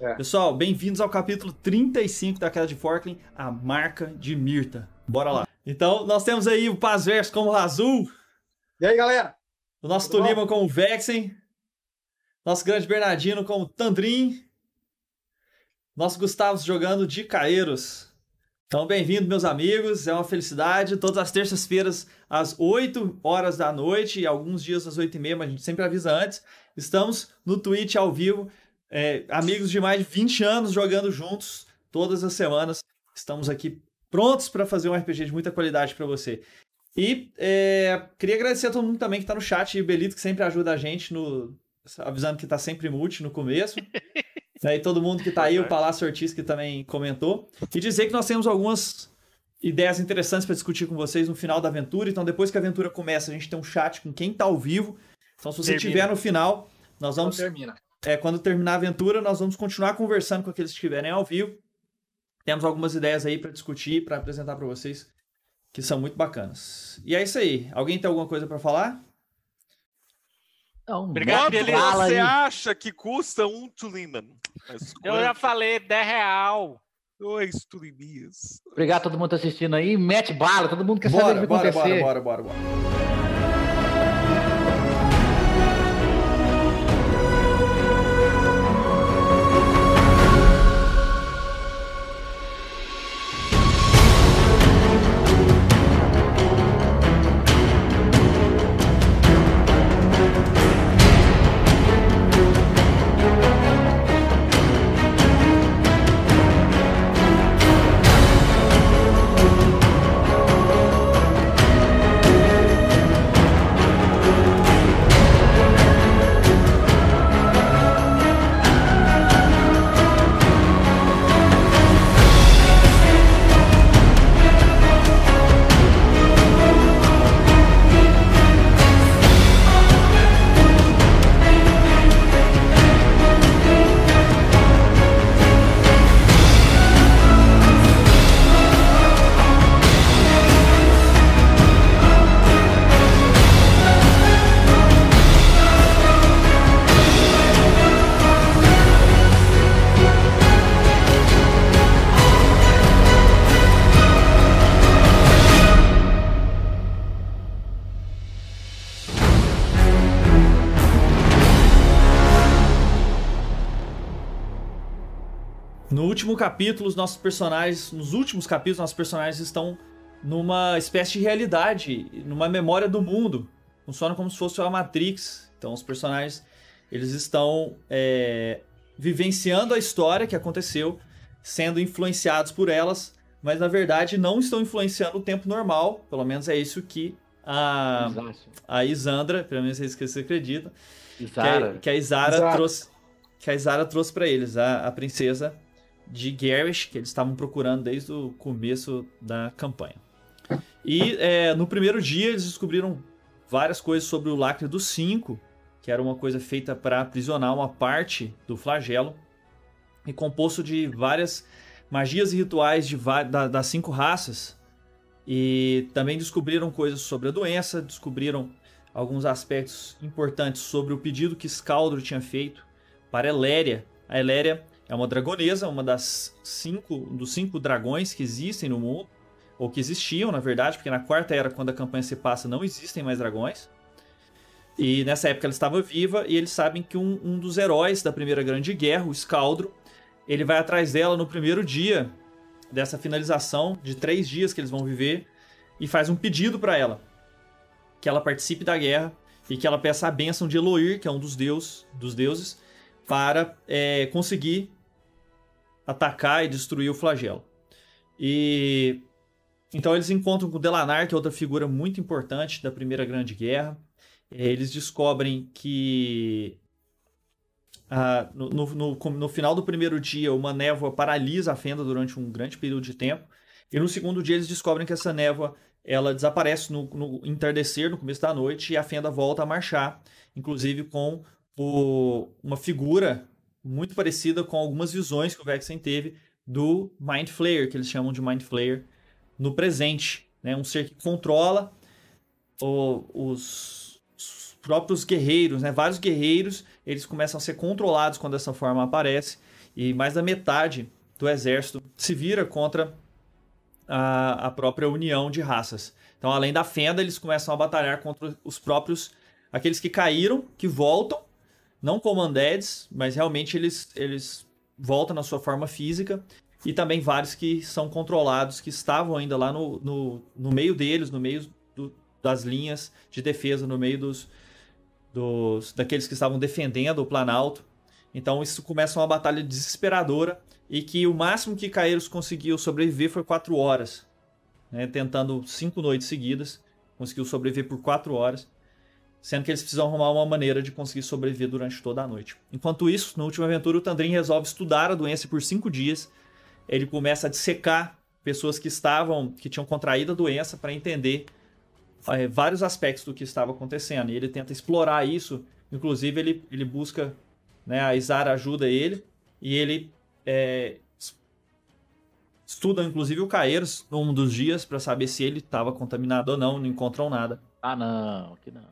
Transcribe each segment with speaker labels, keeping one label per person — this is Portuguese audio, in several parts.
Speaker 1: É. Pessoal, bem-vindos ao capítulo 35 da Queda de Forkling, a marca de Mirta. Bora lá. Então, nós temos aí o Paz Verso com o Azul.
Speaker 2: E aí, galera?
Speaker 1: O nosso Tuliman com o Vexen. Nosso grande Bernardino com o Tandrin. Nosso Gustavo jogando de Caeiros. Então, bem-vindo, meus amigos. É uma felicidade. Todas as terças-feiras, às 8 horas da noite e alguns dias às 8 e meia, mas a gente sempre avisa antes. Estamos no Twitch ao vivo. É, amigos de mais de 20 anos jogando juntos todas as semanas. Estamos aqui prontos para fazer um RPG de muita qualidade para você. E é, queria agradecer a todo mundo também que está no chat e o Belito que sempre ajuda a gente no avisando que está sempre mute no começo. Daí todo mundo que tá aí, o Palácio Ortiz que também comentou. E dizer que nós temos algumas ideias interessantes para discutir com vocês no final da aventura. Então, depois que a aventura começa, a gente tem um chat com quem tá ao vivo. Então, se você
Speaker 3: Termina.
Speaker 1: estiver no final, nós
Speaker 2: Não
Speaker 1: vamos.
Speaker 2: Então termina.
Speaker 1: É, quando terminar a aventura, nós vamos continuar conversando com aqueles que estiverem ao vivo. Temos algumas ideias aí para discutir, para apresentar para vocês, que são muito bacanas. E é isso aí. Alguém tem alguma coisa para falar?
Speaker 4: Não,
Speaker 3: Obrigado,
Speaker 4: bota
Speaker 5: Quanto
Speaker 3: Beleza.
Speaker 4: Então, bala
Speaker 5: você
Speaker 4: aí.
Speaker 5: acha que custa um Tuliman? Mas
Speaker 3: Eu já falei, 10 real.
Speaker 5: Dois Tulimias.
Speaker 4: Obrigado a todo mundo que tá assistindo aí. Mete bala, todo mundo quer saber o que vai
Speaker 1: bora,
Speaker 4: acontecer.
Speaker 1: bora, bora, bora, bora. No último capítulo, os nossos personagens, nos últimos capítulos, nossos personagens estão numa espécie de realidade, numa memória do mundo. Funciona como se fosse a Matrix. Então, os personagens, eles estão é, vivenciando a história que aconteceu, sendo influenciados por elas, mas na verdade não estão influenciando o tempo normal. Pelo menos é isso que a,
Speaker 4: Exato.
Speaker 1: a Isandra, pelo menos é isso que você acredita,
Speaker 4: Isara.
Speaker 1: que, que a Isara
Speaker 2: Isara.
Speaker 1: trouxe que a Isara trouxe para eles a, a princesa de Garrish que eles estavam procurando desde o começo da campanha e é, no primeiro dia eles descobriram várias coisas sobre o lacre dos cinco que era uma coisa feita para aprisionar uma parte do flagelo e composto de várias magias e rituais de va- da- das cinco raças e também descobriram coisas sobre a doença descobriram alguns aspectos importantes sobre o pedido que Scaldro tinha feito para Eléria. A Eléria é uma dragonesa, uma das cinco um dos cinco dragões que existem no mundo, ou que existiam, na verdade, porque na quarta era quando a campanha se passa, não existem mais dragões. E nessa época ela estava viva e eles sabem que um, um dos heróis da primeira grande guerra, o Scaldro, ele vai atrás dela no primeiro dia dessa finalização de três dias que eles vão viver e faz um pedido para ela que ela participe da guerra e que ela peça a bênção de Eloir, que é um dos, deus, dos deuses, para é, conseguir atacar e destruir o flagelo. E então eles encontram com Delanar, que é outra figura muito importante da Primeira Grande Guerra. Eh, Eles descobrem que ah, no, no- no- com- no final do primeiro dia uma névoa paralisa a fenda durante um grande período de tempo. E no segundo dia eles descobrem que essa névoa ela desaparece no, no entardecer, no começo da noite, e a fenda volta a marchar, inclusive com o- uma figura muito parecida com algumas visões que o Vexen teve do Mind Flayer, que eles chamam de Mind Flayer, no presente. Né? Um ser que controla o- os, os próprios guerreiros, né? vários guerreiros, eles começam a ser controlados quando essa forma aparece, E mais da metade do exército se vira contra a, a própria união de raças. Então, além da fenda, eles começam a batalhar contra os próprios, aqueles que caíram, que voltam, não como undeads, mas realmente eles, eles voltam na sua forma física. E também vários que são controlados, que estavam ainda lá no, no, no meio deles, no meio do- das linhas de defesa, no meio dos, dos daqueles que estavam defendendo o Planalto. Então isso começa uma batalha desesperadora e que o máximo que Caeiros conseguiu sobreviver foi quatro horas, né? tentando cinco noites seguidas, conseguiu sobreviver por quatro horas, sendo que eles precisam arrumar uma maneira de conseguir sobreviver durante toda a noite. Enquanto isso, na última aventura, o Tandrin resolve estudar a doença por cinco dias. Ele começa a dissecar pessoas que estavam, que tinham contraído a doença, para entender eh, vários aspectos do que estava acontecendo. E ele tenta explorar isso. Inclusive, ele, ele busca. Né, a Isara ajuda ele. E ele eh, es- estuda, inclusive, o Caeiros num dos dias para saber se ele estava contaminado ou não. Não encontram nada.
Speaker 4: Ah, não, que não.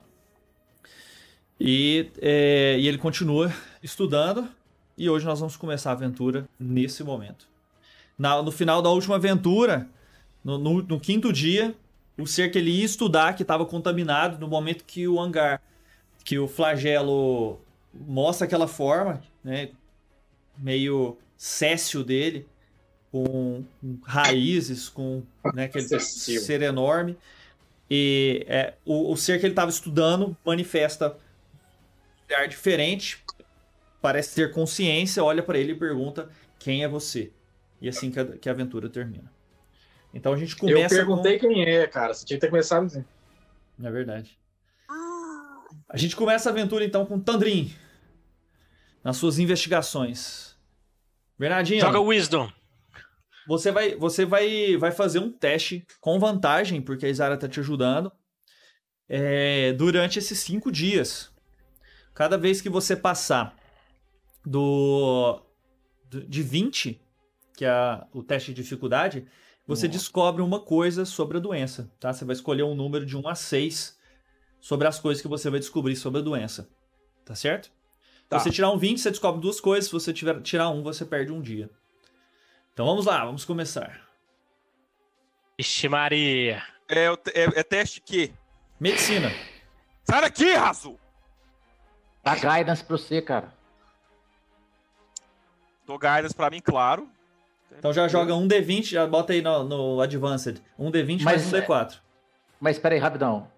Speaker 1: E, eh, e ele continua estudando. E hoje nós vamos começar a aventura nesse momento. Na- no final da última aventura, no, no- no quinto dia, o ser que ele ia estudar, que estava contaminado, no momento que o hangar, que o flagelo mostra aquela forma, né, meio céssio dele, com, com raízes, com né, aquele
Speaker 2: Céssio.
Speaker 1: ser enorme. E é, o, o ser que ele estava estudando manifesta um olhar diferente, parece ter consciência, olha para ele e pergunta quem é você. E assim que a, que a aventura termina. Então a gente
Speaker 2: Eu
Speaker 1: começa. com-
Speaker 2: perguntei quem é, cara. Você tinha que ter começado. assim.
Speaker 1: na verdade. A gente começa a aventura então com Tandrin. Nas suas investigações. Bernardinho,
Speaker 6: Joga Wisdom.
Speaker 1: você, vai, você vai, vai fazer um teste com vantagem, porque a Isara tá te ajudando. é, durante esses cinco dias. Cada vez que você passar do, do- de 20, que é a- o teste de dificuldade, você descobre uma coisa sobre a doença, tá? Você vai escolher um número de 1 a 6 sobre as coisas que você vai descobrir sobre a doença. Tá certo?
Speaker 5: Tá.
Speaker 1: Se você tirar um 20, você descobre duas coisas. Se você tiver, tirar um, você perde um dia. Então vamos lá, vamos começar.
Speaker 6: Ixi, Maria.
Speaker 5: É, o te- é, é teste que.
Speaker 1: Medicina.
Speaker 5: Sai daqui, Razu!
Speaker 4: Dá guidance pra você, cara.
Speaker 5: Dou guidance pra mim, claro.
Speaker 1: Então já joga um D20, já bota aí no, no Advanced. Um D20 mais
Speaker 4: Mas
Speaker 1: um D4.
Speaker 4: Mas espera aí, rapidão.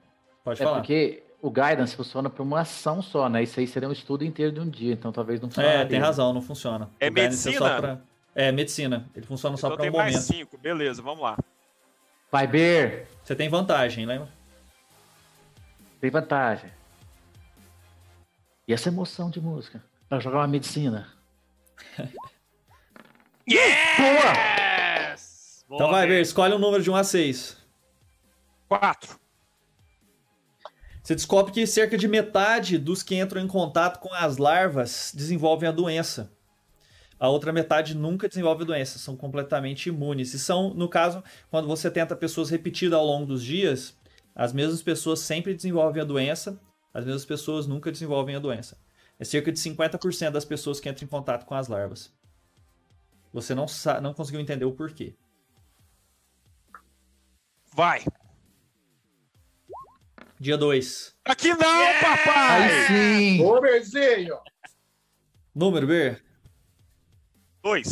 Speaker 1: Pode
Speaker 4: é
Speaker 1: falar.
Speaker 4: porque o guidance funciona pra uma ação só, né? Isso aí seria um estudo inteiro de um dia, então talvez não
Speaker 1: É,
Speaker 4: funcionaria.
Speaker 1: tem razão, não funciona.
Speaker 5: É
Speaker 1: O Guidance
Speaker 5: medicina?
Speaker 1: pra- É, medicina. Ele funciona só
Speaker 5: Então
Speaker 1: pra
Speaker 5: tem
Speaker 1: um
Speaker 5: mais
Speaker 1: momento.
Speaker 5: cinco, beleza, vamos lá.
Speaker 4: Vai, Beer.
Speaker 1: Você tem vantagem, lembra?
Speaker 4: Tem vantagem. E essa emoção de música? Pra jogar uma medicina.
Speaker 3: Yes!
Speaker 1: Então vai ver, escolhe um número de 1 a 6.
Speaker 5: Quatro.
Speaker 1: Você descobre que cerca de metade dos que entram em contato com as larvas desenvolvem a doença. A outra metade nunca desenvolve a doença, são completamente imunes. E são, no caso, quando você tenta pessoas repetidas ao longo dos dias, as mesmas pessoas sempre desenvolvem a doença, as mesmas pessoas nunca desenvolvem a doença. É cerca de 50% das pessoas que entram em contato com as larvas. Você não, sa- não conseguiu entender o porquê.
Speaker 5: Vai.
Speaker 1: Dia 2.
Speaker 5: Aqui não, papai!
Speaker 4: Aí sim!
Speaker 2: Ô, Berzinho!
Speaker 1: Número B.
Speaker 5: Dois.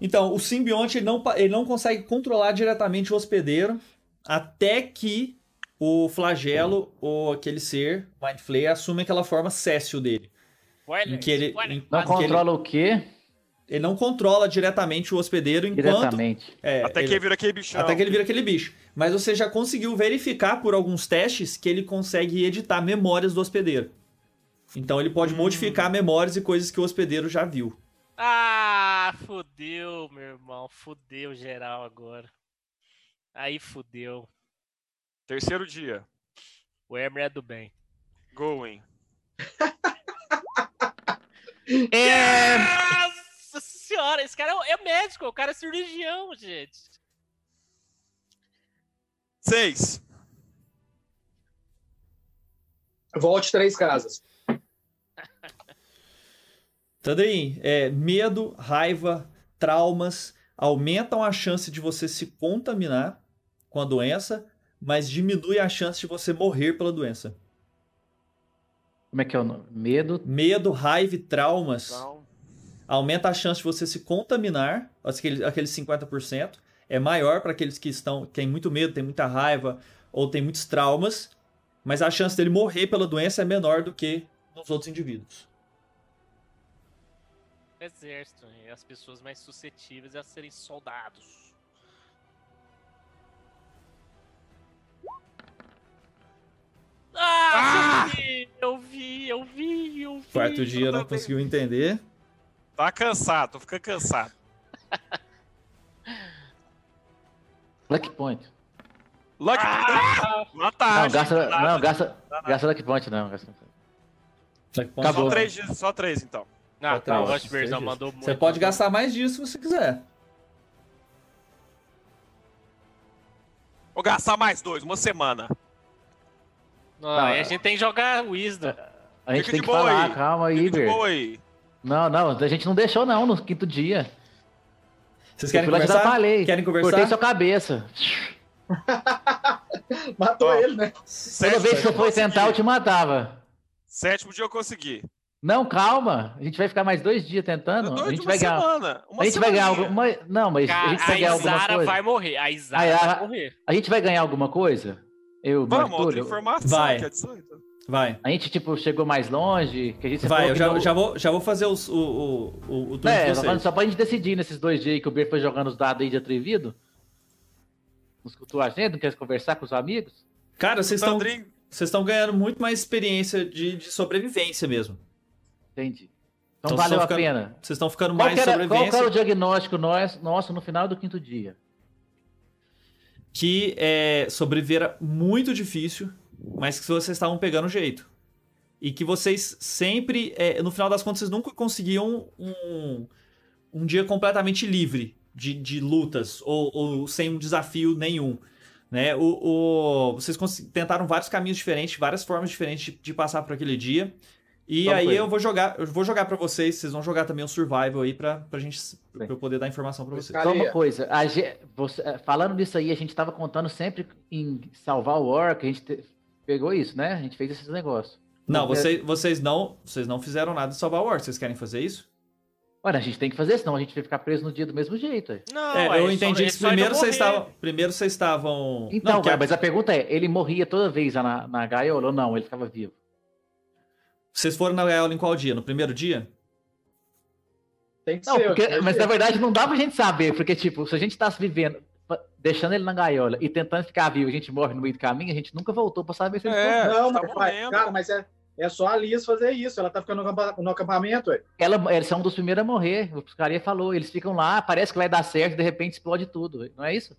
Speaker 1: Então, o simbionte ele não, pa- ele não consegue controlar diretamente o hospedeiro até que o flagelo ou aquele ser, Mind Flayer, assume aquela forma céssio dele. Em que ele, em-
Speaker 4: Não
Speaker 1: em que
Speaker 4: controla o quê?
Speaker 1: ele, ele não controla diretamente o hospedeiro enquanto.
Speaker 4: Diretamente.
Speaker 1: é,
Speaker 5: Até que
Speaker 1: ele-
Speaker 5: ele vira aquele bichão.
Speaker 1: até que ele vira aquele bicho. Mas você já conseguiu verificar por alguns testes que ele consegue editar memórias do hospedeiro. Então ele
Speaker 5: Hum.
Speaker 1: pode modificar memórias e coisas que o hospedeiro já viu.
Speaker 3: Ah, fudeu, meu irmão. Fudeu geral agora. Aí fudeu.
Speaker 5: Terceiro dia.
Speaker 3: O Emer é do bem.
Speaker 5: Going.
Speaker 3: Nossa senhora, esse cara é é médico, o cara é cirurgião, gente.
Speaker 5: Seis.
Speaker 2: Volte três casas.
Speaker 1: Tandrin, é, medo, raiva, traumas aumentam a chance de você se contaminar com a doença, mas diminui a chance de você morrer pela doença.
Speaker 4: Como é que é o nome? Medo.
Speaker 1: Medo, raiva e traumas
Speaker 5: Então,
Speaker 1: aumenta a chance de você se contaminar, aqueles, aqueles 50%, é maior para aqueles que estão têm muito medo, têm muita raiva ou têm muitos traumas, mas a chance dele morrer pela doença é menor do que nos outros indivíduos.
Speaker 3: Exército, né? as pessoas mais suscetíveis a serem soldados. Ah, eu vi, eu vi, eu vi.
Speaker 1: Quarto dia não
Speaker 5: também.
Speaker 1: conseguiu entender.
Speaker 5: tá cansado, tô ficando cansado.
Speaker 4: Luck point.
Speaker 5: Lucky Ah!
Speaker 4: Não,
Speaker 3: Ah!
Speaker 5: Vantagem.
Speaker 4: gasta,
Speaker 5: nada.
Speaker 4: não, gasta,
Speaker 5: Tá
Speaker 4: gasta luck point, não. Gasta...
Speaker 5: Só
Speaker 1: Tá
Speaker 4: Acabou.
Speaker 5: três, dias- só três então.
Speaker 1: Só
Speaker 6: Ah,
Speaker 1: três,
Speaker 6: tá, o
Speaker 1: só
Speaker 6: Washburn
Speaker 1: três.
Speaker 6: mandou muito.
Speaker 1: é Você pode gastar mais disso se você quiser.
Speaker 5: Vou gastar mais dois, uma semana.
Speaker 4: Tá
Speaker 3: Não,
Speaker 4: Não,
Speaker 3: aí a
Speaker 4: é-
Speaker 3: gente tem que jogar Wisdom.
Speaker 4: A gente
Speaker 5: Fica
Speaker 4: tem
Speaker 5: de
Speaker 4: que
Speaker 5: boa
Speaker 4: falar,
Speaker 5: aí.
Speaker 4: calma aí,
Speaker 5: Fica de
Speaker 4: Iber.
Speaker 5: boa aí.
Speaker 4: Não, não, a gente não deixou, não, no quinto dia.
Speaker 1: Vocês
Speaker 4: Eu
Speaker 1: querem
Speaker 4: fui lá te
Speaker 1: conversar?
Speaker 4: atrapalhei.
Speaker 1: Querem
Speaker 4: Cortei
Speaker 1: conversar?
Speaker 4: sua cabeça.
Speaker 2: Matou
Speaker 5: Ó.
Speaker 2: ele, né?
Speaker 4: Toda
Speaker 5: Sétimo
Speaker 4: vez que eu
Speaker 5: dia
Speaker 4: for
Speaker 5: consegui.
Speaker 4: tentar, eu te matava.
Speaker 5: Sétimo dia eu consegui. Tá
Speaker 4: Não, calma. A gente vai ficar mais dois dias tentando.
Speaker 5: eu
Speaker 4: a gente
Speaker 5: uma
Speaker 4: vai ganhar.
Speaker 5: semana. Uma
Speaker 4: a gente vai ganhar
Speaker 5: semaninha.
Speaker 4: alguma. Não, mas
Speaker 6: Ca-
Speaker 4: a gente
Speaker 6: A
Speaker 4: vai ganhar alguma
Speaker 6: Isara
Speaker 4: coisa.
Speaker 6: vai morrer. A
Speaker 4: A
Speaker 6: Isara
Speaker 4: Isara-
Speaker 6: vai morrer.
Speaker 4: A gente vai ganhar alguma coisa? Eu,
Speaker 5: Vamos, outra
Speaker 4: Bartolho?
Speaker 5: informação.
Speaker 1: Vai.
Speaker 5: que é 18.
Speaker 1: Vai.
Speaker 4: A gente, tipo, chegou mais longe. Que a gente você
Speaker 1: Vai,
Speaker 4: falou
Speaker 1: eu
Speaker 4: que
Speaker 1: já,
Speaker 4: não-
Speaker 1: já vou, já vou fazer os- o, o, o, o turno
Speaker 4: É,
Speaker 1: de
Speaker 4: só-
Speaker 1: vocês.
Speaker 4: só pra gente decidir nesses dois dias aí que o Ber foi jogando os dados aí de atrevido. Não escutou a gente, não quer conversar com os amigos?
Speaker 1: Cara, vocês estão
Speaker 5: Sandrinho,
Speaker 1: vocês estão ganhando muito mais experiência de, de sobrevivência mesmo.
Speaker 4: Entendi.
Speaker 1: Então
Speaker 4: Então,
Speaker 1: só
Speaker 4: valeu a
Speaker 1: ficando
Speaker 4: pena.
Speaker 1: Vocês estão ficando
Speaker 4: Qual
Speaker 1: mais
Speaker 4: que, era, qual que
Speaker 1: sobrevivência.
Speaker 4: era o diagnóstico nós- nosso no final do quinto dia?
Speaker 1: que é, sobreviver era muito difícil, mas que vocês estavam pegando o jeito. E que vocês sempre, é, no final das contas, vocês nunca conseguiam um, um dia completamente livre de, de lutas ou, ou sem um desafio nenhum. Né? O, o- vocês consi- tentaram vários caminhos diferentes, várias formas diferentes de, de passar por aquele dia. E
Speaker 4: Vamos com
Speaker 1: aí
Speaker 4: ele.
Speaker 1: eu vou jogar, eu vou jogar para vocês, vocês vão jogar também um survival aí pra, pra gente pra
Speaker 4: Bem.
Speaker 1: eu poder dar informação para vocês.
Speaker 4: Só
Speaker 2: Cara,
Speaker 4: uma coisa, a ge- você- eh, falando disso aí, a gente tava contando sempre em salvar o orc, a gente te- pegou isso, né? A gente fez esses negócios.
Speaker 1: Não,
Speaker 4: Porque-
Speaker 1: vocês, vocês não, vocês não fizeram nada de salvar o Orc. Vocês querem fazer isso?
Speaker 4: Olha, a gente tem que fazer, senão a gente vai ficar preso no dia do mesmo jeito. ué.
Speaker 6: Não,
Speaker 1: é,
Speaker 6: aí
Speaker 1: eu
Speaker 6: só-
Speaker 1: entendi
Speaker 6: ele
Speaker 1: que
Speaker 6: só ia
Speaker 1: primeiro vocês
Speaker 6: morrer.
Speaker 1: estavam, primeiro vocês estavam.
Speaker 4: Então,
Speaker 1: não, que
Speaker 4: cara, mas a pergunta é, ele morria toda vez lá na, na gaiola ou não? Ele ficava vivo?
Speaker 1: vocês foram na gaiola em qual dia? No primeiro dia?
Speaker 2: Tem que
Speaker 4: Não,
Speaker 2: ser.
Speaker 4: porque-
Speaker 2: tem que
Speaker 4: mas
Speaker 2: ser.
Speaker 4: na verdade não dá pra gente saber, porque tipo, se a gente tá se vivendo, fa- deixando ele na gaiola e tentando ficar vivo, a gente morre no meio do caminho, a gente nunca voltou pra saber se ele ficou
Speaker 5: É.
Speaker 4: vivo.
Speaker 2: Não,
Speaker 5: tá
Speaker 2: mas,
Speaker 5: bom
Speaker 2: vai,
Speaker 5: mesmo.
Speaker 2: cara, mas é, é só a Liz fazer isso. Ela tá ficando no, acampa- no acampamento, ué.
Speaker 4: Ela, eles são um dos primeiros a morrer, o Piscaria falou, eles ficam lá, parece que vai dar certo, de repente explode tudo, não é isso?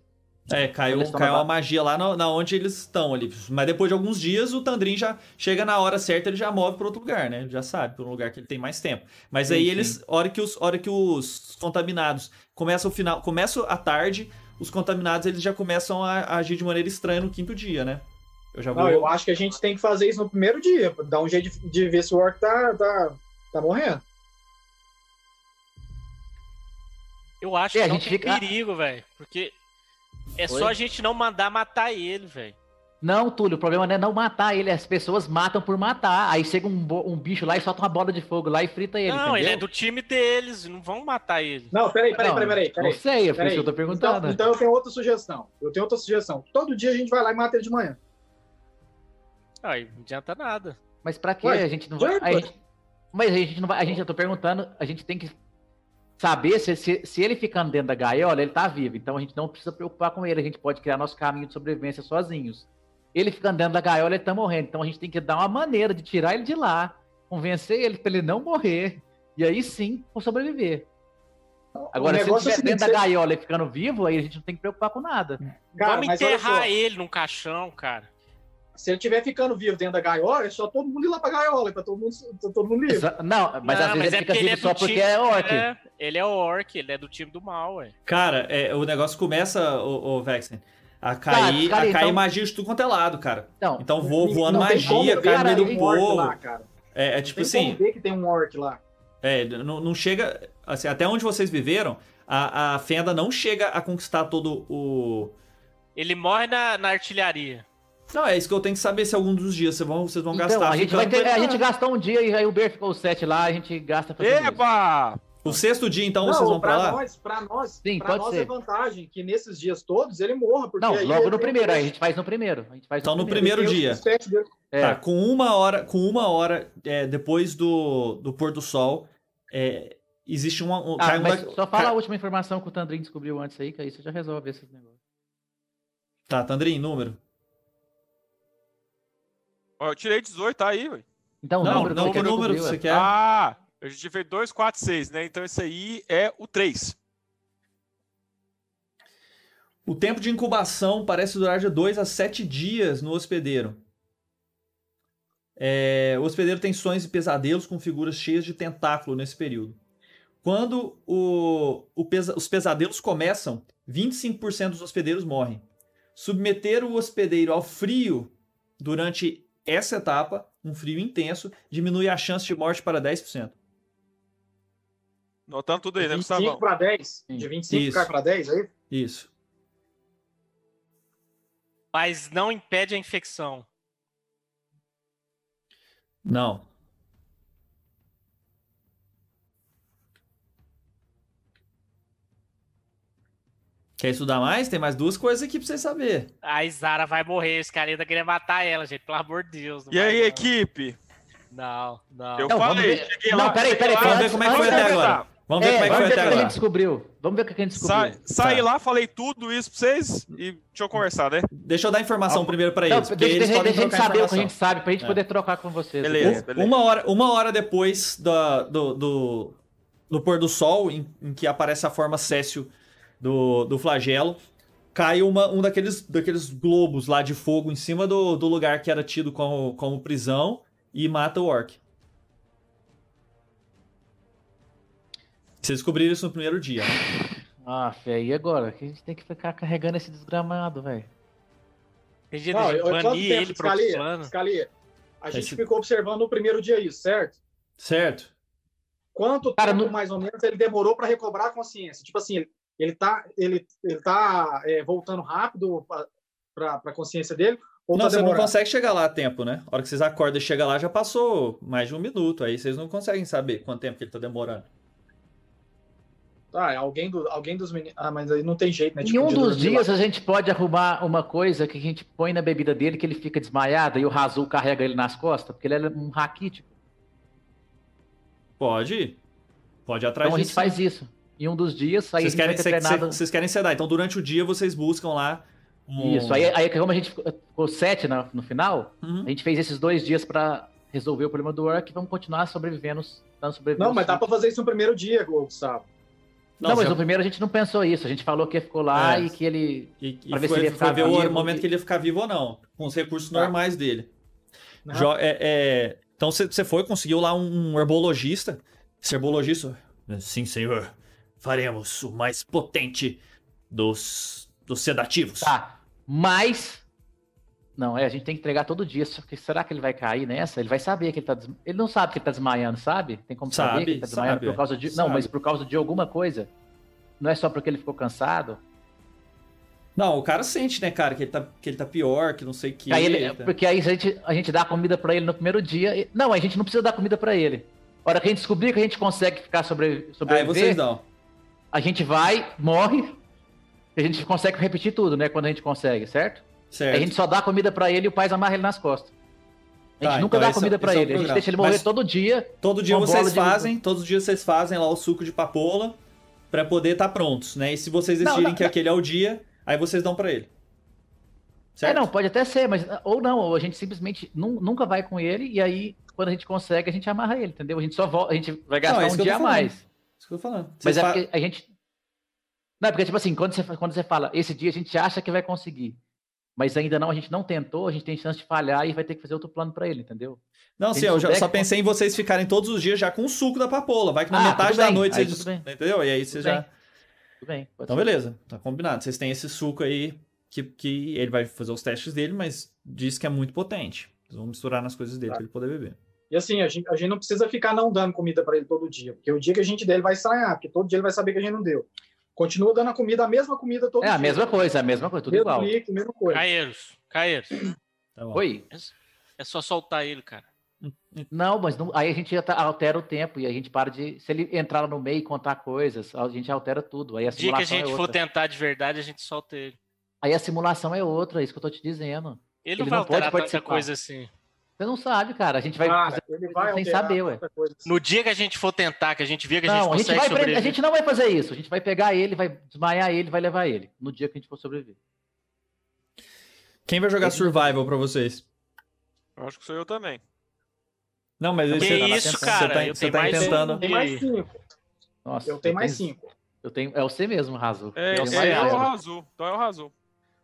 Speaker 1: É, caiu,
Speaker 4: Eles estão
Speaker 1: caiu
Speaker 4: na
Speaker 1: uma
Speaker 4: ba-
Speaker 1: magia lá na, na onde eles estão ali. Mas depois de alguns dias, o Tandrin já chega na hora certa, ele já move para outro lugar, né? Ele já sabe, para um lugar que ele tem mais tempo. Mas aí
Speaker 4: Sim,
Speaker 1: eles, hora que os, hora que os contaminados começa o final, começa a tarde, os contaminados eles já começam a, a agir de maneira estranha no quinto dia, né? Eu
Speaker 4: Tá
Speaker 1: já vou.
Speaker 2: Não, eu acho que a gente tem que fazer isso no primeiro dia. pô, Dar um jeito de, de ver se o Orc tá, tá, tá morrendo.
Speaker 6: Eu acho
Speaker 4: É,
Speaker 6: que
Speaker 4: a
Speaker 6: não
Speaker 4: gente
Speaker 6: tem
Speaker 4: fica-
Speaker 6: perigo, velho. Porque é
Speaker 4: Oi?
Speaker 6: só a gente não mandar matar ele, velho.
Speaker 4: Não, Túlio, o problema não é não matar ele, as pessoas matam por matar, aí chega um, bo- um bicho lá e solta uma bola de fogo lá e frita ele,
Speaker 6: não, ele é
Speaker 4: entendeu?
Speaker 6: do time deles, não vão matar ele.
Speaker 2: Não, peraí, peraí,
Speaker 4: Não,
Speaker 2: peraí, peraí.
Speaker 4: Não
Speaker 2: peraí.
Speaker 4: sei, é por isso
Speaker 2: Peraí.
Speaker 4: que eu tô perguntando.
Speaker 2: Então, então eu tenho outra sugestão. Eu tenho outra sugestão. Todo dia a gente vai lá e mata ele de manhã.
Speaker 6: Aí não adianta nada.
Speaker 4: Mas pra quê?
Speaker 2: Ué,
Speaker 4: a gente não vai.
Speaker 2: ué,
Speaker 4: a gente- mas a gente não vai. A gente, eu tô perguntando, a gente tem que saber se, se, se ele ficando dentro da gaiola, ele tá vivo. Então a gente não precisa preocupar com ele. A gente pode criar nosso caminho de sobrevivência sozinhos. Ele ficando dentro da gaiola, ele tá morrendo. Então a gente tem que dar uma maneira de tirar ele de lá, convencer ele pra ele não morrer. E aí sim, por sobreviver. Agora, se ele
Speaker 2: negócio é o
Speaker 4: estiver dentro
Speaker 2: seguinte,
Speaker 4: da gaiola e ficando vivo, aí a gente não tem que preocupar com nada.
Speaker 2: Cara,
Speaker 6: Vamos
Speaker 2: mas olha só.
Speaker 6: enterrar ele num caixão, cara.
Speaker 2: Se ele tiver ficando vivo dentro da gaiola, é só todo mundo ir lá pra gaiola, pra todo mundo, tá todo mundo livre.
Speaker 4: Exa- Não, mas
Speaker 6: Não,
Speaker 4: às vezes ele fica
Speaker 6: porque
Speaker 4: vivo
Speaker 6: do
Speaker 4: só porque é orc.
Speaker 6: É, ele é orc, ele é do time do mal, ué.
Speaker 1: Cara, é, o negócio começa, o, Vexen, a cair,
Speaker 4: cara,
Speaker 1: a cair
Speaker 4: então-
Speaker 1: magia de tudo quanto é lado, cara.
Speaker 4: Então,
Speaker 1: Então voa, voando
Speaker 2: Não tem como
Speaker 1: magia,
Speaker 2: ver
Speaker 1: cai no meio
Speaker 2: que
Speaker 1: do
Speaker 2: tem um orc
Speaker 1: povo.
Speaker 2: lá, cara.
Speaker 1: é, é
Speaker 2: Não
Speaker 1: tipo
Speaker 2: tem
Speaker 1: assim,
Speaker 2: como ver que tem um orc lá.
Speaker 1: É, não, não chega. Assim, até onde vocês viveram, a, a Fenda não chega a conquistar todo o.
Speaker 6: Ele morre na, na artilharia.
Speaker 1: Não, é isso que eu tenho que saber se algum dos dias vocês vão, vocês vão
Speaker 4: Então,
Speaker 1: gastar. é
Speaker 4: a gente,
Speaker 1: ficando
Speaker 4: vai ter,
Speaker 1: com ele.
Speaker 4: a gente gastou um dia e aí o Ber ficou sete lá, a gente gasta fazendo isso.
Speaker 5: Eba!
Speaker 1: O sexto dia, então,
Speaker 2: não,
Speaker 1: vocês vão pra
Speaker 2: pra
Speaker 1: lá?
Speaker 2: nós, pra nós,
Speaker 4: Sim,
Speaker 2: pra
Speaker 4: pode
Speaker 2: nós
Speaker 4: ser.
Speaker 2: é vantagem que nesses dias todos ele morra. Porque
Speaker 4: Não,
Speaker 2: aí
Speaker 4: logo
Speaker 2: ele-
Speaker 4: no primeiro, aí a gente faz no primeiro. A gente faz
Speaker 1: Então, é no
Speaker 2: ele
Speaker 1: primeiro
Speaker 2: tem os
Speaker 1: dia.
Speaker 2: sete dele.
Speaker 4: É.
Speaker 1: Tá, com uma hora, com uma hora é, depois do, do pôr do sol, é, existe uma. um-
Speaker 4: Ah,
Speaker 1: cai uma-
Speaker 4: mas só fala
Speaker 1: cai-
Speaker 4: a última informação que o Tandrin descobriu antes aí, que aí você já resolve esses negócios.
Speaker 1: Tá, Tandrin, número.
Speaker 5: Ó, eu tirei 18, tá aí, ué.
Speaker 4: Então, o
Speaker 1: não,
Speaker 4: número, que
Speaker 1: não,
Speaker 4: ele
Speaker 1: que número que
Speaker 4: descobriu,
Speaker 1: você
Speaker 4: é.
Speaker 1: quer?
Speaker 5: Ah, eu já tive 2, 4, 6, né? Então esse aí é o 3.
Speaker 1: O tempo de incubação parece durar de 2 a 7 dias no hospedeiro. É, o hospedeiro tem sonhos e pesadelos com figuras cheias de tentáculo nesse período. Quando o- o pesa- os pesadelos começam, 25% dos hospedeiros morrem. Submeter o hospedeiro ao frio durante essa etapa, um frio intenso, diminui a chance de morte para 10%.
Speaker 5: Notando tudo aí,
Speaker 2: De
Speaker 5: né,
Speaker 2: 25
Speaker 5: Gustavão?
Speaker 2: pra 10.
Speaker 4: Sim.
Speaker 2: De 25
Speaker 1: Isso.
Speaker 2: cai pra é 10 aí?
Speaker 1: Isso.
Speaker 6: Mas não impede a infecção.
Speaker 1: Não. Quer estudar mais? Tem mais duas coisas aqui pra você saber.
Speaker 6: A Izara vai morrer, os caras ainda querem matar ela, gente. Pelo amor de Deus. não
Speaker 5: E
Speaker 6: vai
Speaker 5: aí,
Speaker 6: não.
Speaker 5: equipe?
Speaker 6: Não, não.
Speaker 5: Eu
Speaker 4: Não, vamos
Speaker 5: falei,
Speaker 4: ver.
Speaker 5: cheguei
Speaker 4: Não,
Speaker 5: lá.
Speaker 4: peraí, peraí,
Speaker 5: cheguei
Speaker 1: Vamos
Speaker 5: lá.
Speaker 1: ver como é que foi
Speaker 5: Antes de
Speaker 1: até
Speaker 5: começar,
Speaker 1: agora. Vamos ver
Speaker 4: É,
Speaker 1: como é que
Speaker 4: vamos
Speaker 1: foi
Speaker 4: ver o
Speaker 1: até
Speaker 4: que a gente
Speaker 1: agora.
Speaker 4: descobriu. Vamos ver o que a gente
Speaker 5: Sa-
Speaker 4: descobriu.
Speaker 5: Saí
Speaker 1: Tá.
Speaker 5: lá, falei tudo isso pra vocês e deixa eu conversar, né?
Speaker 1: Deixa eu dar informação primeiro pra
Speaker 4: Não,
Speaker 1: eles,
Speaker 4: deixa,
Speaker 1: porque eles
Speaker 4: deixa-
Speaker 1: podem
Speaker 4: deixa a gente
Speaker 1: trocar
Speaker 4: saber o que a
Speaker 1: informação.
Speaker 4: gente sabe, pra gente
Speaker 1: É.
Speaker 4: poder trocar com vocês.
Speaker 5: Beleza.
Speaker 1: Um- Uma hora, uma hora depois da- do, do, do pôr do sol, em, em que aparece a forma céssio do, do flagelo, cai uma- um daqueles, daqueles globos lá de fogo em cima do, do lugar que era tido como, como prisão e mata o orc. Vocês descobriram isso no primeiro dia. né?
Speaker 4: Ah, fé, e agora? Que a gente tem que ficar carregando esse desgramado, velho.
Speaker 6: Tem jeito
Speaker 2: Não,
Speaker 6: de
Speaker 2: eu- quanto
Speaker 6: banir
Speaker 2: tempo,
Speaker 6: ele pro outro
Speaker 2: Scalia?
Speaker 6: plano.
Speaker 2: Scalia, a gente
Speaker 1: Tá Esse-
Speaker 2: ficou observando no primeiro dia isso, certo?
Speaker 1: Certo?
Speaker 2: Quanto
Speaker 4: Cara,
Speaker 2: tempo,
Speaker 4: no-
Speaker 2: mais ou menos, ele demorou para recobrar a consciência? Tipo assim, ele, ele tá, ele, ele tá é, voltando rápido para a consciência dele? Ou
Speaker 1: não,
Speaker 2: tá
Speaker 1: você não
Speaker 2: demorando?
Speaker 1: consegue chegar lá a tempo, né? A hora que vocês acordam e chega lá, já passou mais de um minuto. Aí vocês não conseguem saber quanto tempo que ele tá demorando.
Speaker 2: Tá, alguém, do, alguém dos meninos... Ah, mas aí não tem jeito, né?
Speaker 4: em
Speaker 2: tipo,
Speaker 4: um
Speaker 2: de
Speaker 4: dos
Speaker 2: dormir
Speaker 4: dias a gente pode arrumar uma coisa que a gente põe na bebida dele que ele fica desmaiado e o Razul carrega ele nas costas, porque ele é um raquítico.
Speaker 1: Pode ir. Pode ir atrás
Speaker 4: Então a gente
Speaker 1: disso.
Speaker 4: faz isso. Em um dos dias, aí
Speaker 1: vocês,
Speaker 4: a gente
Speaker 1: querem,
Speaker 4: vai ter
Speaker 1: cê- cê-
Speaker 4: treinado.
Speaker 1: vocês querem sedar. Então, durante o dia, vocês buscam lá. um-
Speaker 4: Isso. Aí, é- aí como a gente ficou- ficou sete na- no final,
Speaker 1: Uhum.
Speaker 4: a gente fez esses dois dias pra resolver o problema do Orc e vamos continuar sobrevivendo. dando sobrevivendo
Speaker 2: Não, mas dá
Speaker 4: sim.
Speaker 2: para fazer isso no primeiro dia, Gustavo.
Speaker 4: Não, mas no primeiro a gente não pensou isso. A gente falou que ficou lá
Speaker 1: É.
Speaker 4: e que ele.
Speaker 1: E, e
Speaker 4: pra
Speaker 1: foi,
Speaker 4: ver se ele ia
Speaker 1: foi
Speaker 4: ficar
Speaker 1: ver o
Speaker 4: vivo, né?
Speaker 1: momento
Speaker 4: e-
Speaker 1: que ele ia ficar vivo ou não. Com os recursos
Speaker 2: Tá.
Speaker 1: normais dele.
Speaker 2: Né?
Speaker 1: Jo- é- é- Então, você foi, conseguiu lá um herbologista. Esse herbologista... Sim, senhor. Faremos o mais potente dos, dos sedativos.
Speaker 4: Tá. Mas. Não, é, a gente tem que entregar todo dia. Só que será que ele vai cair nessa? Ele vai saber que ele tá. des- Ele não sabe que ele tá desmaiando, sabe? Tem como saber
Speaker 1: Sabe,
Speaker 4: que ele tá desmaiando
Speaker 1: sabe,
Speaker 4: por causa de.
Speaker 1: sabe.
Speaker 4: Não, mas por causa de alguma coisa. Não é só porque ele ficou cansado.
Speaker 1: Não, o cara sente, né, cara, que ele tá, que ele tá pior, que não sei o que.
Speaker 4: Aí ele-
Speaker 1: ele tá-
Speaker 4: Porque aí a gente, a gente dá comida pra ele no primeiro dia. e- Não, a gente não precisa dar comida pra ele. A hora que a gente descobrir que a gente consegue ficar sobre,
Speaker 1: Aí
Speaker 4: sobreviver,
Speaker 1: vocês dão.
Speaker 4: a gente vai, morre. e A gente consegue repetir tudo, né? Quando a gente consegue, certo?
Speaker 1: Certo.
Speaker 4: A gente só dá comida pra ele e o pai amarra ele nas costas. A gente
Speaker 1: Tá,
Speaker 4: nunca
Speaker 1: então
Speaker 4: dá
Speaker 1: esse é-
Speaker 4: comida pra
Speaker 1: esse é o
Speaker 4: ele. a gente
Speaker 1: programa.
Speaker 4: deixa ele morrer
Speaker 1: Mas-
Speaker 4: todo dia. É,
Speaker 1: Todo dia
Speaker 4: Uma bola
Speaker 1: vocês
Speaker 4: de-
Speaker 1: fazem, todos os dias vocês fazem lá o suco de papoula pra poder estar prontos, né? E se vocês
Speaker 4: Não,
Speaker 1: decidirem
Speaker 4: não,
Speaker 1: que
Speaker 4: não.
Speaker 1: aquele é o dia, aí vocês dão pra ele.
Speaker 4: É,
Speaker 1: Certo?
Speaker 4: não, pode até ser, mas. Ou não, ou a gente simplesmente nu- nunca vai com ele e aí, quando a gente consegue, a gente amarra ele, entendeu? A gente só volta, a gente vai gastar
Speaker 1: é isso
Speaker 4: um
Speaker 1: que eu tô
Speaker 4: dia a
Speaker 1: falando.
Speaker 4: mais.
Speaker 1: Isso que eu tô falando.
Speaker 4: Mas
Speaker 1: Vocês
Speaker 4: é
Speaker 1: fa-
Speaker 4: porque a gente. Não, é porque, tipo assim, quando você, quando você fala, esse dia a gente acha que vai conseguir. Mas ainda não, a gente não tentou, a gente tem chance de falhar e vai ter que fazer outro plano pra ele, entendeu?
Speaker 1: Não,
Speaker 4: se
Speaker 1: sim, eu já-
Speaker 4: souber
Speaker 1: só
Speaker 4: que-
Speaker 1: pensei em vocês ficarem todos os dias já com o suco da papoula. Vai que na
Speaker 4: Ah,
Speaker 1: metade
Speaker 4: tudo
Speaker 1: da
Speaker 4: bem.
Speaker 1: noite
Speaker 4: Aí
Speaker 1: vocês.
Speaker 4: tudo bem.
Speaker 1: Entendeu? E aí vocês
Speaker 4: Tudo
Speaker 1: já.
Speaker 4: Tudo bem. pode
Speaker 1: Então,
Speaker 4: ser.
Speaker 1: beleza. Tá combinado. Vocês têm esse suco aí que, que
Speaker 4: Tá.
Speaker 1: ele vai fazer os testes dele, mas diz que é muito potente. Vocês vão misturar nas coisas dele pra ele poder beber.
Speaker 2: E assim, a gente, a gente não precisa ficar não dando comida para ele todo dia, porque o dia que a gente der, ele vai ensaiar, porque todo dia ele vai saber que a gente não deu. Continua dando a comida, a mesma comida todo
Speaker 4: É
Speaker 2: dia.
Speaker 4: a mesma coisa, a mesma coisa, tudo
Speaker 2: mesmo
Speaker 4: igual.
Speaker 2: líquido, mesma coisa.
Speaker 6: Caeiros, Caeiros.
Speaker 1: Tá bom.
Speaker 4: Oi?
Speaker 6: É só soltar ele, cara.
Speaker 4: Não, mas não- aí a gente já tá- altera o tempo e a gente para de. Se ele entrar lá no meio e contar coisas, a gente altera tudo. Aí a
Speaker 6: O dia que a
Speaker 4: simulação
Speaker 6: gente
Speaker 4: é
Speaker 6: for
Speaker 4: outra.
Speaker 6: tentar de verdade, a gente solta ele.
Speaker 4: Aí a simulação é outra, é isso que eu tô te dizendo.
Speaker 6: Ele não
Speaker 4: Ele
Speaker 6: vai
Speaker 4: não pode
Speaker 6: alterar tanta
Speaker 4: participar.
Speaker 6: coisa assim.
Speaker 4: Você não sabe, cara. A gente vai.
Speaker 2: Cara,
Speaker 4: fazer coisa
Speaker 2: ele vai
Speaker 4: sem
Speaker 2: alterar
Speaker 4: saber, ué.
Speaker 2: outra coisa. assim.
Speaker 6: No dia que a gente for tentar, que a gente vê que a gente
Speaker 4: Não, a gente,
Speaker 6: consegue
Speaker 4: vai prender-
Speaker 6: sobreviver.
Speaker 4: a gente não vai fazer isso. A gente vai pegar ele, vai desmaiar ele, vai levar ele. No dia que a gente for sobreviver.
Speaker 1: Quem vai jogar Survival pra vocês?
Speaker 5: Eu acho que sou eu também.
Speaker 1: Não, mas aí
Speaker 6: Que
Speaker 1: você,
Speaker 6: isso,
Speaker 1: você
Speaker 6: cara,
Speaker 1: tá,
Speaker 6: eu
Speaker 1: você
Speaker 6: tenho
Speaker 1: tá
Speaker 6: mais um.
Speaker 1: tentando.
Speaker 2: Tem mais cinco.
Speaker 4: Nossa.
Speaker 2: Eu tenho mais cinco.
Speaker 4: Eu tenho, é você mesmo, Razu.
Speaker 5: É,
Speaker 4: Tem
Speaker 5: esse
Speaker 4: mais né?
Speaker 5: aí é o
Speaker 4: zero.
Speaker 5: Razul. Então é o Razul.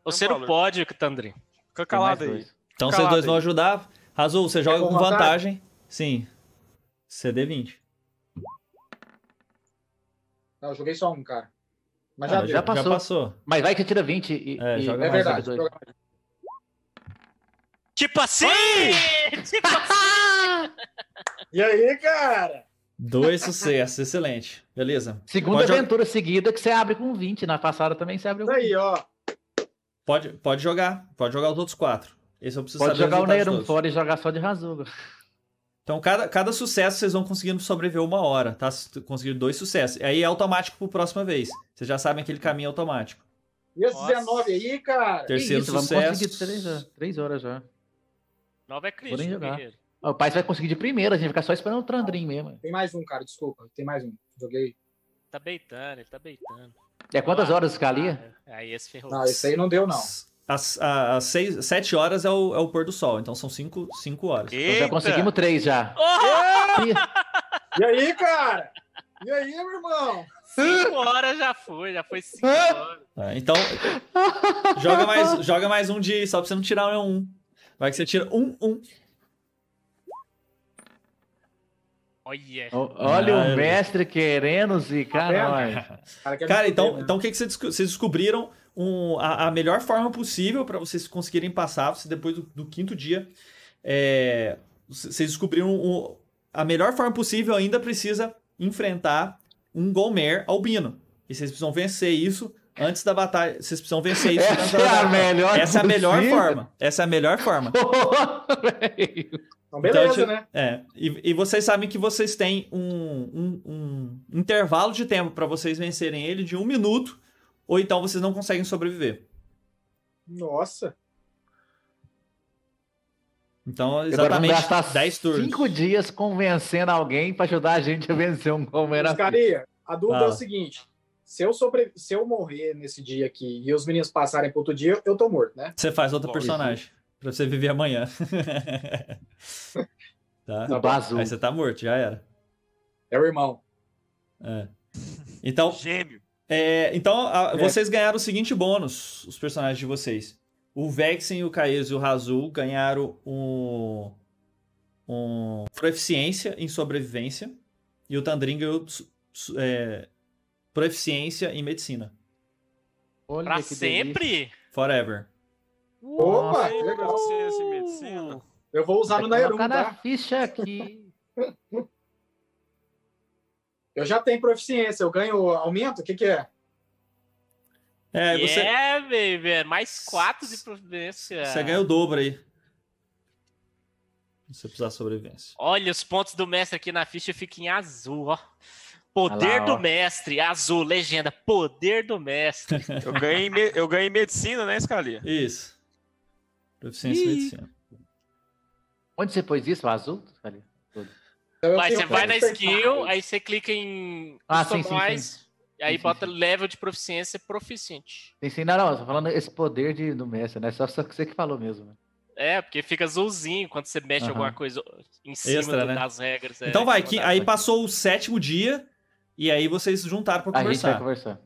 Speaker 6: Você
Speaker 5: Não,
Speaker 6: não pode, Tandrin.
Speaker 5: Fica
Speaker 4: Tem mais
Speaker 5: calado aí.
Speaker 4: dois.
Speaker 1: Então
Speaker 5: Calado
Speaker 1: vocês dois
Speaker 5: aí.
Speaker 1: vão ajudar. Razul, você joga
Speaker 2: com
Speaker 1: com vantagem. Sim. CD20.
Speaker 2: Não, eu joguei só um, cara. Mas
Speaker 4: Ah,
Speaker 2: já,
Speaker 4: mas
Speaker 2: deu.
Speaker 4: já passou.
Speaker 1: Já passou.
Speaker 4: Mas vai que você tira 20 e.
Speaker 1: É,
Speaker 4: e-
Speaker 1: joga
Speaker 2: É
Speaker 1: mais
Speaker 2: verdade.
Speaker 4: dois.
Speaker 2: joga-
Speaker 6: Tipo assim! Tipo
Speaker 2: E aí, cara?
Speaker 1: Dois sucessos, é excelente. Beleza.
Speaker 4: Segunda
Speaker 1: Pode-
Speaker 4: aventura seguida que você abre com 20. Na passada também você abre com
Speaker 2: Isso aí, ó.
Speaker 1: Pode, pode jogar. Pode jogar os outros quatro. Esse eu preciso
Speaker 4: Pode
Speaker 1: saber
Speaker 4: jogar o
Speaker 1: resultados
Speaker 4: Neirum
Speaker 1: todos.
Speaker 4: fora e jogar só de Razuga.
Speaker 1: Então, cada, cada sucesso vocês vão conseguindo sobreviver uma hora, tá? Se tu Conseguir dois sucessos. Aí é automático pro próxima vez. Vocês já sabem aquele caminho automático.
Speaker 2: E esses
Speaker 6: Nossa.
Speaker 2: 19 aí, cara?
Speaker 1: Terceiro
Speaker 4: vamos
Speaker 1: sucesso.
Speaker 4: conseguir três, já- três horas já.
Speaker 6: Nova é
Speaker 4: Vou nem
Speaker 6: crítico,
Speaker 4: jogar.
Speaker 6: guerreiro.
Speaker 4: Ó, O pai vai conseguir de primeira, a gente vai ficar só esperando o Trandrin mesmo.
Speaker 2: Tem mais um, cara, desculpa. Tem mais um. Joguei.
Speaker 6: Tá beitando, ele tá beitando.
Speaker 4: É quantas
Speaker 6: Ah,
Speaker 4: horas escalia?
Speaker 6: ah, Aí esse ferrou.
Speaker 2: Não, esse aí não deu, não.
Speaker 1: As, a- as seis, sete horas é o, é o pôr do sol, então são cinco, cinco horas.
Speaker 4: Então já
Speaker 5: Eita!
Speaker 4: conseguimos três já. Ih,
Speaker 2: E aí, cara? E aí, meu irmão?
Speaker 6: Cinco horas já foi, já foi cinco horas.
Speaker 1: Tá, então, joga mais, joga mais um dia aí, só pra você não tirar um. um. Vai que você tira um, um.
Speaker 6: Olha.
Speaker 4: ó, Olha
Speaker 1: Ah,
Speaker 4: o mestre querendo zicar
Speaker 2: Tá
Speaker 4: nós.
Speaker 2: Cara, quer
Speaker 1: Cara,
Speaker 2: me
Speaker 1: então,
Speaker 2: fuder, né?
Speaker 1: então o que, que vocês desco- vocês descobriram? um- a, a melhor forma possível para vocês conseguirem passar, se depois do, do quinto dia, é, c- vocês descobriram o- a melhor forma possível ainda precisa enfrentar um Golmer albino. E vocês precisam vencer isso antes da batalha. Vocês precisam vencer isso antes
Speaker 4: Essa
Speaker 1: da
Speaker 4: é a
Speaker 1: batalha.
Speaker 4: melhor
Speaker 1: Essa é a melhor
Speaker 4: possível.
Speaker 1: forma. Essa é a melhor forma.
Speaker 2: Então, beleza,
Speaker 1: Então,
Speaker 2: né?
Speaker 1: É, e, e vocês sabem que vocês têm um, um- um intervalo de tempo para vocês vencerem ele de um minuto, ou então vocês não conseguem sobreviver.
Speaker 2: Nossa.
Speaker 1: Então,
Speaker 4: Agora vamos
Speaker 1: exatamente
Speaker 4: gastar
Speaker 1: 10 turnos.
Speaker 4: cinco dias convencendo alguém pra ajudar a gente a vencer um Palmeiras.
Speaker 2: Oscaria, a dúvida é
Speaker 1: Fala.
Speaker 2: o seguinte. Se eu, sobre... se eu morrer nesse dia aqui e os meninos passarem pro outro dia, eu tô morto, né?
Speaker 1: Você faz outro
Speaker 5: Bom,
Speaker 1: personagem para você viver amanhã. tá?
Speaker 4: O Bazu.
Speaker 1: Aí você tá morto, já era.
Speaker 2: É o irmão.
Speaker 1: É. Então,
Speaker 5: Gêmeo.
Speaker 1: É, então, a-
Speaker 2: É.
Speaker 1: vocês ganharam o seguinte bônus, os personagens de vocês. O Vexen, o Caes e o Razul ganharam um, um proficiência em sobrevivência. E o Tandrin ganhou su- su- é, proficiência em medicina.
Speaker 4: Olha
Speaker 6: Pra
Speaker 4: que
Speaker 6: sempre?
Speaker 1: Forever.
Speaker 2: Opa, que
Speaker 5: Gêmeo,
Speaker 2: legal.
Speaker 5: proficiência em medicina.
Speaker 2: Eu vou usar
Speaker 4: Vai
Speaker 2: no Nairum,
Speaker 4: colocar na
Speaker 2: tá?
Speaker 4: ficha aqui.
Speaker 2: Eu já tenho proficiência, eu ganho aumento? O que que é?
Speaker 1: É, você,
Speaker 6: É, baby. Mais quatro de providência.
Speaker 1: você ganha o dobro aí. Se você precisar de sobrevivência.
Speaker 6: Olha, os pontos do mestre aqui na ficha ficam em azul, ó. Poder
Speaker 4: Olha lá,
Speaker 6: do
Speaker 4: ó.
Speaker 6: mestre, azul, legenda, poder do mestre.
Speaker 5: Eu ganhei, em me- eu ganhei em medicina, né, Scalia?
Speaker 1: Isso. Proficiência em
Speaker 6: Ih.
Speaker 1: medicina.
Speaker 4: Onde você pôs isso? O azul? Tá Olha.
Speaker 2: Então, eu
Speaker 6: Vai,
Speaker 2: tenho
Speaker 6: você vai na
Speaker 2: três
Speaker 6: skill,
Speaker 2: personagens.
Speaker 6: aí você clica em
Speaker 4: Ah, sim, sim,
Speaker 6: customize, aí
Speaker 4: Sim, sim,
Speaker 6: bota
Speaker 4: sim.
Speaker 6: level de proficiência proficiente.
Speaker 4: Tem sim, não, não, tô falando esse poder de, do mestre, né? Só, só que você que falou mesmo. né?
Speaker 6: É, porque fica azulzinho quando você mexe
Speaker 4: Aham.
Speaker 6: alguma coisa em cima
Speaker 1: Extra,
Speaker 6: do-
Speaker 1: né?
Speaker 6: das regras. é,
Speaker 1: Então
Speaker 6: em
Speaker 1: vai,
Speaker 6: cima
Speaker 1: que,
Speaker 6: das
Speaker 1: aí
Speaker 6: regras.
Speaker 1: passou o sétimo dia e aí vocês juntaram pra
Speaker 4: A gente
Speaker 1: conversar.
Speaker 4: vai conversar.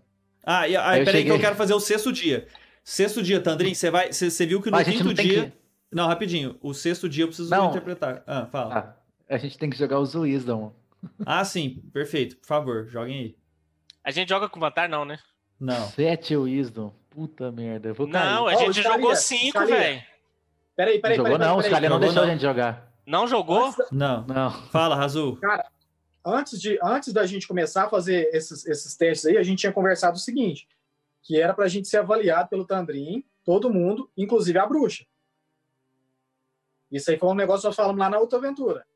Speaker 1: Ah, e, ah,
Speaker 4: Aí eu
Speaker 1: peraí que eu
Speaker 4: cheguei.
Speaker 1: quero fazer o sexto dia. Sexto dia, Tandrin, você vai, você você viu que no
Speaker 4: Mas a gente
Speaker 1: quinto
Speaker 4: não tem
Speaker 1: dia...
Speaker 4: que.
Speaker 1: Não, rapidinho. O sexto dia eu preciso
Speaker 4: Não.
Speaker 1: interpretar. Ah, fala.
Speaker 4: Ah, a gente tem que jogar os Wisdom.
Speaker 1: Ah, sim, perfeito. Por favor, joguem aí.
Speaker 6: A gente joga com vantagem, não, né?
Speaker 1: Não.
Speaker 4: Sete Wisdom. Puta merda. Eu vou cair.
Speaker 6: Não, é, a
Speaker 2: Ó,
Speaker 6: gente
Speaker 2: Scalia,
Speaker 6: jogou cinco,
Speaker 2: Scalia.
Speaker 6: velho.
Speaker 2: Peraí, peraí,
Speaker 4: Não
Speaker 2: peraí.
Speaker 4: jogou
Speaker 2: peraí,
Speaker 4: não, os
Speaker 2: peraí.
Speaker 4: caras não
Speaker 1: Jogou
Speaker 4: deixaram a
Speaker 1: não.
Speaker 4: gente jogar.
Speaker 6: Não jogou?
Speaker 2: Antes da,
Speaker 1: Não.
Speaker 4: Não.
Speaker 1: Fala, Razul.
Speaker 2: antes de, antes da gente começar a fazer esses, esses testes aí, a gente tinha conversado o seguinte, que era para a gente ser avaliado pelo Tandrin, todo mundo, inclusive a bruxa. Isso aí foi um negócio que nós falamos lá na outra aventura,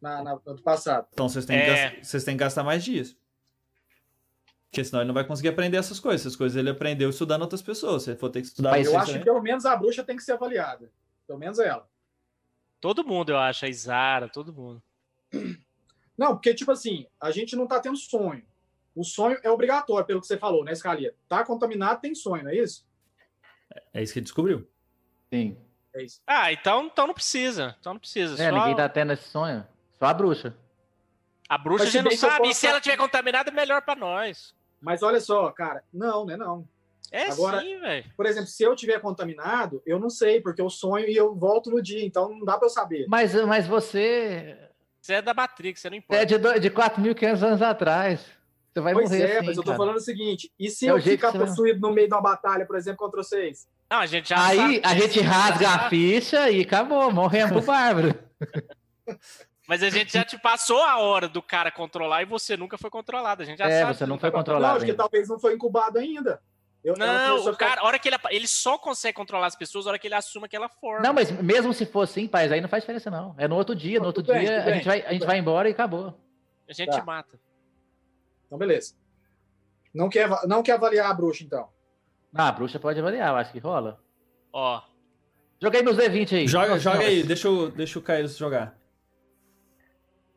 Speaker 2: na, na, no passado.
Speaker 1: Então vocês têm, que
Speaker 6: É.
Speaker 1: gas- vocês têm que gastar mais dias. Porque senão ele não vai conseguir aprender essas coisas. Essas coisas ele aprendeu estudando outras pessoas. Se ele for ter que estudar
Speaker 4: Mas
Speaker 1: vocês
Speaker 2: Eu acho que
Speaker 1: também-
Speaker 2: pelo menos a bruxa tem que ser avaliada. Pelo menos ela.
Speaker 6: Todo mundo, eu acho. A Isara, todo mundo.
Speaker 2: Não, porque, tipo assim, a gente não tá tendo sonho. O sonho é obrigatório, pelo que você falou, né, Scalia? Tá contaminado, tem sonho, não é isso?
Speaker 1: É isso que ele descobriu.
Speaker 4: Sim.
Speaker 2: É isso.
Speaker 6: Ah, então, então não precisa. Então não precisa.
Speaker 4: É,
Speaker 6: Só-
Speaker 4: ninguém tá tendo esse sonho. Só a bruxa.
Speaker 6: A bruxa
Speaker 2: Mas
Speaker 6: já
Speaker 2: se
Speaker 6: não
Speaker 2: bem que eu
Speaker 6: sabe. E
Speaker 2: posso-
Speaker 6: se ela tiver contaminada, melhor pra nós.
Speaker 2: Mas olha só, cara, não, né, não.
Speaker 6: É
Speaker 2: Agora-
Speaker 6: sim, velho.
Speaker 2: Por exemplo, se eu tiver contaminado, eu não sei, porque eu sonho e eu volto no dia, então não dá pra eu saber.
Speaker 4: Mas, mas você
Speaker 6: Você é da Matrix, você não importa.
Speaker 4: é de, do- de 4.500 anos atrás. Você vai
Speaker 2: pois
Speaker 4: morrer
Speaker 2: é,
Speaker 4: assim,
Speaker 2: mas eu tô
Speaker 4: cara.
Speaker 2: falando o seguinte, e se
Speaker 4: É o
Speaker 2: eu
Speaker 4: jeito
Speaker 2: ficar
Speaker 4: que você-
Speaker 2: possuído no meio de uma batalha, por exemplo, contra vocês?
Speaker 6: Não, a gente já
Speaker 4: Aí
Speaker 6: sabe
Speaker 4: a gente
Speaker 6: disso,
Speaker 4: rasga
Speaker 6: tá?
Speaker 4: a ficha e acabou, morremos pro bárbaro.
Speaker 6: Mas a gente já te passou a hora do cara controlar e você nunca foi controlado. A gente já
Speaker 4: É,
Speaker 6: sabe.
Speaker 4: você não
Speaker 6: tá
Speaker 4: foi
Speaker 6: bom.
Speaker 2: não,
Speaker 4: controlado
Speaker 2: porque
Speaker 4: ainda.
Speaker 2: talvez não foi incubado ainda. Eu, eu não sei se
Speaker 6: Não,
Speaker 2: eu
Speaker 6: o cara, a hora que ele, apa- ele só consegue controlar as pessoas a hora que ele assume aquela forma.
Speaker 4: Não, mas mesmo se for assim, paz, aí não faz diferença não. É no outro dia, no
Speaker 2: Não,
Speaker 4: outro
Speaker 2: tudo bem,
Speaker 4: dia
Speaker 2: tudo
Speaker 4: a gente,
Speaker 2: bem,
Speaker 4: vai, a gente
Speaker 2: tudo
Speaker 4: vai embora e acabou.
Speaker 6: A gente
Speaker 2: Tá.
Speaker 6: mata.
Speaker 2: Então, beleza. Não quer, ava- não quer avaliar a bruxa, então.
Speaker 4: Ah, a bruxa pode avaliar, eu acho que rola.
Speaker 6: Ó,
Speaker 4: Joguei meus D20 aí.
Speaker 1: Joga,
Speaker 4: Nossa,
Speaker 1: joga aí,
Speaker 4: nossa.
Speaker 1: deixa o, deixa o Caio jogar.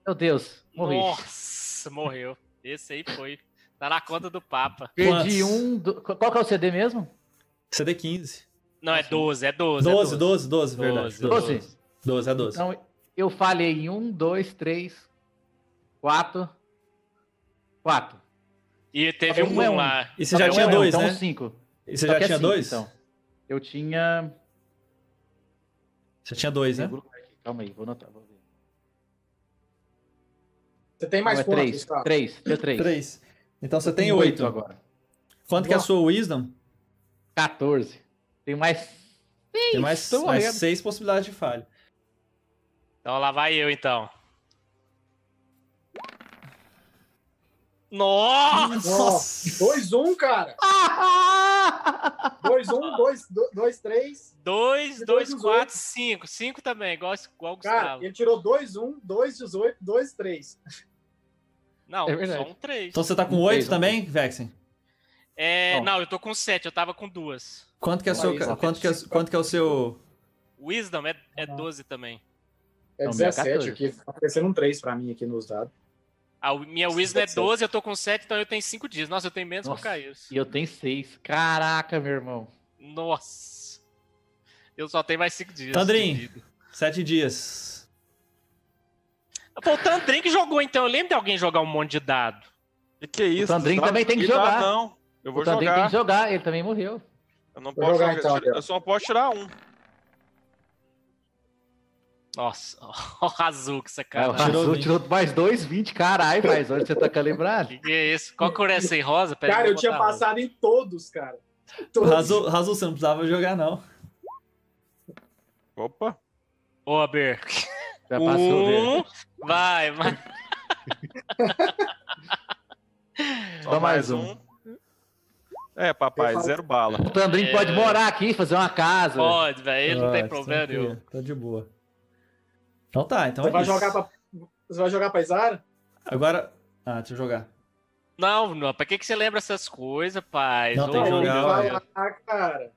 Speaker 4: Meu Deus, morri.
Speaker 6: nossa, morreu. Esse aí foi. Tá na conta do Papa.
Speaker 4: Perdi
Speaker 1: Quantos?
Speaker 4: um. do- Qual que é o CD mesmo?
Speaker 1: CD 15.
Speaker 6: Não, é 12, é 12.
Speaker 1: 12,
Speaker 6: é 12.
Speaker 1: 12, 12, verdade.
Speaker 6: 12.
Speaker 1: 12,
Speaker 4: 12.
Speaker 1: 12, é 12.
Speaker 4: Então, eu falhei em um, dois, três, quatro. Quatro.
Speaker 6: E teve um,
Speaker 4: Um é um.
Speaker 6: lá.
Speaker 1: E você já
Speaker 4: Então,
Speaker 1: tinha
Speaker 4: um,
Speaker 1: dois,
Speaker 4: então
Speaker 1: né?
Speaker 4: cinco.
Speaker 1: E você
Speaker 4: Só
Speaker 1: já
Speaker 4: que é
Speaker 1: tinha
Speaker 4: cinco,
Speaker 1: dois? Né?
Speaker 4: Então. Eu tinha.
Speaker 1: Você tinha dois, né?
Speaker 4: Segura o cara aqui, Calma aí, vou anotar. Vou ver.
Speaker 2: Você tá? tem mais
Speaker 4: Não, é
Speaker 2: quantos,
Speaker 4: três,
Speaker 2: Gustavo?
Speaker 4: três, deu três.
Speaker 1: Três. Então você tem
Speaker 4: Tenho
Speaker 1: oito.
Speaker 4: agora.
Speaker 1: Quanto que é a sua Wisdom?
Speaker 4: 14. Tem mais.
Speaker 1: Tem mais,
Speaker 4: tô
Speaker 1: mais
Speaker 4: morrendo.
Speaker 1: seis possibilidades de falha.
Speaker 6: Então lá vai eu, então.
Speaker 4: Ah,
Speaker 6: Nossa!
Speaker 1: Nossa!
Speaker 2: 2-1, cara. 2-1, 2, 2, 3.
Speaker 6: 2, 2,
Speaker 2: E dois,
Speaker 6: 4, 5. 5 também, igual, igual o
Speaker 2: Cara, é
Speaker 6: Gustavo.
Speaker 2: ele tirou 2-1, 2, 18, 2, 3.
Speaker 6: Não,
Speaker 4: É verdade.
Speaker 6: só um 3.
Speaker 1: Então você tá com
Speaker 4: Um,
Speaker 1: oito
Speaker 4: três, um,
Speaker 1: também, Vexen?
Speaker 6: É,
Speaker 4: Bom.
Speaker 6: não, eu tô com 7, eu tava com duas.
Speaker 1: Quanto que é,
Speaker 2: Não,
Speaker 1: seu,
Speaker 2: aí, só
Speaker 1: quanto que é,
Speaker 2: cinco.
Speaker 1: quanto que é o seu...
Speaker 6: Wisdom é, é
Speaker 2: Uhum.
Speaker 6: 12 também.
Speaker 2: É
Speaker 4: Não, o meu é
Speaker 2: 17 aqui. Tá aparecendo um 3 pra mim aqui nos dados.
Speaker 6: A minha Wisdom é 12, eu tô com 7, então eu tenho 5 dias. Nossa, eu tenho menos que o
Speaker 4: Nossa.
Speaker 6: Caíros.
Speaker 4: E eu tenho seis. Caraca, meu irmão.
Speaker 6: Nossa. Eu só tenho mais 5 dias.
Speaker 1: Tandrin.
Speaker 6: de vida.
Speaker 1: Sete dias.
Speaker 6: Pô, o Tandrin que jogou, então. Eu lembro de alguém jogar um monte de dado.
Speaker 5: E que é isso?
Speaker 4: Sandrinho
Speaker 5: dá-
Speaker 4: também tem que
Speaker 5: e dá
Speaker 4: jogar.
Speaker 5: Não, eu vou
Speaker 4: o Tandrinho tem
Speaker 5: jogar.
Speaker 4: que jogar, ele também morreu.
Speaker 5: Eu não
Speaker 2: Vou
Speaker 5: posso
Speaker 2: jogar
Speaker 5: jogar,
Speaker 2: então, Gabriel.
Speaker 5: eu só posso tirar um.
Speaker 6: Nossa, o Razul, que
Speaker 4: Cara,
Speaker 6: sacanagem.
Speaker 1: tirou
Speaker 4: tirou,
Speaker 1: vinte.
Speaker 4: tirou mais dois, 20. Caralho, mas onde você tá calibrado?
Speaker 6: Que que é isso? Qual cor é essa aí, rosa? Pera aí,
Speaker 2: cara,
Speaker 6: vou
Speaker 2: eu tinha
Speaker 6: botar rosa.
Speaker 2: passado em todos, cara. Todos.
Speaker 1: Razul, Razul, você não precisava jogar, não.
Speaker 5: Opa.
Speaker 6: Ô, Ber.
Speaker 4: Já passou né? dele.
Speaker 6: um, vai, vai.
Speaker 5: Só
Speaker 4: Só
Speaker 5: mais
Speaker 4: mais
Speaker 5: um. É, papai,
Speaker 2: Tem-
Speaker 5: zero bala.
Speaker 4: O Tandrinho
Speaker 6: É.
Speaker 4: pode morar aqui, fazer uma casa.
Speaker 6: Pode, velho. Ele não tem
Speaker 1: Ah,
Speaker 6: problema
Speaker 1: tranquilo,
Speaker 6: nenhum.
Speaker 1: Tá de boa. Então tá, então
Speaker 2: Você
Speaker 1: é
Speaker 2: vai
Speaker 1: isso.
Speaker 2: jogar pra. Você vai jogar pra Isara?
Speaker 1: Agora... Ah, deixa eu jogar.
Speaker 6: Não, não. Pra que, que você lembra essas coisas, pai?
Speaker 1: Não, tem que jogar,
Speaker 2: Vai
Speaker 1: olha.
Speaker 2: lá, cara.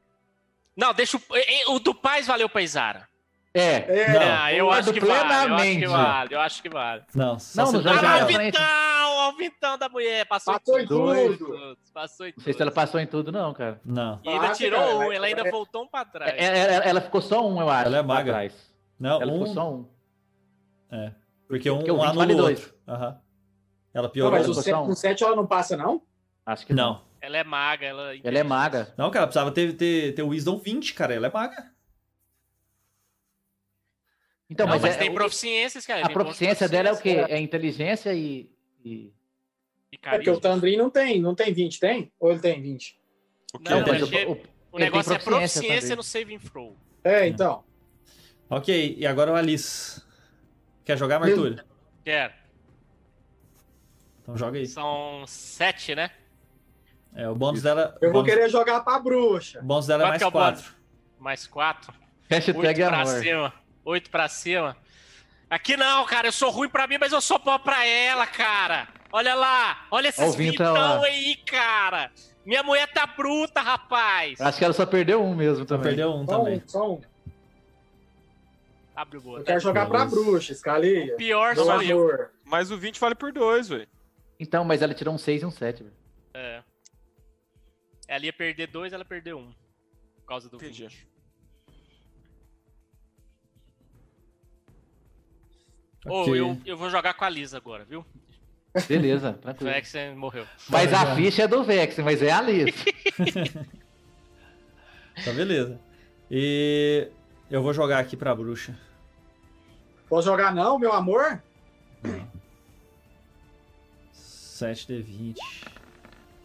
Speaker 6: Não, deixa o. eh, eh, O do Paz valeu pra Isara.
Speaker 4: É.
Speaker 2: É,
Speaker 1: Não.
Speaker 6: Ah, eu acho que vale. Eu acho que
Speaker 4: Plenamente.
Speaker 6: vale. Eu acho que vale.
Speaker 1: Não, só
Speaker 4: Não,
Speaker 1: você
Speaker 4: não
Speaker 1: tá
Speaker 4: joga
Speaker 1: jogando.
Speaker 6: Ah, o
Speaker 4: não.
Speaker 6: Vitão! O Vitão da mulher. Passou,
Speaker 2: Passou em
Speaker 6: tudo,
Speaker 2: tudo.
Speaker 6: Passou em
Speaker 4: Não
Speaker 6: tudo.
Speaker 4: sei se ela passou em tudo, não, cara.
Speaker 1: Não,
Speaker 6: E ainda
Speaker 2: Passa,
Speaker 6: tirou
Speaker 2: Ah, cara,
Speaker 6: um.
Speaker 2: vai-
Speaker 6: Ela ainda
Speaker 2: vai-
Speaker 6: voltou um pra trás.
Speaker 4: É- Ela, ela ficou só um, eu acho.
Speaker 1: Ela é magra.
Speaker 4: pra trás.
Speaker 1: não,
Speaker 4: Ela
Speaker 1: um...
Speaker 4: ficou só um.
Speaker 1: Porque um,
Speaker 4: Porque o
Speaker 1: um
Speaker 4: vinte
Speaker 1: anula
Speaker 4: vale
Speaker 1: o
Speaker 4: dois.
Speaker 1: outro. Aham. Ela
Speaker 2: não,
Speaker 1: piorou.
Speaker 2: mas
Speaker 4: eu-
Speaker 2: o
Speaker 1: depois.
Speaker 2: 7, com 7 ela não passa, não?
Speaker 4: Acho que não.
Speaker 1: Não.
Speaker 6: Ela é maga. Ela,
Speaker 4: Ela é magra.
Speaker 1: Não, cara, precisava ter, ter, ter o Wisdom 20, cara. Ela é maga.
Speaker 4: Então,
Speaker 6: Não,
Speaker 4: mas,
Speaker 6: mas,
Speaker 4: é,
Speaker 6: tem
Speaker 4: o-
Speaker 6: proficiências, cara.
Speaker 4: a proficiência dela é o quê?
Speaker 2: proficiência.
Speaker 4: É inteligência e. e-
Speaker 2: É porque o Tandrin não tem, não tem 20, tem? Ou ele tem 20?
Speaker 5: O quê?
Speaker 6: Não,
Speaker 4: mas
Speaker 6: mas é-
Speaker 4: o- o-
Speaker 6: O
Speaker 4: Ele tem
Speaker 6: negócio é
Speaker 4: proficiência
Speaker 6: proficiência
Speaker 4: também.
Speaker 6: no saving throw.
Speaker 2: É, então.
Speaker 1: Ok, e agora o Alice. Quer jogar,
Speaker 2: Meu-
Speaker 1: Martulho?
Speaker 6: Quero.
Speaker 1: Então joga aí.
Speaker 6: São sete, né?
Speaker 1: É, o bônus dela.
Speaker 2: Eu
Speaker 1: o
Speaker 2: vou
Speaker 1: bônus,
Speaker 2: querer jogar pra bruxa.
Speaker 1: o bônus dela é
Speaker 6: Quanto
Speaker 1: mais
Speaker 6: que é o
Speaker 1: 4.
Speaker 6: Mais quatro. Oito
Speaker 4: Hashtag
Speaker 6: pra
Speaker 4: amor.
Speaker 6: cima. Oito pra cima. Aqui não, cara. Eu sou ruim pra mim, mas eu sou bom pra ela, cara. Olha lá. Olha
Speaker 4: Ó o
Speaker 6: esses
Speaker 4: Vintão lá.
Speaker 6: pintão aí, cara. Minha mulher tá bruta, rapaz.
Speaker 4: Acho que ela só perdeu um mesmo
Speaker 1: Então
Speaker 4: também.
Speaker 1: perdeu um
Speaker 2: Só
Speaker 1: também.
Speaker 2: um, só um.
Speaker 6: Abre o bolo.
Speaker 2: Eu quero jogar pra
Speaker 1: Beleza.
Speaker 2: bruxa, escaleia.
Speaker 6: Pior
Speaker 2: Meu
Speaker 6: sou eu.
Speaker 2: amor.
Speaker 5: Mas o 20 um vale por 2, velho.
Speaker 4: Então, mas ela tirou um 6 e um 7.
Speaker 6: É. Ela ia perder dois, ela perdeu um. Por causa do
Speaker 5: Entendi.
Speaker 6: vinte. Ô,
Speaker 1: Ok.
Speaker 6: eu, eu vou jogar com a Lisa agora, viu?
Speaker 4: Beleza,
Speaker 6: O
Speaker 4: tranquilo.
Speaker 6: Vexen morreu.
Speaker 4: Mas a
Speaker 1: Tá,
Speaker 4: ficha é do Vex, mas é a Alice.
Speaker 1: Tá, beleza. E eu vou jogar aqui pra bruxa.
Speaker 2: Posso jogar não, meu amor?
Speaker 1: 7d20.
Speaker 2: Fudeu, se fudeu.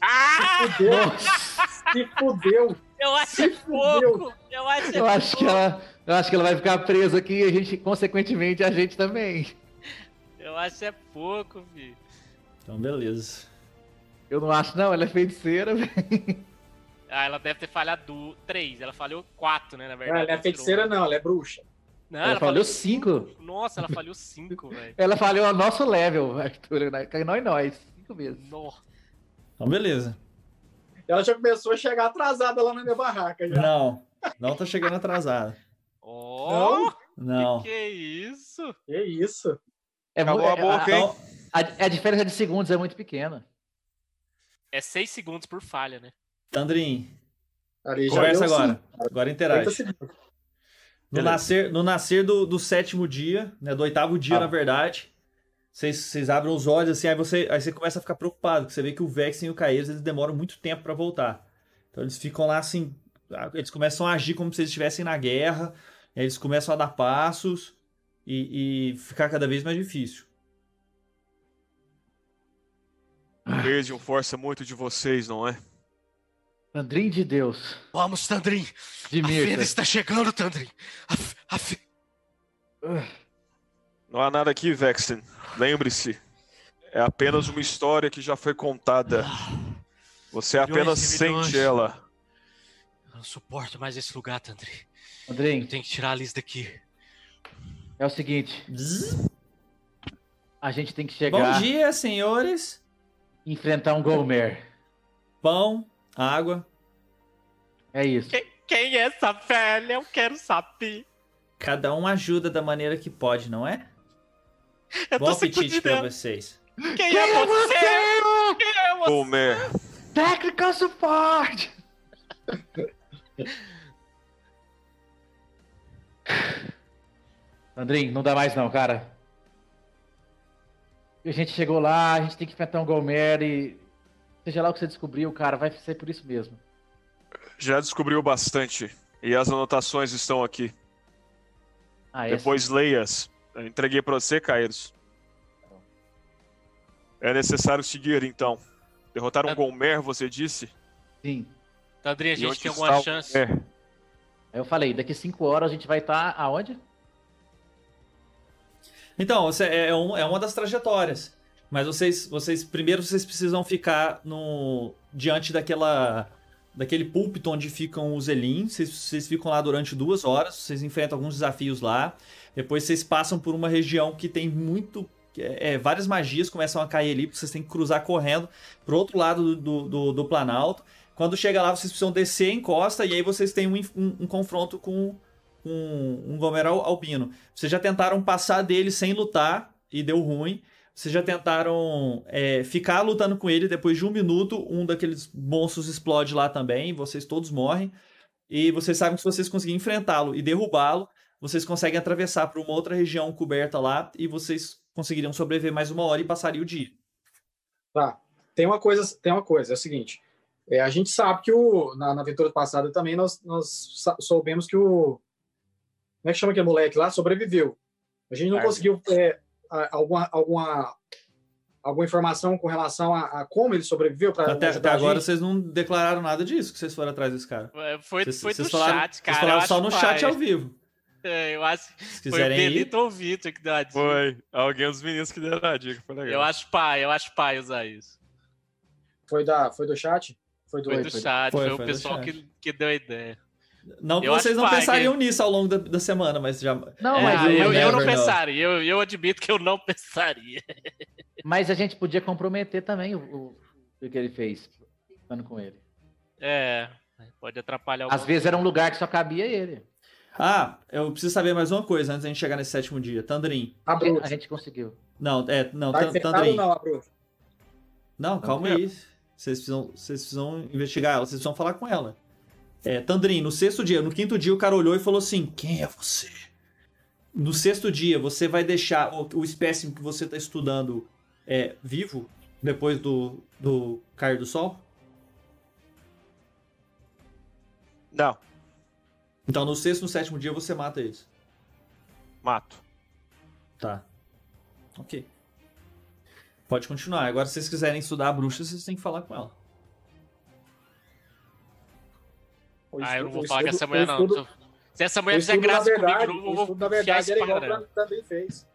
Speaker 6: Ah! Eu acho é pouco! Eu acho é
Speaker 4: Eu acho que ela, eu acho que ela vai ficar presa aqui e a gente, consequentemente, a gente também.
Speaker 6: Eu acho é pouco, vi.
Speaker 1: Então, beleza.
Speaker 4: Eu não acho, não, ela é feiticeira. velho.
Speaker 6: Ah, ela deve ter falhado du- três. Ela falhou quatro, né, na
Speaker 2: Não,
Speaker 6: verdade.
Speaker 2: ela é
Speaker 6: tirou.
Speaker 2: feiticeira, não, ela é bruxa.
Speaker 6: Não,
Speaker 4: Ela falhou 5.
Speaker 6: Nossa, ela falhou cinco, velho.
Speaker 4: Ela falhou o nosso level, Arthur, né? Que nós nós. Cinco vezes.
Speaker 6: Nossa.
Speaker 1: Então, beleza.
Speaker 2: Ela já começou a chegar atrasada lá na minha barraca. Já.
Speaker 1: Não, não tá chegando atrasada.
Speaker 6: Oh,
Speaker 1: Não.
Speaker 6: que isso?
Speaker 2: Que isso?
Speaker 4: É, mu-
Speaker 5: Acabou a boca,
Speaker 4: a,
Speaker 5: hein?
Speaker 1: Então,
Speaker 4: a- a diferença de segundos é muito pequena.
Speaker 6: É seis segundos por falha, né?
Speaker 1: Tandrin,
Speaker 2: Ali já
Speaker 1: conversa
Speaker 2: deu
Speaker 1: agora. Agora
Speaker 2: 50
Speaker 1: interage.
Speaker 2: segundos.
Speaker 1: No
Speaker 5: Beleza.
Speaker 1: nascer, no nascer do, do sétimo dia, né? Do oitavo dia,
Speaker 4: Ah.
Speaker 1: na verdade. Vocês vocês abrem os olhos assim, aí você, aí você começa a ficar preocupado, porque você vê que o Vexen e o Caeiros eles demoram muito tempo pra voltar. Então eles ficam lá assim, ah, eles começam a agir como se eles estivessem na guerra, aí eles começam a dar passos e, e ficar cada vez mais difícil.
Speaker 4: Ah.
Speaker 5: Perdiam um força muito de vocês, não é?
Speaker 4: Andrim de Deus.
Speaker 7: Vamos, Tandrin!
Speaker 4: De
Speaker 7: A feira
Speaker 4: Mirta.
Speaker 7: está chegando, Tandrin! A, fe- a fe-
Speaker 5: Não há nada aqui, Vexen. Lembre-se. É apenas uma história que já foi contada. Você
Speaker 7: Milhões
Speaker 5: apenas
Speaker 7: e
Speaker 5: sente
Speaker 7: milhões.
Speaker 5: ela.
Speaker 7: Eu não suporto mais esse lugar, Tandrin. Eu
Speaker 4: Andrim,
Speaker 7: tenho que tirar a Liz daqui.
Speaker 4: é o seguinte.
Speaker 1: Zzz.
Speaker 4: A gente tem que
Speaker 1: Bom
Speaker 4: chegar e
Speaker 1: dia, senhores.
Speaker 4: enfrentar um Golmer.
Speaker 1: Pão, água.
Speaker 4: É isso.
Speaker 6: Quem, quem é essa velha? Eu quero saber.
Speaker 1: Cada um ajuda da maneira que pode, não é?
Speaker 6: Eu
Speaker 1: Bom
Speaker 6: tô
Speaker 1: apetite
Speaker 6: sacudindo.
Speaker 1: pra
Speaker 6: Quem,
Speaker 1: vocês.
Speaker 6: quem é você? Quem é você?
Speaker 5: Comer.
Speaker 4: Technical support! Andrim, não dá mais não, cara. A gente chegou lá, a gente tem que enfrentar um Golmer e... Seja lá o que você descobriu, cara, vai ser por isso mesmo.
Speaker 5: Já descobriu bastante. E as anotações estão aqui.
Speaker 4: Ah, é.
Speaker 5: Depois leias. Eu entreguei pra você, Caíros. É necessário seguir, então. Derrotar um
Speaker 6: Tá.
Speaker 5: Golmer, você disse?
Speaker 4: Sim.
Speaker 6: Tandrinha, Então,
Speaker 5: E
Speaker 6: a gente
Speaker 5: onde
Speaker 6: tem
Speaker 5: está
Speaker 6: alguma
Speaker 5: o
Speaker 6: chance.
Speaker 5: Golmer?
Speaker 4: Aí eu falei, daqui 5 horas a gente vai estar aonde?
Speaker 1: Então, você- é, é um- é uma das trajetórias. Mas vocês, vocês primeiro vocês precisam ficar no diante daquela daquele púlpito onde ficam os Elin. Vocês, vocês ficam lá durante duas horas. Vocês enfrentam alguns desafios lá. Depois vocês passam por uma região que tem muito é, é, várias magias começam a cair ali, porque vocês têm que cruzar correndo pro outro lado do, do, do- do planalto. Quando chega lá, vocês precisam descer a encosta e aí vocês têm um, inf- um- um confronto com, com um Gomer al- Albino. Vocês já tentaram passar dele sem lutar e deu ruim. Vocês já tentaram é, ficar lutando com ele. Depois de um minuto, um daqueles monstros explode lá também. Vocês todos morrem. E vocês sabem que se vocês conseguirem enfrentá-lo e derrubá-lo, vocês conseguem atravessar para uma outra região coberta lá e vocês conseguiriam sobreviver mais uma hora e passaria o dia.
Speaker 2: Tá. Tem uma coisa, tem uma coisa, é o seguinte. É, a gente sabe que o, na, na aventura passada também nós, nós sa- soubemos que o. Como é que chama aquele moleque lá? Sobreviveu. A gente não
Speaker 5: Arvin.
Speaker 2: conseguiu é, a- alguma, alguma, alguma informação com relação a, a como ele sobreviveu para
Speaker 1: Até, até agora vocês não declararam nada disso que vocês foram atrás desse cara.
Speaker 6: É, Foi,
Speaker 1: Vocês-
Speaker 6: foi
Speaker 1: vocês
Speaker 6: do
Speaker 1: falaram-
Speaker 6: chat,
Speaker 1: vocês
Speaker 6: cara.
Speaker 1: falaram
Speaker 6: eu
Speaker 1: só
Speaker 6: acho
Speaker 1: no
Speaker 6: que
Speaker 1: chat
Speaker 6: vai.
Speaker 1: ao vivo.
Speaker 6: É, eu acho que
Speaker 1: Se
Speaker 6: foi o
Speaker 1: quiserem ir,
Speaker 6: Benito ou o Vitor que deu a dica.
Speaker 5: Foi. Alguém dos meninos que deram a dica. Foi legal.
Speaker 6: Eu acho pai, eu acho pai usar isso.
Speaker 2: Foi, da, foi do chat? Foi do.
Speaker 6: Foi do chat,
Speaker 1: Foi,
Speaker 6: foi,
Speaker 1: foi
Speaker 6: o
Speaker 1: do
Speaker 6: pessoal
Speaker 1: chat.
Speaker 6: que, que deu a ideia.
Speaker 1: Não que
Speaker 6: Eu
Speaker 1: vocês
Speaker 6: acho
Speaker 1: não
Speaker 6: pai,
Speaker 1: pensariam nisso ao longo da, da semana, mas já.
Speaker 4: Não,
Speaker 1: É,
Speaker 4: mas,
Speaker 6: Ah, eu, eu não
Speaker 4: né?
Speaker 1: Never know.
Speaker 6: pensaria, eu, eu admito que eu não pensaria.
Speaker 4: mas a gente podia comprometer também o, o- o que ele fez ficando com ele.
Speaker 6: É, pode atrapalhar
Speaker 4: Às
Speaker 6: alguma
Speaker 4: vezes era um lugar que só cabia ele.
Speaker 1: Ah, eu preciso saber mais uma coisa antes da gente chegar nesse sétimo dia. Tandrin.
Speaker 2: A
Speaker 4: A
Speaker 2: bruxa.
Speaker 4: gente conseguiu.
Speaker 1: Não, é, não,
Speaker 2: Tá
Speaker 1: Tan-
Speaker 2: infectado ou
Speaker 1: Tandrin.
Speaker 2: não, a bruxa?
Speaker 1: Não, calma aí. Vocês precisam, vocês precisam investigar ela, vocês precisam falar com ela. É, Tandrin, no sexto dia, no quinto dia, o cara olhou e falou assim: Quem é você? No sexto dia, você vai deixar o, o espécime que você está estudando é, vivo depois do, do cair do sol?
Speaker 5: Não,
Speaker 1: Então, no sexto e no sétimo dia, você mata eles.
Speaker 5: mato.
Speaker 1: Tá. Ok. Pode continuar. Agora, se vocês quiserem estudar a bruxa, vocês têm que falar com ela.
Speaker 2: O
Speaker 6: Ah, eu não
Speaker 2: estudo-
Speaker 6: vou
Speaker 2: o
Speaker 6: falar com essa
Speaker 2: estudo-
Speaker 6: mulher,
Speaker 2: o
Speaker 6: não.
Speaker 2: estudo-
Speaker 6: Tô- Se essa
Speaker 2: o
Speaker 6: mulher fizer
Speaker 2: estudo, na
Speaker 6: graça comigo,
Speaker 2: verdade,
Speaker 6: de
Speaker 2: o
Speaker 6: novo, eu
Speaker 2: estudo, na
Speaker 6: vou fiar a
Speaker 2: verdade, era igual
Speaker 6: espada.
Speaker 2: o que também fez.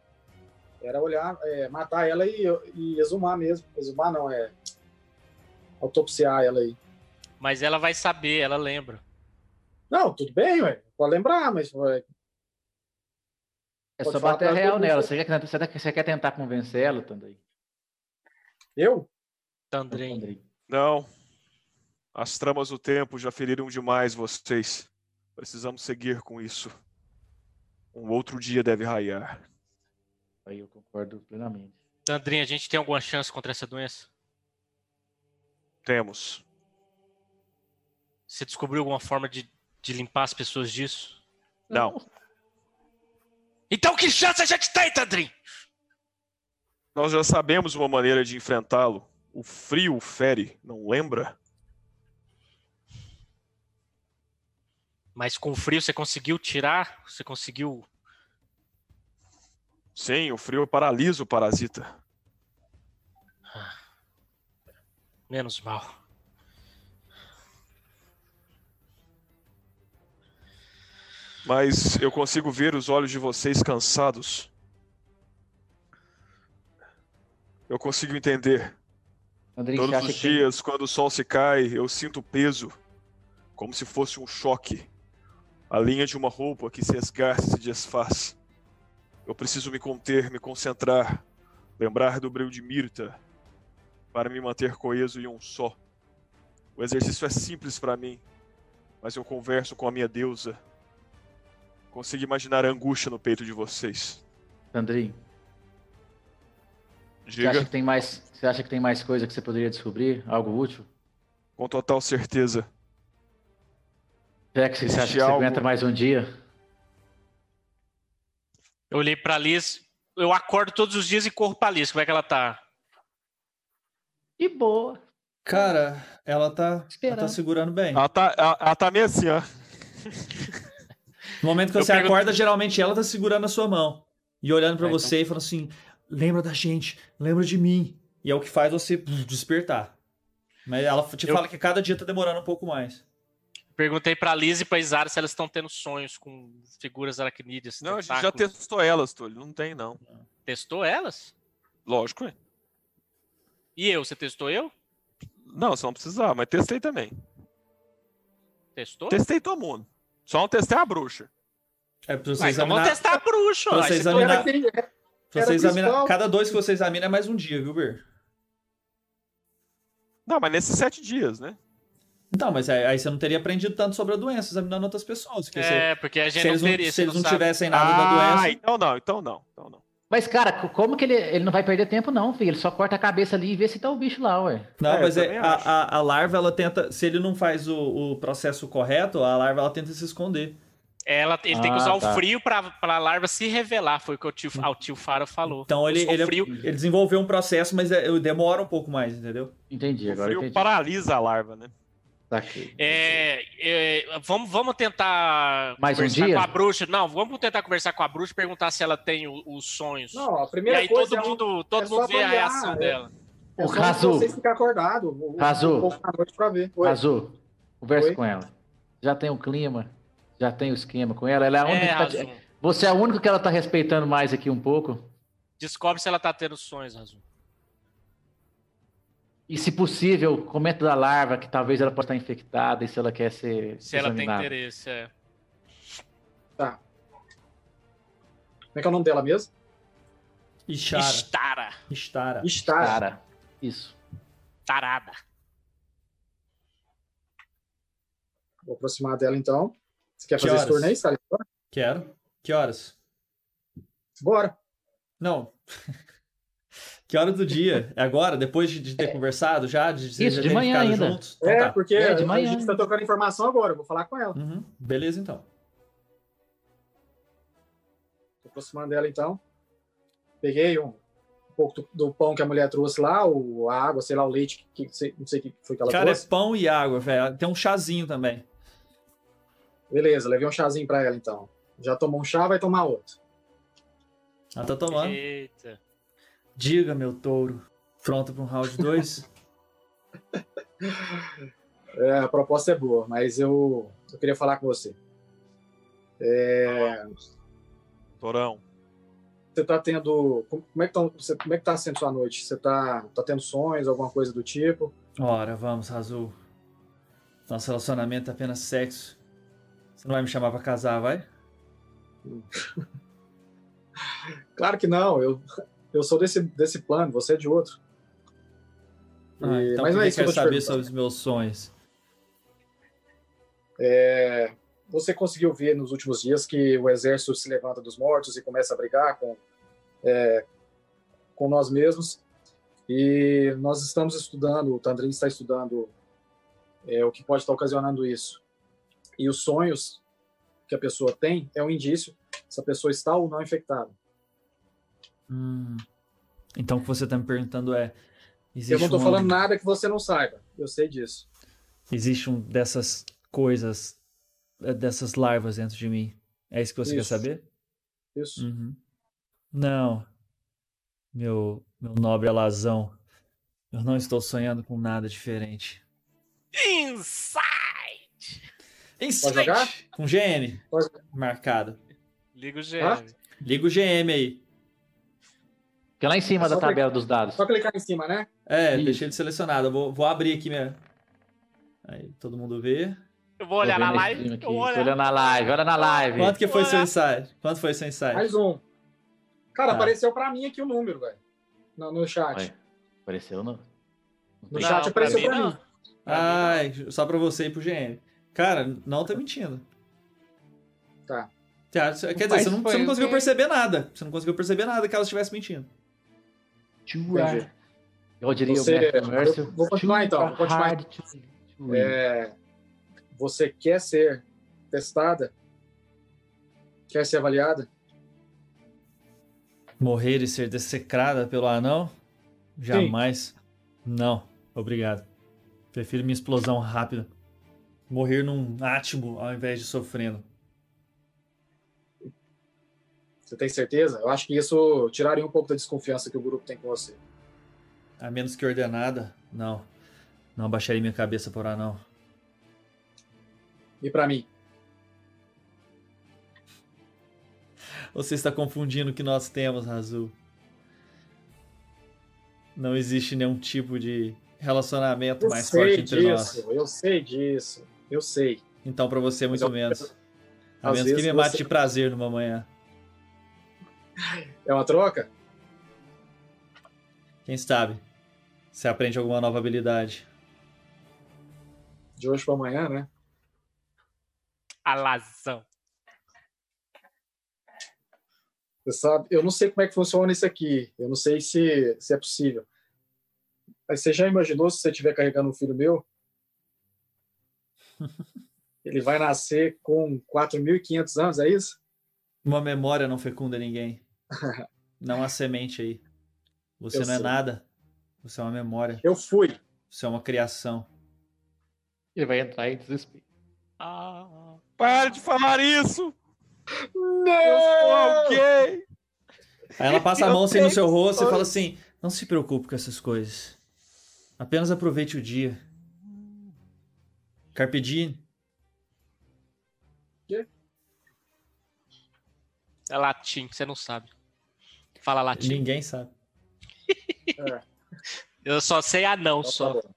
Speaker 2: Era olhar, é, matar ela e, e exumar mesmo. Exumar não, é autopsiar ela aí.
Speaker 6: Mas ela vai saber, ela lembra.
Speaker 2: Não, tudo bem, ué. Pode lembrar, mas ué,
Speaker 4: É
Speaker 2: Pode
Speaker 4: só
Speaker 2: falar
Speaker 4: bater
Speaker 2: atrás do
Speaker 4: real
Speaker 2: Augusto.
Speaker 4: nela. Você quer, você quer- você quer tentar convencer ela também?
Speaker 2: eu?
Speaker 6: Tandrin.
Speaker 5: Não. As tramas do tempo já feriram demais vocês. Precisamos seguir com isso. Um outro dia deve raiar.
Speaker 4: Aí eu concordo plenamente.
Speaker 6: Tandrin, a gente tem alguma chance contra essa doença?
Speaker 5: Temos.
Speaker 6: Você descobriu alguma forma de, de limpar as pessoas disso?
Speaker 5: Não.
Speaker 6: Então que chance a gente tem, Tandrin?
Speaker 5: Nós já sabemos uma maneira de enfrentá-lo. O frio fere, não lembra?
Speaker 6: Mas com o frio você conseguiu tirar? Você conseguiu.
Speaker 5: Sim, o frio paralisa o parasita.
Speaker 6: Menos mal.
Speaker 5: Mas eu consigo ver os olhos de vocês cansados. Eu consigo entender.
Speaker 4: Andrei, você
Speaker 5: Todos
Speaker 4: acha
Speaker 5: os
Speaker 4: que
Speaker 5: dias, quando o sol se cai, eu sinto peso, como se fosse um choque. A linha de uma roupa que se esgarça e se desfaz. Eu preciso me conter, me concentrar, lembrar do breu de Mirta, para me manter coeso e um só. O exercício é simples para mim, mas eu converso com a minha deusa. Consigo imaginar a angústia no peito de vocês.
Speaker 4: Andrei, você acha
Speaker 5: Diga
Speaker 4: que tem mais? Você acha que tem mais coisa que você poderia descobrir? Algo útil?
Speaker 5: com total certeza.
Speaker 4: Será que você, você acha
Speaker 5: Existe
Speaker 4: que você
Speaker 5: algo-
Speaker 4: aguenta mais um dia?
Speaker 6: Eu olhei pra Liz. Eu acordo todos os dias e corro pra Liz. Como é que ela tá?
Speaker 4: E boa.
Speaker 1: Cara, ela tá, ela
Speaker 4: Esperando.
Speaker 1: tá segurando bem.
Speaker 6: Ah,
Speaker 5: Ela tá, ela, ela tá meio assim, ó.
Speaker 1: No momento que
Speaker 6: Eu
Speaker 1: você
Speaker 6: pergunto-
Speaker 1: acorda, geralmente ela tá segurando a sua mão e olhando pra
Speaker 6: Ah,
Speaker 1: você e falando assim: lembra da gente, lembra de mim. E é o que faz você pff, despertar. Mas ela te
Speaker 6: Eu-
Speaker 1: fala que cada dia tá demorando um pouco mais.
Speaker 6: Perguntei pra Liz e pra Isara se elas estão tendo sonhos com figuras aracnídeas.
Speaker 5: Não, a gente já
Speaker 6: tentáculos.
Speaker 5: testou elas, Túlio. Não tem, não.
Speaker 6: Testou elas?
Speaker 5: Lógico, é.
Speaker 6: E eu? Você testou eu?
Speaker 5: Não, você não precisava, mas testei também.
Speaker 6: Testou?
Speaker 5: Testei todo mundo. Só não testei a bruxa.
Speaker 1: É pra você
Speaker 6: Ah, então vamos
Speaker 1: examinar.
Speaker 6: testar a bruxa. ó.
Speaker 1: Pra você
Speaker 6: Aí você
Speaker 1: examinar-
Speaker 2: Era aquele- é,
Speaker 1: pra
Speaker 2: era
Speaker 1: você
Speaker 2: o
Speaker 1: examinar-
Speaker 2: principal.
Speaker 1: Cada dois que você examina é mais um dia, viu, Ber?
Speaker 5: Não, mas nesses sete dias, né?
Speaker 1: Então, mas aí, aí você não teria aprendido tanto sobre a doença, examinando outras pessoas. Porque você-
Speaker 6: É, porque a
Speaker 1: se,
Speaker 6: gente
Speaker 1: eles
Speaker 6: não
Speaker 1: não,
Speaker 6: teria,
Speaker 1: se
Speaker 6: você
Speaker 1: eles não
Speaker 6: sabe.
Speaker 1: tivessem nada da doença.
Speaker 5: então não, então não, então não.
Speaker 4: Mas, cara, co- como que ele, ele não vai perder tempo, não, filho? Ele só corta a cabeça ali e vê se tá o bicho lá, ué.
Speaker 1: Não,
Speaker 5: É,
Speaker 1: mas
Speaker 5: eu
Speaker 1: é,
Speaker 5: também
Speaker 1: a,
Speaker 5: acho.
Speaker 1: a- a larva, ela tenta. Se ele não faz o, o processo correto, a larva ela tenta se esconder.
Speaker 6: Ela, ele tem
Speaker 4: Ah,
Speaker 6: que usar
Speaker 4: tá.
Speaker 6: o frio pra, pra larva se revelar, foi o que o tio, ah, o tio Faro falou.
Speaker 1: Então ele,
Speaker 6: Usou
Speaker 1: Hum. ele,
Speaker 6: frio.
Speaker 1: ele desenvolveu um processo, mas é- demora um pouco mais, entendeu?
Speaker 4: Entendi,
Speaker 5: O
Speaker 4: agora
Speaker 5: frio
Speaker 4: entendi.
Speaker 5: paralisa a larva, né?
Speaker 4: Saquei.
Speaker 6: É, é, vamos, vamos tentar
Speaker 4: Mais um
Speaker 6: conversar
Speaker 4: dia?
Speaker 6: com a bruxa. Não, vamos tentar conversar com a bruxa, perguntar se ela tem o- os sonhos.
Speaker 2: Não, a
Speaker 6: e
Speaker 2: primeira
Speaker 6: aí
Speaker 2: coisa
Speaker 6: todo
Speaker 2: é um-
Speaker 6: mundo,
Speaker 2: é
Speaker 6: todo
Speaker 2: só
Speaker 6: mundo vê a
Speaker 2: avaliar,
Speaker 6: reação
Speaker 2: é.
Speaker 6: dela.
Speaker 2: é
Speaker 4: Ô,
Speaker 2: só
Speaker 4: Razu.
Speaker 2: Vocês ficarem acordados. o- o-
Speaker 4: Razu.
Speaker 2: Um pouco à noite pra ver. Oi.
Speaker 4: Azul, conversa
Speaker 2: Oi?
Speaker 4: com ela. Já tem o clima. Já tem o esquema com ela? Ela é a única
Speaker 6: É,
Speaker 4: que tá te-
Speaker 6: Razum.
Speaker 4: Você é o único que ela tá respeitando mais aqui um pouco.
Speaker 6: Descobre se ela tá tendo sonhos, Razum.
Speaker 4: E, se possível, comenta da larva que talvez ela possa estar infectada e se ela quer ser.
Speaker 6: Se ela tem
Speaker 4: examinada.
Speaker 6: interesse, é.
Speaker 2: Como é que é o nome dela mesmo?
Speaker 1: Ishara.
Speaker 6: Estara.
Speaker 1: Istara.
Speaker 2: Está.
Speaker 4: Tá. Cara, isso.
Speaker 6: Tarada.
Speaker 2: Tá Vou aproximar dela então. Você quer
Speaker 1: Que
Speaker 2: fazer esse
Speaker 1: horas?
Speaker 2: turno aí, Sally?
Speaker 1: Quero. Que horas?
Speaker 2: Bora.
Speaker 1: Não. que hora do dia? É agora? Depois de, de ter conversado já? De,
Speaker 4: Isso,
Speaker 1: já
Speaker 4: de
Speaker 1: terem
Speaker 4: manhã
Speaker 1: ficado
Speaker 4: ainda.
Speaker 1: Juntos? Então
Speaker 2: É,
Speaker 1: tá.
Speaker 2: porque
Speaker 4: É, de
Speaker 2: a
Speaker 4: manhã.
Speaker 2: gente tá tocando informação agora. eu Vou falar com ela.
Speaker 1: Uhum. Beleza, então.
Speaker 2: Tô aproximando dela então. Peguei um, um pouco do, do pão que a mulher trouxe lá, o, a água, sei lá, o leite, que, que sei- não sei o que foi que ela
Speaker 1: Cara,
Speaker 2: trouxe.
Speaker 1: é pão e água, velho. Tem um chazinho também.
Speaker 2: Beleza, levei um chazinho pra ela então. Já tomou um chá, vai tomar outro.
Speaker 1: Ela tá tomando.
Speaker 6: Eita.
Speaker 1: Diga, meu touro. Pronto pra um round 2?
Speaker 2: É, a proposta é boa, mas eu, eu queria falar com você. É,
Speaker 5: Torão.
Speaker 2: você tá tendo. Como como é, que tá, você- como é que tá sendo sua noite? Você tá, tá tendo sonhos, alguma coisa do tipo?
Speaker 1: Ora, vamos, Razul. Nosso relacionamento é apenas sexo. Você não vai me chamar pra casar, vai?
Speaker 2: Claro que não, eu, eu sou desse, desse plano, você é de outro.
Speaker 1: Ah,
Speaker 2: E-
Speaker 1: então por
Speaker 2: mas não
Speaker 1: que
Speaker 2: é isso que
Speaker 1: quer
Speaker 2: eu tô te
Speaker 1: saber
Speaker 2: perguntando.
Speaker 1: sobre os meus sonhos?
Speaker 2: É, você conseguiu ver nos últimos dias que o exército se levanta dos mortos e começa a brigar com, é, com nós mesmos. E nós estamos estudando, o Tandrin está estudando é, o que pode estar ocasionando isso. E os sonhos que a pessoa tem é um indício se a pessoa está ou não infectada.
Speaker 1: Hum. Então o que você tá me perguntando é. Existe
Speaker 2: Eu não estou
Speaker 1: um
Speaker 2: falando nada que você não saiba, eu sei disso.
Speaker 1: existe um dessas coisas, eh, dessas larvas dentro de mim. É isso que você
Speaker 2: Isso.
Speaker 1: quer saber?
Speaker 2: Isso.
Speaker 1: Uhum. Não, meu, meu nobre alazão, eu não estou sonhando com nada diferente.
Speaker 6: Insight!
Speaker 1: Insight!
Speaker 2: jogar?
Speaker 1: Com GM
Speaker 2: Pode.
Speaker 1: marcado.
Speaker 6: Liga o
Speaker 2: Hã?
Speaker 6: GM.
Speaker 1: Liga o GM aí.
Speaker 4: Fica lá em cima
Speaker 2: É só
Speaker 4: da tabela dos dados.
Speaker 2: Só clicar em cima, né?
Speaker 1: É,
Speaker 4: Isso.
Speaker 1: deixei ele selecionado. Eu Vou, vou abrir aqui minha. Aí, todo mundo vê.
Speaker 6: Eu vou olhar
Speaker 4: Tô
Speaker 6: na
Speaker 4: vendo esse
Speaker 6: live.
Speaker 4: filme
Speaker 6: Eu
Speaker 4: aqui.
Speaker 6: vou
Speaker 4: Tô
Speaker 6: olhar.
Speaker 4: olhando na live, olha na live.
Speaker 1: Quanto que foi seu
Speaker 6: Olá.
Speaker 1: insight? Quanto foi seu insight?
Speaker 2: Mais um. Cara,
Speaker 1: Tá.
Speaker 2: apareceu para mim aqui o número, velho. No, no chat.
Speaker 4: Ué, apareceu no.
Speaker 2: No chat
Speaker 6: Não,
Speaker 2: apareceu
Speaker 6: pra
Speaker 2: pra
Speaker 6: mim
Speaker 2: mim.
Speaker 6: não.
Speaker 1: Ai, só pra você e pro GM. Cara, não tá mentindo.
Speaker 2: Tá.
Speaker 1: Tá, cê- Quer dizer,
Speaker 4: Mas
Speaker 1: você não,
Speaker 4: foi
Speaker 1: você não
Speaker 4: o
Speaker 1: conseguiu
Speaker 4: quê?
Speaker 1: perceber nada. Você não conseguiu perceber nada que ela estivesse mentindo.
Speaker 2: Entendi.
Speaker 4: Eu diria
Speaker 2: Você-
Speaker 4: o mestre Mércio.
Speaker 2: eu vou continuar, então, vou continuar.
Speaker 4: Hard to- to read.
Speaker 2: É, você quer ser testada? Quer ser avaliada?
Speaker 1: Morrer e ser dessecrada pelo anão? Jamais. Não, obrigado. Prefiro minha explosão rápida. Morrer num átimo ao invés de sofrendo.
Speaker 2: Você tem certeza? Eu acho que isso tiraria um pouco da desconfiança que o grupo tem com você.
Speaker 1: A menos que ordenada, não. Não baixaria minha cabeça por anão.
Speaker 2: E para mim?
Speaker 1: Você está confundindo o que nós temos, Razul. Não existe nenhum tipo de relacionamento
Speaker 2: Eu
Speaker 1: mais forte
Speaker 2: sei
Speaker 1: entre nós.
Speaker 2: disso, eu sei disso, eu sei.
Speaker 1: Então, pra você, muito
Speaker 2: Mas eu-
Speaker 1: menos. A
Speaker 2: às
Speaker 1: menos que
Speaker 2: vezes
Speaker 1: me mate
Speaker 2: você-
Speaker 1: de prazer numa manhã.
Speaker 2: É uma troca?
Speaker 1: Quem sabe? Você aprende alguma nova habilidade.
Speaker 2: De hoje para amanhã, né?
Speaker 6: Alazão.
Speaker 2: Você sabe, eu não sei como é que funciona isso aqui. Eu não sei se, se é possível. Mas você já imaginou se você estiver carregando um filho meu? Ele vai nascer com 4.500 anos, é isso?
Speaker 1: Uma memória não fecunda ninguém. Não há semente aí. Você
Speaker 2: Eu
Speaker 1: não é
Speaker 2: sei.
Speaker 1: nada. Você é uma memória.
Speaker 2: Eu fui.
Speaker 1: Você é uma criação.
Speaker 4: Ele vai entrar em desespero.
Speaker 6: Ah,
Speaker 5: Para de falar isso! Eu sou
Speaker 2: Não!
Speaker 5: alguém!
Speaker 1: Aí ela passa a
Speaker 5: Eu
Speaker 1: mão assim no
Speaker 5: sei
Speaker 1: seu rosto e
Speaker 5: foi.
Speaker 1: fala assim: Não se preocupe com essas coisas. Apenas aproveite o dia. Carpe diem.
Speaker 2: Quê?
Speaker 6: É latim, você não sabe. Fala latim.
Speaker 1: Ninguém sabe.
Speaker 6: Eu só sei anão,
Speaker 2: Então,
Speaker 6: só.
Speaker 2: tá bom.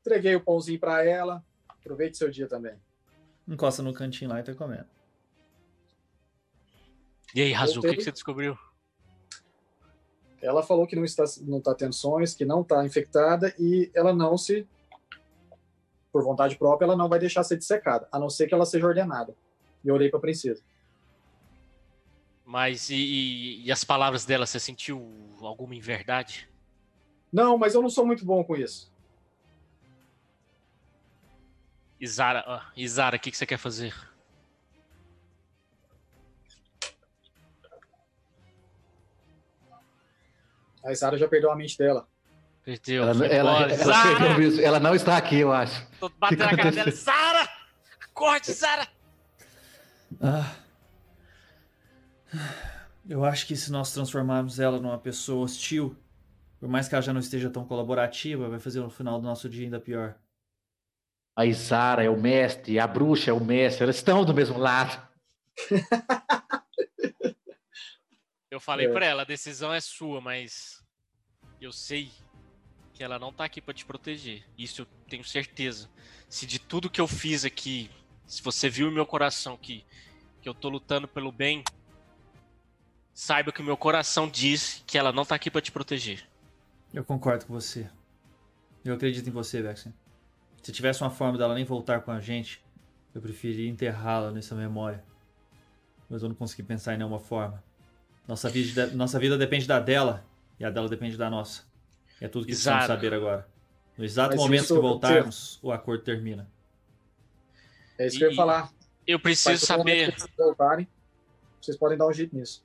Speaker 2: Entreguei o pãozinho pra ela. Aproveite seu dia também.
Speaker 1: Encosta no cantinho lá e tá comendo.
Speaker 6: E aí, Razu, o que,
Speaker 2: Voltei.
Speaker 6: que você descobriu?
Speaker 2: Ela falou que não está, não está tendo sonhos, que não está infectada e ela não se, por vontade própria, ela não vai deixar ser dissecada, a não ser que ela seja ordenada. E eu olhei para a princesa.
Speaker 6: Mas e, e- e as palavras dela, você sentiu alguma inverdade?
Speaker 2: Não, mas eu não sou muito bom com isso.
Speaker 6: Isara, ah, Isara, o que, que você quer fazer?
Speaker 2: A Isara já perdeu a mente dela.
Speaker 6: Perdeu.
Speaker 4: Ela,
Speaker 6: foi
Speaker 4: ela-
Speaker 6: embora.
Speaker 4: ela-
Speaker 6: Isara!
Speaker 4: ela não está aqui, eu acho.
Speaker 6: Tô batendo na cara dela.
Speaker 4: aconteceu?
Speaker 6: Isara! Corte, Isara!
Speaker 1: Ah. Eu acho que se nós transformarmos ela numa pessoa hostil, por mais que ela já não esteja tão colaborativa, vai fazer o final do nosso dia ainda pior.
Speaker 4: A Isara é o mestre, a bruxa é o mestre, elas estão do mesmo lado.
Speaker 6: Eu falei
Speaker 2: É.
Speaker 6: pra ela, a decisão é sua, mas eu sei que ela não tá aqui pra te proteger. Isso eu tenho certeza. Se de tudo que eu fiz aqui, se você viu em meu coração que, que eu tô lutando pelo bem, saiba que o meu coração diz que ela não tá aqui pra te proteger.
Speaker 1: Eu concordo com você. Eu acredito em você, Vexen. Se tivesse uma forma dela nem voltar com a gente, eu preferia enterrá-la nessa memória. Mas eu não consegui pensar em nenhuma forma. Nossa vida, nossa vida depende da dela, e a dela depende da nossa. É tudo que precisamos
Speaker 6: Exato.
Speaker 1: saber agora. No exato
Speaker 2: Mas
Speaker 1: momento
Speaker 2: isso-
Speaker 1: que voltarmos, o acordo termina.
Speaker 2: É isso que eu
Speaker 6: E-
Speaker 2: ia falar.
Speaker 6: Eu
Speaker 2: Mas
Speaker 6: preciso
Speaker 2: do momento
Speaker 6: saber,
Speaker 2: que vocês voltarem, vocês podem dar um jeito nisso.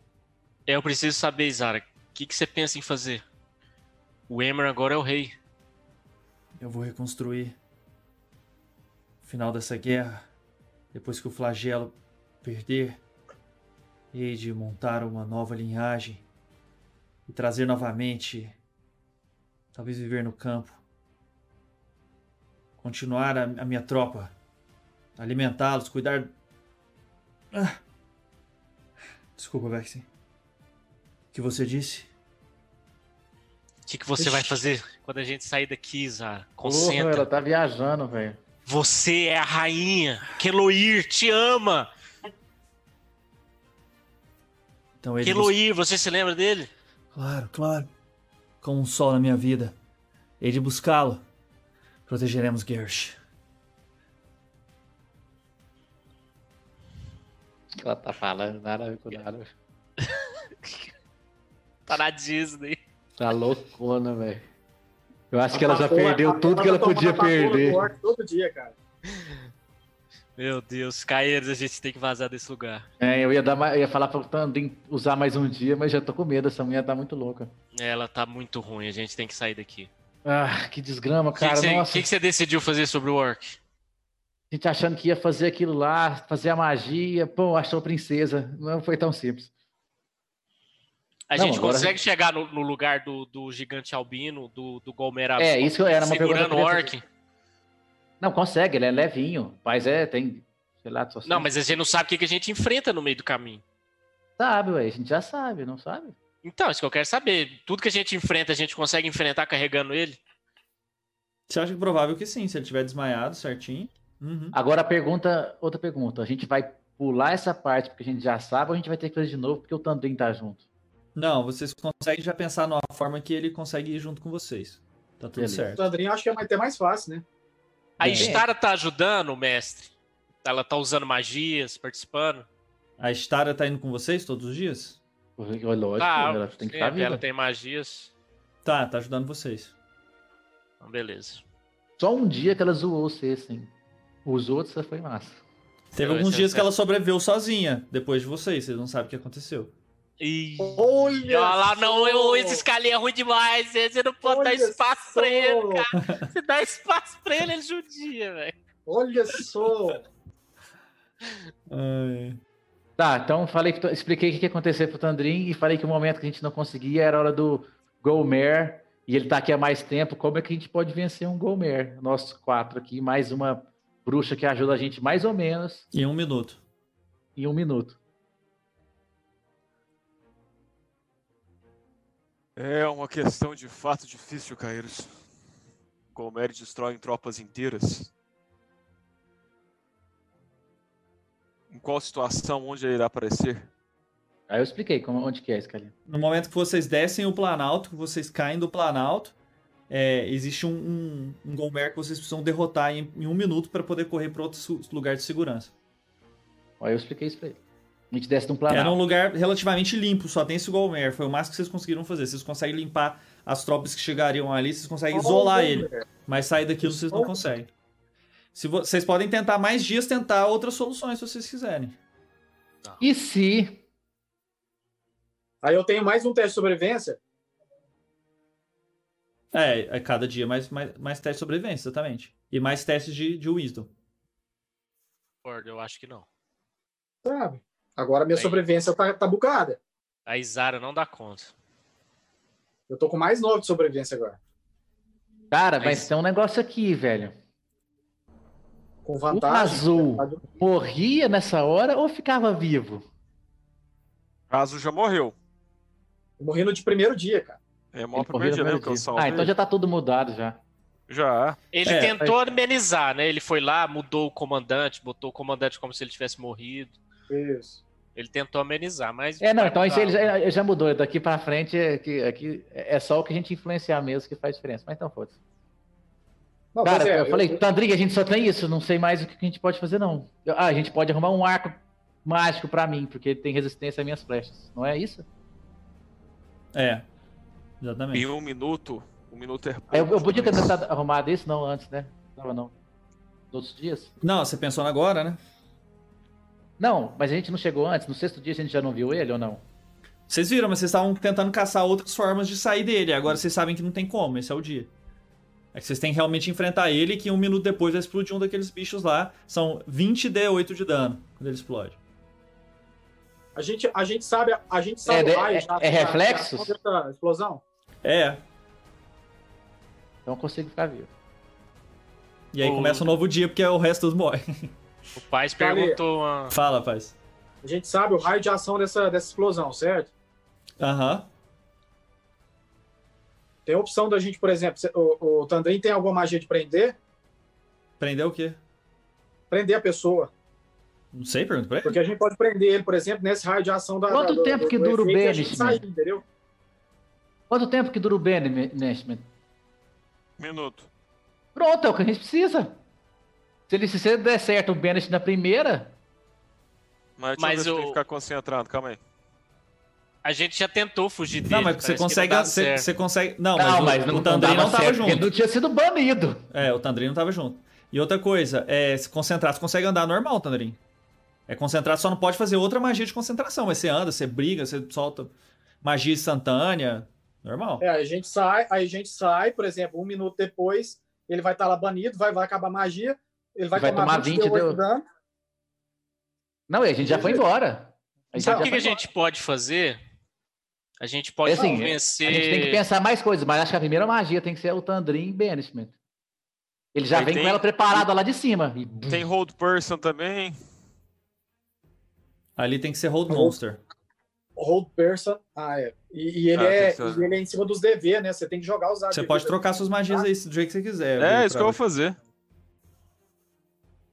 Speaker 6: é, eu preciso saber, Isara, o que, que você pensa em fazer? O Emer agora é o rei.
Speaker 1: Eu vou reconstruir o final dessa guerra. Depois que o flagelo perder, hei de montar uma nova linhagem e trazer novamente. Talvez viver no campo. Continuar a, a minha tropa. Alimentá-los, cuidar. Ah. Desculpa, Vexen. O que você disse?
Speaker 6: O que, que você vai fazer quando a gente sair daqui, Isara? Concentra.
Speaker 4: Porra, ela tá viajando, velho.
Speaker 6: Você é a rainha. Keloir te ama.
Speaker 1: Então ele nos
Speaker 6: Keloir, você se lembra dele?
Speaker 1: Claro, claro. Como um sol na minha vida. Hei de buscá-lo. Protegeremos Gersh.
Speaker 4: O que ela tá falando? Nada a ver com nada.
Speaker 6: Tá na Disney.
Speaker 4: Tá loucona, velho. Eu acho que ela já
Speaker 2: Papoula-
Speaker 4: perdeu tudo que ela
Speaker 2: toma
Speaker 4: podia
Speaker 2: papoula do
Speaker 4: perder.
Speaker 2: orc Todo dia, cara.
Speaker 6: Meu Deus, Caeiros, a gente tem que vazar desse lugar.
Speaker 4: É, eu ia, dar, ma- eu ia falar pra Tandrin usar mais um dia, mas já tô com medo, essa mulher tá muito louca.
Speaker 6: Ela tá muito ruim, a gente tem que sair daqui.
Speaker 4: Ah, que desgrama,
Speaker 6: O que, que
Speaker 4: cara.
Speaker 6: você-
Speaker 4: Nossa,
Speaker 6: que que você decidiu fazer sobre o Orc?
Speaker 4: a gente achando que ia fazer aquilo lá, fazer a magia, pô, achou a princesa. Não foi tão simples.
Speaker 6: A
Speaker 4: Não,
Speaker 6: gente
Speaker 4: agora a
Speaker 6: consegue chegar no, no lugar do, do gigante albino, do, do Golmera
Speaker 4: É, isso era uma pergunta.
Speaker 6: segurando
Speaker 4: que
Speaker 6: o
Speaker 4: eu queria fazer.
Speaker 6: Orc?
Speaker 4: Não, consegue, ele é levinho. Mas é, tem, sei lá, só
Speaker 6: Não, mas a gente não sabe o que, que a gente enfrenta no meio do caminho.
Speaker 4: Sabe, ué, a gente já sabe, não sabe?
Speaker 6: Então, isso que eu quero saber. Tudo que a gente enfrenta, a gente consegue enfrentar carregando ele?
Speaker 1: Você acha que é provável que sim, se ele tiver desmaiado certinho? Uhum.
Speaker 4: Agora a pergunta, outra pergunta. A gente vai pular essa parte porque a gente já sabe ou a gente vai ter que fazer de novo porque o Tandrin tá junto?
Speaker 1: Não, vocês conseguem já pensar numa forma que ele consegue ir junto com vocês. Tá tudo
Speaker 4: Beleza.
Speaker 2: O
Speaker 1: certo.
Speaker 2: Sandrinho acho que é mais- até mais fácil, né?
Speaker 6: A
Speaker 4: É.
Speaker 6: Stara tá ajudando o mestre? Ela tá usando magias, participando?
Speaker 1: A Stara tá indo com vocês todos os dias?
Speaker 4: Pô, é Lógico,
Speaker 6: tá,
Speaker 4: ela tem que
Speaker 6: sim,
Speaker 4: estar
Speaker 6: ela
Speaker 4: viva.
Speaker 6: tem magias.
Speaker 1: Tá, tá ajudando vocês.
Speaker 6: Então, beleza.
Speaker 4: Só um dia que ela zoou você, assim. Os outros ela foi massa.
Speaker 1: Teve
Speaker 6: Então,
Speaker 1: alguns
Speaker 6: esse é
Speaker 1: dias
Speaker 6: o
Speaker 1: que ela tá. sobreviveu sozinha, depois de vocês. Vocês não sabem o que aconteceu.
Speaker 6: E...
Speaker 2: Olha
Speaker 6: Olha lá, não, eu,
Speaker 2: só!
Speaker 6: esse escalinha é ruim demais. hein? Você não pode dar
Speaker 2: Olha
Speaker 6: espaço
Speaker 2: só!
Speaker 6: pra ele, cara. Você dá espaço pra ele, ele judia, velho.
Speaker 2: Olha só!
Speaker 1: Ai.
Speaker 4: Tá, então falei que expliquei o que que ia acontecer pro Tandrin e falei que o momento que a gente não conseguia era a hora do Golmer e ele tá aqui há mais tempo. Como é que a gente pode vencer um Golmer? Nós quatro aqui, mais uma bruxa que ajuda a gente mais ou menos
Speaker 1: Em um minuto.
Speaker 4: em um minuto.
Speaker 5: É uma questão de fato difícil, Caíros. Colmere destrói tropas inteiras. Em qual situação, onde ele irá aparecer?
Speaker 4: Aí eu expliquei como, onde que é, Scalia.
Speaker 1: No momento que vocês descem o Planalto, que vocês caem do Planalto, é, existe um, um, um Golmer que vocês precisam derrotar em, em um minuto para poder correr para outro su- lugar de segurança.
Speaker 4: Aí eu expliquei isso pra ele. A gente desce de um planalto.
Speaker 1: Era um lugar relativamente limpo, só tem esse Golmer. Foi o máximo que vocês conseguiram fazer. Vocês conseguem limpar as tropas que chegariam ali, vocês conseguem isolar ele. Mas sair daquilo vocês não conseguem. Se vo- vocês podem tentar mais dias, tentar outras soluções se vocês quiserem.
Speaker 4: E se...
Speaker 2: Aí eu tenho mais um teste de sobrevivência.
Speaker 1: É, é cada dia mais, mais, mais testes de sobrevivência, exatamente. E mais testes de, de Wisdom.
Speaker 6: Ford, eu acho que não.
Speaker 2: Sabe? Agora minha
Speaker 6: Aí.
Speaker 2: sobrevivência tá, tá bugada.
Speaker 6: A Isara não dá conta.
Speaker 2: Eu tô com mais nove de sobrevivência agora.
Speaker 4: Cara, vai
Speaker 6: Mas-
Speaker 4: ser um negócio aqui, velho.
Speaker 2: Com
Speaker 4: O
Speaker 2: vantagem.
Speaker 4: azul morria nessa hora ou ficava vivo?
Speaker 5: Caso já morreu.
Speaker 2: Eu morri no de primeiro dia, cara.
Speaker 5: É mó
Speaker 4: Ele
Speaker 5: primeiro
Speaker 4: corria no
Speaker 5: dia, lembra que eu
Speaker 4: mesmo
Speaker 5: salvei?
Speaker 4: Ah, então já tá tudo mudado já.
Speaker 5: Já.
Speaker 6: Ele
Speaker 1: É,
Speaker 6: tentou amenizar, né? Ele foi lá, mudou o comandante, botou o comandante como se ele tivesse morrido.
Speaker 2: Isso.
Speaker 6: Ele tentou amenizar, mas.
Speaker 4: É, não,
Speaker 6: vai
Speaker 4: então isso
Speaker 6: mudar.
Speaker 4: ele já, ele já mudou. Daqui pra frente é, que, aqui é só o que a gente influenciar mesmo que faz diferença. Mas então foda-se.
Speaker 2: Não,
Speaker 4: Cara,
Speaker 2: pois é,
Speaker 4: eu, falei, Tandrig, a gente só tem isso, não sei mais o que a gente pode fazer, não. Eu- ah, a gente pode arrumar um arco mágico pra mim, porque ele tem resistência às minhas flechas. Não é isso?
Speaker 1: É. Exatamente.
Speaker 5: Em um minuto. Um minuto é pouco,
Speaker 4: Aí eu, Ah, eu podia ter
Speaker 5: mas-
Speaker 4: tentado arrumar desse, não, antes, né? Não, Tava não. Nos outros dias?
Speaker 1: Não, você pensou agora, né?
Speaker 4: Não, mas a gente não chegou antes. No sexto dia a gente já não viu ele ou não?
Speaker 1: Vocês viram, mas vocês estavam tentando caçar outras formas de sair dele. Agora vocês sabem que não tem como, esse é o dia. É que vocês têm que realmente enfrentar ele que um minuto depois vai explodir um daqueles bichos lá. São 20 D8 de dano quando ele explode.
Speaker 2: A gente, a gente sabe, a gente sabe
Speaker 4: É,
Speaker 2: o
Speaker 4: de-
Speaker 2: raio
Speaker 4: é-
Speaker 2: já-
Speaker 4: é
Speaker 2: já-
Speaker 4: reflexos?
Speaker 2: já- dessa explosão.
Speaker 1: É.
Speaker 4: Então eu consigo ficar vivo.
Speaker 1: E aí
Speaker 6: O-
Speaker 1: começa um novo dia, porque o resto dos morre.
Speaker 6: O pai perguntou. ah,
Speaker 1: Fala, paz.
Speaker 2: A gente sabe o raio de ação dessa, dessa explosão, certo?
Speaker 1: Aham.
Speaker 2: Tem a opção da gente, por exemplo, se- o, o Tandrin tem alguma magia de prender?
Speaker 1: Prendeu o quê?
Speaker 2: Prender a pessoa.
Speaker 1: Não sei, pergunta pra ele.
Speaker 2: Porque a gente pode prender ele, por exemplo, nesse raio de ação da.
Speaker 4: Quanto
Speaker 2: da- do-
Speaker 4: tempo
Speaker 2: do-
Speaker 4: que
Speaker 2: do
Speaker 4: dura o
Speaker 2: efeito e a
Speaker 4: Banish,
Speaker 2: gente sair,
Speaker 4: mano?
Speaker 2: entendeu?
Speaker 4: Quanto tempo que dura o banishment?
Speaker 5: Minuto.
Speaker 4: Pronto, é o que a gente precisa. Se ele se der certo o banishment na primeira,
Speaker 5: Mas, deixa eu
Speaker 6: Mas
Speaker 5: ver se eu tenho
Speaker 6: o-
Speaker 5: que ficar concentrado, calma aí.
Speaker 6: A gente já tentou fugir dele.
Speaker 1: Não, mas você
Speaker 6: parece que
Speaker 1: consegue,
Speaker 6: dá
Speaker 1: você,
Speaker 6: certo.
Speaker 1: você consegue. Não,
Speaker 4: não,
Speaker 1: mas,
Speaker 4: mas
Speaker 1: o,
Speaker 4: não,
Speaker 1: o Tandrin
Speaker 4: dava
Speaker 1: não tava
Speaker 4: certo, porque
Speaker 1: junto.
Speaker 4: ele não tinha sido banido.
Speaker 1: É, o Tandrin não tava junto. E outra coisa, é se concentrar, você consegue andar normal, Tandrin. É concentrar, só não pode fazer outra magia de concentração. Mas você anda, você briga, você solta magia instantânea. Normal.
Speaker 2: É, a gente sai, aí a gente sai, por exemplo, um minuto depois, ele vai estar lá banido, vai, vai acabar a magia, ele vai,
Speaker 4: Vai tomar 20
Speaker 2: 28
Speaker 4: deu.
Speaker 2: dano.
Speaker 4: Não, e a gente já foi embora. A gente,
Speaker 6: Sabe Então,
Speaker 4: já
Speaker 6: o que, que a
Speaker 4: foi
Speaker 6: gente pode fazer? A gente pode
Speaker 4: É assim,
Speaker 6: convencer.
Speaker 4: embora. A gente tem que pensar mais coisas, mas acho que a primeira magia tem que ser o Tandrin Banishment. Ele já
Speaker 5: Aí
Speaker 4: vem
Speaker 5: tem-
Speaker 4: com ela preparada lá de cima. E...
Speaker 5: Tem Hold Person também.
Speaker 1: Ali tem que ser Hold
Speaker 2: Tá bom.
Speaker 1: Monster.
Speaker 2: Hold person. Ah, é. E, e ele,
Speaker 5: Ah,
Speaker 2: é,
Speaker 5: tem que ser-
Speaker 2: e ele é em cima dos DV, né? Você tem que jogar os
Speaker 1: Você
Speaker 2: ADV.
Speaker 1: pode trocar suas magias aí do jeito que você quiser.
Speaker 5: É,
Speaker 1: viu,
Speaker 5: isso que eu vou
Speaker 1: Prado?
Speaker 5: fazer.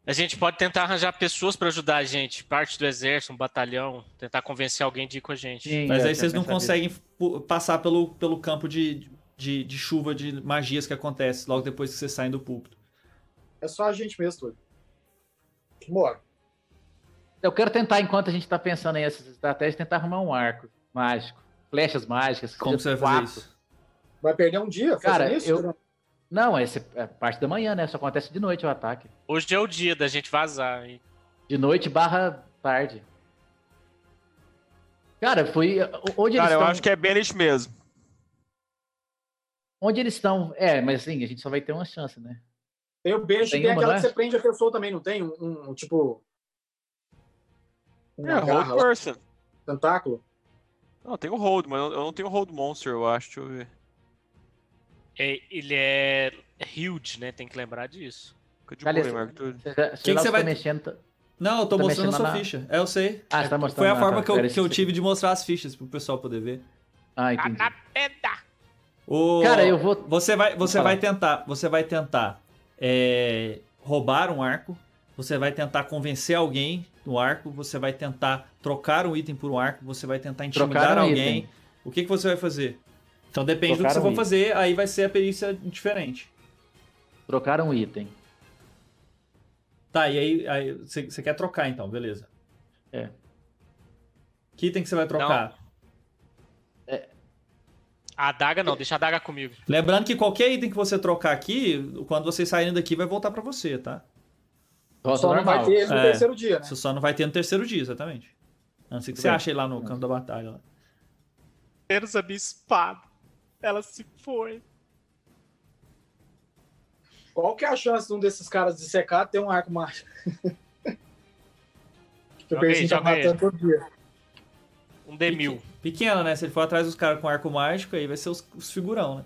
Speaker 6: A gente pode tentar arranjar pessoas pra ajudar a gente, parte do exército, um batalhão, tentar convencer alguém de ir com a gente.
Speaker 1: Mas
Speaker 4: é,
Speaker 1: aí vocês não conseguem pu- passar pelo, pelo campo de, de, de chuva de magias que acontece logo depois que vocês saem do púlpito.
Speaker 2: É só a gente mesmo, tudo. Bora.
Speaker 4: Eu quero tentar, enquanto a gente tá pensando em essas estratégias, tentar arrumar um arco mágico. Flechas mágicas. que
Speaker 1: Como
Speaker 4: seja
Speaker 1: você vai fazer
Speaker 4: quatro.
Speaker 1: isso?
Speaker 2: Vai perder um dia fazendo
Speaker 4: Cara,
Speaker 2: isso?
Speaker 4: eu- Não, essa é parte da manhã, né? Só acontece de noite o ataque.
Speaker 6: Hoje é o dia da gente vazar. hein?
Speaker 4: De noite barra tarde. Cara, foi. Onde eles
Speaker 5: Cara, eu
Speaker 4: estão-
Speaker 5: acho que é Banish mesmo.
Speaker 4: Onde eles estão. É, mas assim, a gente só vai ter uma chance, né?
Speaker 2: Tem o beijo,
Speaker 4: Tem
Speaker 2: tem,
Speaker 4: uma,
Speaker 2: aquela
Speaker 4: não é?
Speaker 2: que você prende a pessoa também, não tem? Um, um, tipo.
Speaker 5: É,
Speaker 2: Uma
Speaker 5: Hold
Speaker 2: garra lá,
Speaker 5: Person.
Speaker 2: tentáculo?
Speaker 5: Não, tem o Hold, mas eu eu não tenho Hold Monster, eu acho. Deixa eu ver.
Speaker 6: É, ele é huge, né? Tem que lembrar disso.
Speaker 5: Fica de
Speaker 4: Galera,
Speaker 5: boa, Marco. tu-
Speaker 4: Você já- sei
Speaker 1: que
Speaker 4: lá,
Speaker 1: você
Speaker 4: você
Speaker 1: vai-
Speaker 4: tá mexendo. tá-
Speaker 1: Não, eu tô
Speaker 4: Tá
Speaker 1: mostrando a
Speaker 4: mexendo
Speaker 1: sua
Speaker 4: na-
Speaker 1: ficha. É, eu sei.
Speaker 4: Ah, você tá mostrando.
Speaker 1: Foi a
Speaker 4: ah,
Speaker 1: forma
Speaker 4: tá,
Speaker 1: que eu,
Speaker 4: pera,
Speaker 1: que eu
Speaker 4: esqueci.
Speaker 1: tive de mostrar as fichas pro pessoal poder ver.
Speaker 4: Ah,
Speaker 3: Tá
Speaker 4: entendi.
Speaker 3: na pedra.
Speaker 1: O-
Speaker 4: Cara, eu vou.
Speaker 1: Você vai, você
Speaker 4: Fala.
Speaker 1: vai tentar, você vai tentar é, roubar um arco, você vai tentar convencer alguém no arco, você vai tentar trocar um item por um arco, você vai tentar intimidar
Speaker 4: Trocar um
Speaker 1: alguém.
Speaker 4: item.
Speaker 1: O que, que você vai fazer? Então depende do que
Speaker 4: Trocar
Speaker 1: você
Speaker 4: um
Speaker 1: for
Speaker 4: item.
Speaker 1: fazer, aí vai ser a perícia diferente.
Speaker 4: Trocar um item.
Speaker 1: Tá, e aí, aí você você quer trocar então, beleza.
Speaker 4: É.
Speaker 1: Que item que você vai trocar?
Speaker 6: A adaga
Speaker 4: É.
Speaker 6: não, deixa a adaga comigo.
Speaker 1: Lembrando que qualquer item que você trocar aqui, quando vocês saírem daqui, vai voltar pra você, tá?
Speaker 4: Rola
Speaker 2: Só não vai
Speaker 4: normal.
Speaker 2: ter ele no
Speaker 1: É.
Speaker 2: terceiro dia, né?
Speaker 1: Você só não vai ter no terceiro dia, exatamente. A não ser que você
Speaker 4: Bem.
Speaker 1: ache ele lá no campo da batalha. lá.
Speaker 3: Menos a minha espada. Ela se foi.
Speaker 2: Qual que é a chance de um desses caras de secar ter um arco mágico? que o
Speaker 6: Joga aí,
Speaker 2: Percy tá
Speaker 6: joga aí.
Speaker 2: matando todo dia.
Speaker 6: Um D1000.
Speaker 1: Pequeno, né? Se ele for atrás dos caras com arco mágico, aí vai ser os, os figurão, né?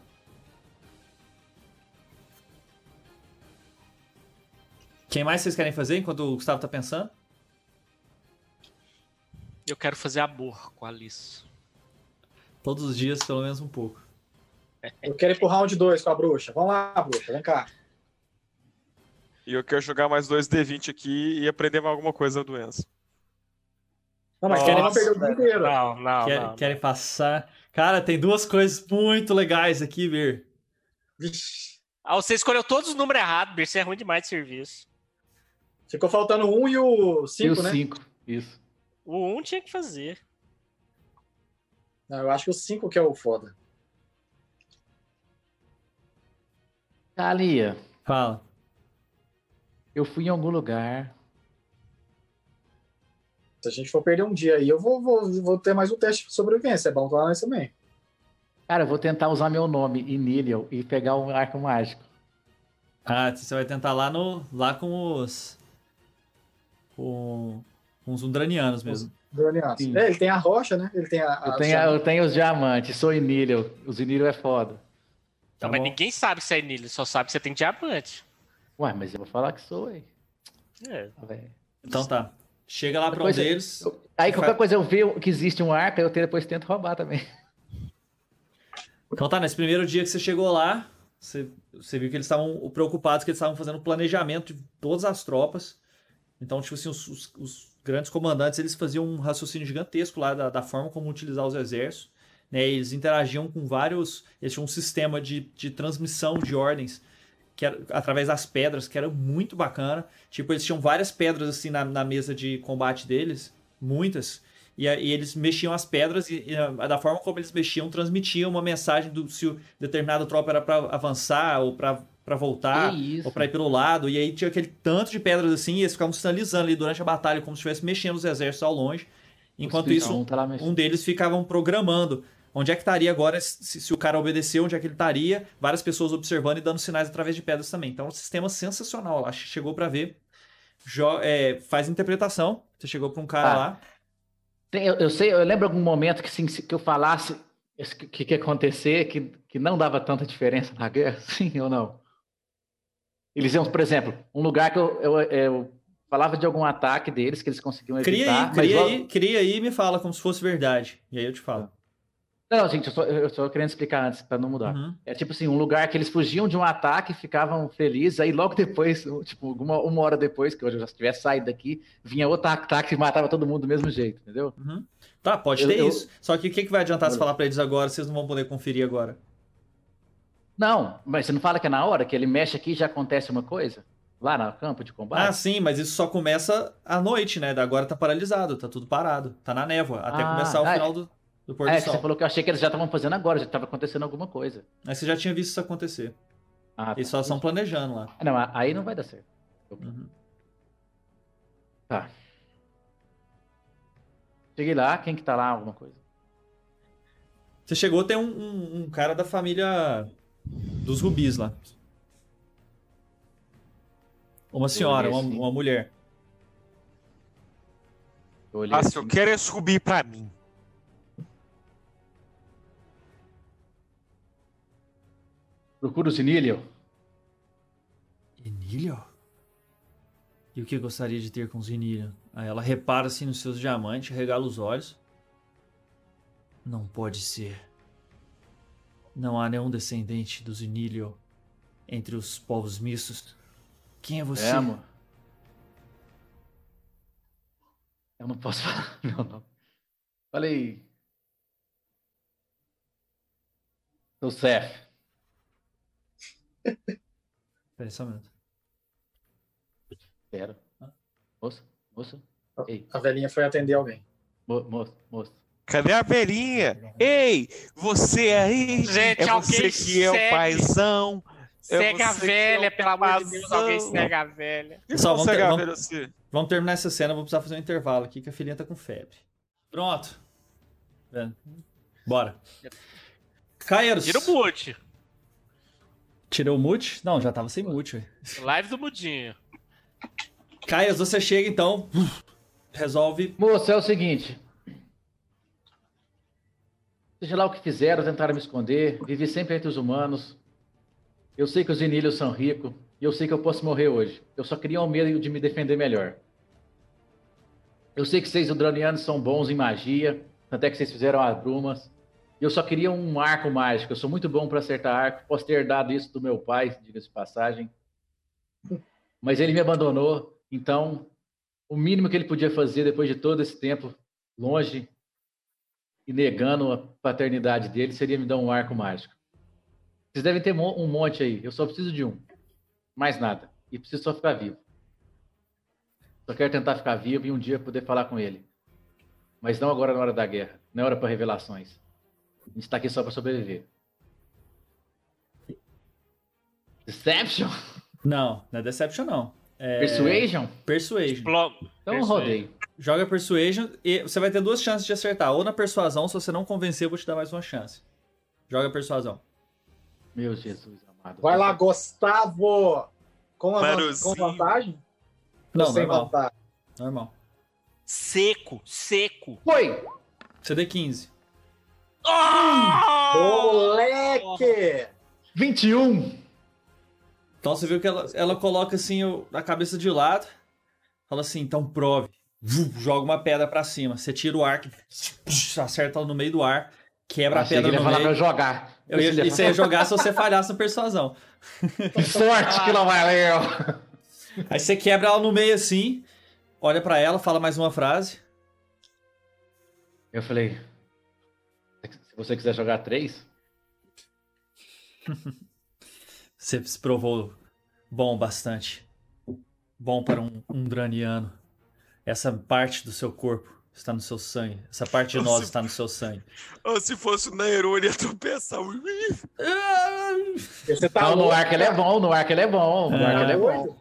Speaker 1: Quem mais vocês querem fazer enquanto o Gustavo tá pensando?
Speaker 6: Eu quero fazer amor com a Alice.
Speaker 1: Todos os dias, pelo menos um pouco.
Speaker 2: Eu quero ir pro round 2 com a bruxa. Vamos lá, bruxa, vem cá.
Speaker 5: E eu quero jogar mais dois D20 aqui e aprender mais alguma coisa da doença.
Speaker 2: Não, mas
Speaker 1: Nossa,
Speaker 2: querem não perder o dia inteiro.
Speaker 6: Não, Ah, não,
Speaker 1: Quer- querem passar? Cara, tem duas coisas muito legais aqui, Vir.
Speaker 6: Ah, você escolheu todos os números errados, Birce é ruim demais de serviço.
Speaker 2: Ficou faltando um e o
Speaker 4: E o
Speaker 2: 5, né?
Speaker 4: 5. Isso.
Speaker 6: O 1 tinha que fazer.
Speaker 2: Não, eu acho que o 5 que é o foda.
Speaker 4: Thalia,
Speaker 1: Fala.
Speaker 4: eu fui em algum lugar.
Speaker 2: Se a gente for perder um dia aí, eu vou, vou, vou ter mais um teste de sobrevivência. É bom falar nós também.
Speaker 4: Cara, eu vou tentar usar meu nome, Inilion, e pegar um arco mágico.
Speaker 1: Ah, você vai tentar lá no. lá com os. Com, com os undranianos mesmo.
Speaker 2: Dronianos.
Speaker 4: Sim.
Speaker 2: É, ele tem a rocha, né? Ele tem a. a
Speaker 4: Eu tenho,
Speaker 2: chama.
Speaker 4: eu tenho os diamantes, sou Inilion. Os Inilion é foda.
Speaker 1: Tá
Speaker 6: mas
Speaker 1: bom?
Speaker 6: ninguém sabe que você é Nilo, só sabe que você tem diamante.
Speaker 4: Ué, mas eu vou falar que sou, hein?
Speaker 6: É.
Speaker 4: Ah, velho.
Speaker 1: Então tá. Chega lá pra um
Speaker 4: Depois eu-
Speaker 1: deles.
Speaker 4: Aí qualquer coisa eu vejo que existe um arco, aí eu te- depois tento roubar também.
Speaker 1: Então tá, nesse primeiro dia que você chegou lá, você, você viu que eles estavam preocupados, que eles estavam fazendo planejamento de todas as tropas. Então, tipo assim, os, os- os grandes comandantes, eles faziam um raciocínio gigantesco lá da, da forma como utilizar os exércitos. Né? Eles interagiam com vários... Eles tinham um sistema de, de transmissão de ordens que era, através das pedras, que era muito bacana. Tipo, eles tinham várias pedras assim na, na mesa de combate deles, muitas. E, a- e eles mexiam as pedras e, e a- da forma como eles mexiam, transmitiam uma mensagem do se o determinada tropa era para avançar ou para voltar
Speaker 4: que
Speaker 1: ou
Speaker 4: isso.
Speaker 1: pra ir pelo lado, e aí tinha aquele tanto de pedras assim, e eles ficavam sinalizando ali durante a batalha, como se estivesse mexendo os exércitos ao longe. Enquanto
Speaker 4: Os
Speaker 1: isso,
Speaker 4: Inilion tá lá me-
Speaker 1: um deles ficavam programando onde é que estaria agora, se, se o cara obedeceu, onde é que ele estaria, várias pessoas observando e dando sinais através de pedras também. Então, é um sistema sensacional lá, chegou pra ver, Jo- é, faz interpretação, você chegou pra um cara
Speaker 4: Ah.
Speaker 1: lá,
Speaker 4: Tem- eu, eu sei, eu lembro algum momento que, sim, que eu falasse o que, que, que ia acontecer, que, que não dava tanta diferença na guerra, sim ou não? Eles iam, por exemplo, um lugar que eu, eu, eu falava de algum ataque deles que eles conseguiam
Speaker 1: cria
Speaker 4: evitar.
Speaker 1: aí,
Speaker 4: mas
Speaker 1: cria
Speaker 4: logo-
Speaker 1: aí, cria aí e me fala como se fosse verdade, e aí eu te falo.
Speaker 4: Não, gente, eu só, eu só querendo explicar antes para não mudar.
Speaker 1: Uhum.
Speaker 4: É tipo assim, um lugar que eles fugiam de um ataque, ficavam felizes, aí logo depois, tipo, alguma, uma hora depois, que eu já tivesse saído daqui, vinha outro ataque e matava todo mundo do mesmo jeito, entendeu?
Speaker 1: Tá, pode
Speaker 4: Eu-
Speaker 1: ter
Speaker 4: eu-
Speaker 1: isso. Só que o que, que vai adiantar se
Speaker 4: Olha.
Speaker 1: falar pra eles agora, vocês não vão poder conferir agora.
Speaker 4: Não, mas você não fala que é na hora, que ele mexe aqui e já acontece uma coisa? Lá no campo de
Speaker 1: Ah,
Speaker 4: combate?
Speaker 1: sim, mas isso só começa à noite, né? Da- Agora tá paralisado, tá tudo parado, tá na névoa, até
Speaker 4: Ah,
Speaker 1: começar o
Speaker 4: ah,
Speaker 1: final do, do pôr do
Speaker 4: é, que
Speaker 1: sol.
Speaker 4: você falou que eu achei que eles já estavam fazendo agora, já estava acontecendo alguma coisa.
Speaker 1: Mas você já tinha visto isso acontecer.
Speaker 4: Ah, tá.
Speaker 1: Eles só estão planejando lá.
Speaker 4: Ah, Não, a- aí não vai dar certo.
Speaker 1: Uhum.
Speaker 4: Tá. Cheguei lá, quem que tá lá, alguma coisa?
Speaker 1: Você chegou, tem um, um- um cara da família dos rubis lá. Uma senhora, uma,
Speaker 4: assim.
Speaker 1: uma mulher.
Speaker 4: Eu olhei
Speaker 5: Ah,
Speaker 4: assim,
Speaker 5: se eu quero é subir pra mim.
Speaker 4: procura o Zinilio.
Speaker 1: Enilha? E o que gostaria de ter com Zinilha? Aí ela repara assim nos seus diamantes, regala os olhos. Não pode ser. Não há nenhum descendente dos Inilio entre os povos mistos. Quem é você?
Speaker 4: É, amor. Eu não posso falar. Não, não. Falei. Sou Seth.
Speaker 1: Peraí, só um minuto.
Speaker 4: Espera. Moça, moça. Ei,
Speaker 2: A velhinha foi atender alguém.
Speaker 4: mo- moça, moça.
Speaker 5: Cadê a
Speaker 4: é?
Speaker 5: velhinha?
Speaker 1: É.
Speaker 5: Ei, você aí?
Speaker 3: Gente,
Speaker 5: é você
Speaker 3: alguém
Speaker 5: que é o
Speaker 3: segue.
Speaker 5: paizão. É
Speaker 3: Cega a
Speaker 5: você que
Speaker 3: velha,
Speaker 5: é o
Speaker 3: pelo amor de Deus,
Speaker 5: paizão.
Speaker 3: alguém cega a velha.
Speaker 1: Pessoal,
Speaker 5: Você
Speaker 1: vamos ter-
Speaker 5: é a
Speaker 1: vamos-
Speaker 5: velha, você?
Speaker 1: Vamos terminar essa cena, vou precisar fazer um intervalo aqui que a filhinha tá com febre. Pronto. É. Bora. Caeros.
Speaker 3: Tira o boot.
Speaker 1: Tirou o mute? Não, já tava sem mute. ué.
Speaker 3: Live do Mudinho.
Speaker 1: Caeros, você chega então, resolve.
Speaker 4: Moça, é o seguinte. Seja lá o que fizeram, tentaram me esconder, vivi sempre entre os humanos. Eu sei que os inílios são ricos e eu sei que eu posso morrer hoje. Eu só queria o medo de me defender melhor. Eu sei que vocês, Udranianos, são bons em magia, até que vocês fizeram as brumas. E Eu só queria um arco mágico. Eu sou muito bom para acertar arco. Posso ter herdado isso do meu pai, diga-se de passagem. Mas ele me abandonou, então o mínimo que ele podia fazer depois de todo esse tempo longe e negando a paternidade dele seria me dar um arco mágico. Vocês devem ter mo- um monte aí. Eu só preciso de um. Mais nada. E preciso só ficar vivo. Só quero tentar ficar vivo e um dia poder falar com ele. Mas não agora na hora da guerra. Não é hora para revelações. A gente está aqui só para sobreviver. Deception?
Speaker 1: Não, não é Deception, não. É
Speaker 4: Persuasion?
Speaker 1: Persuasion.
Speaker 3: Plo-
Speaker 4: Então eu
Speaker 3: Persuasion.
Speaker 4: rodei.
Speaker 1: Joga Persuasion e você vai ter duas chances de acertar. Ou na persuasão, se você não convencer, eu vou te dar mais uma chance. Joga persuasão.
Speaker 4: Meu Jesus amado.
Speaker 2: Vai lá, Gustavo! Com, a,
Speaker 5: Maruzinho.
Speaker 2: com vantagem?
Speaker 1: Não,
Speaker 2: Ou sem
Speaker 1: normal.
Speaker 2: vantagem?
Speaker 1: Normal.
Speaker 6: Seco, seco.
Speaker 4: Foi!
Speaker 1: CD 15.
Speaker 2: Moleque!
Speaker 4: 21.
Speaker 1: Então você viu que ela, ela coloca assim o- a cabeça de lado, fala assim, então prove. Vum, Joga uma pedra pra cima. Você tira o arco, acerta ela no meio do ar, quebra
Speaker 4: Achei
Speaker 1: a
Speaker 4: que ele
Speaker 1: pedra
Speaker 4: ia
Speaker 1: no
Speaker 4: falar
Speaker 1: meio.
Speaker 4: pra eu jogar.
Speaker 1: Eu ia, isso aí ia jogar se você falhasse na persuasão.
Speaker 4: Sorte que não valeu.
Speaker 1: Aí você quebra ela no meio assim, olha pra ela, fala mais uma frase.
Speaker 4: Eu falei, se você quiser jogar três,
Speaker 1: Você se provou bom bastante. Bom para um, um draniano. Essa parte do seu corpo está no seu sangue. Essa parte de nós está no seu sangue.
Speaker 5: Ou se fosse o Nairon, ele ia tropeçar.
Speaker 2: Você tá
Speaker 4: não, no
Speaker 2: louco, Tá
Speaker 4: ar que ele é
Speaker 2: cara.
Speaker 4: bom, no ar que ele é bom, no ar que ele é bom.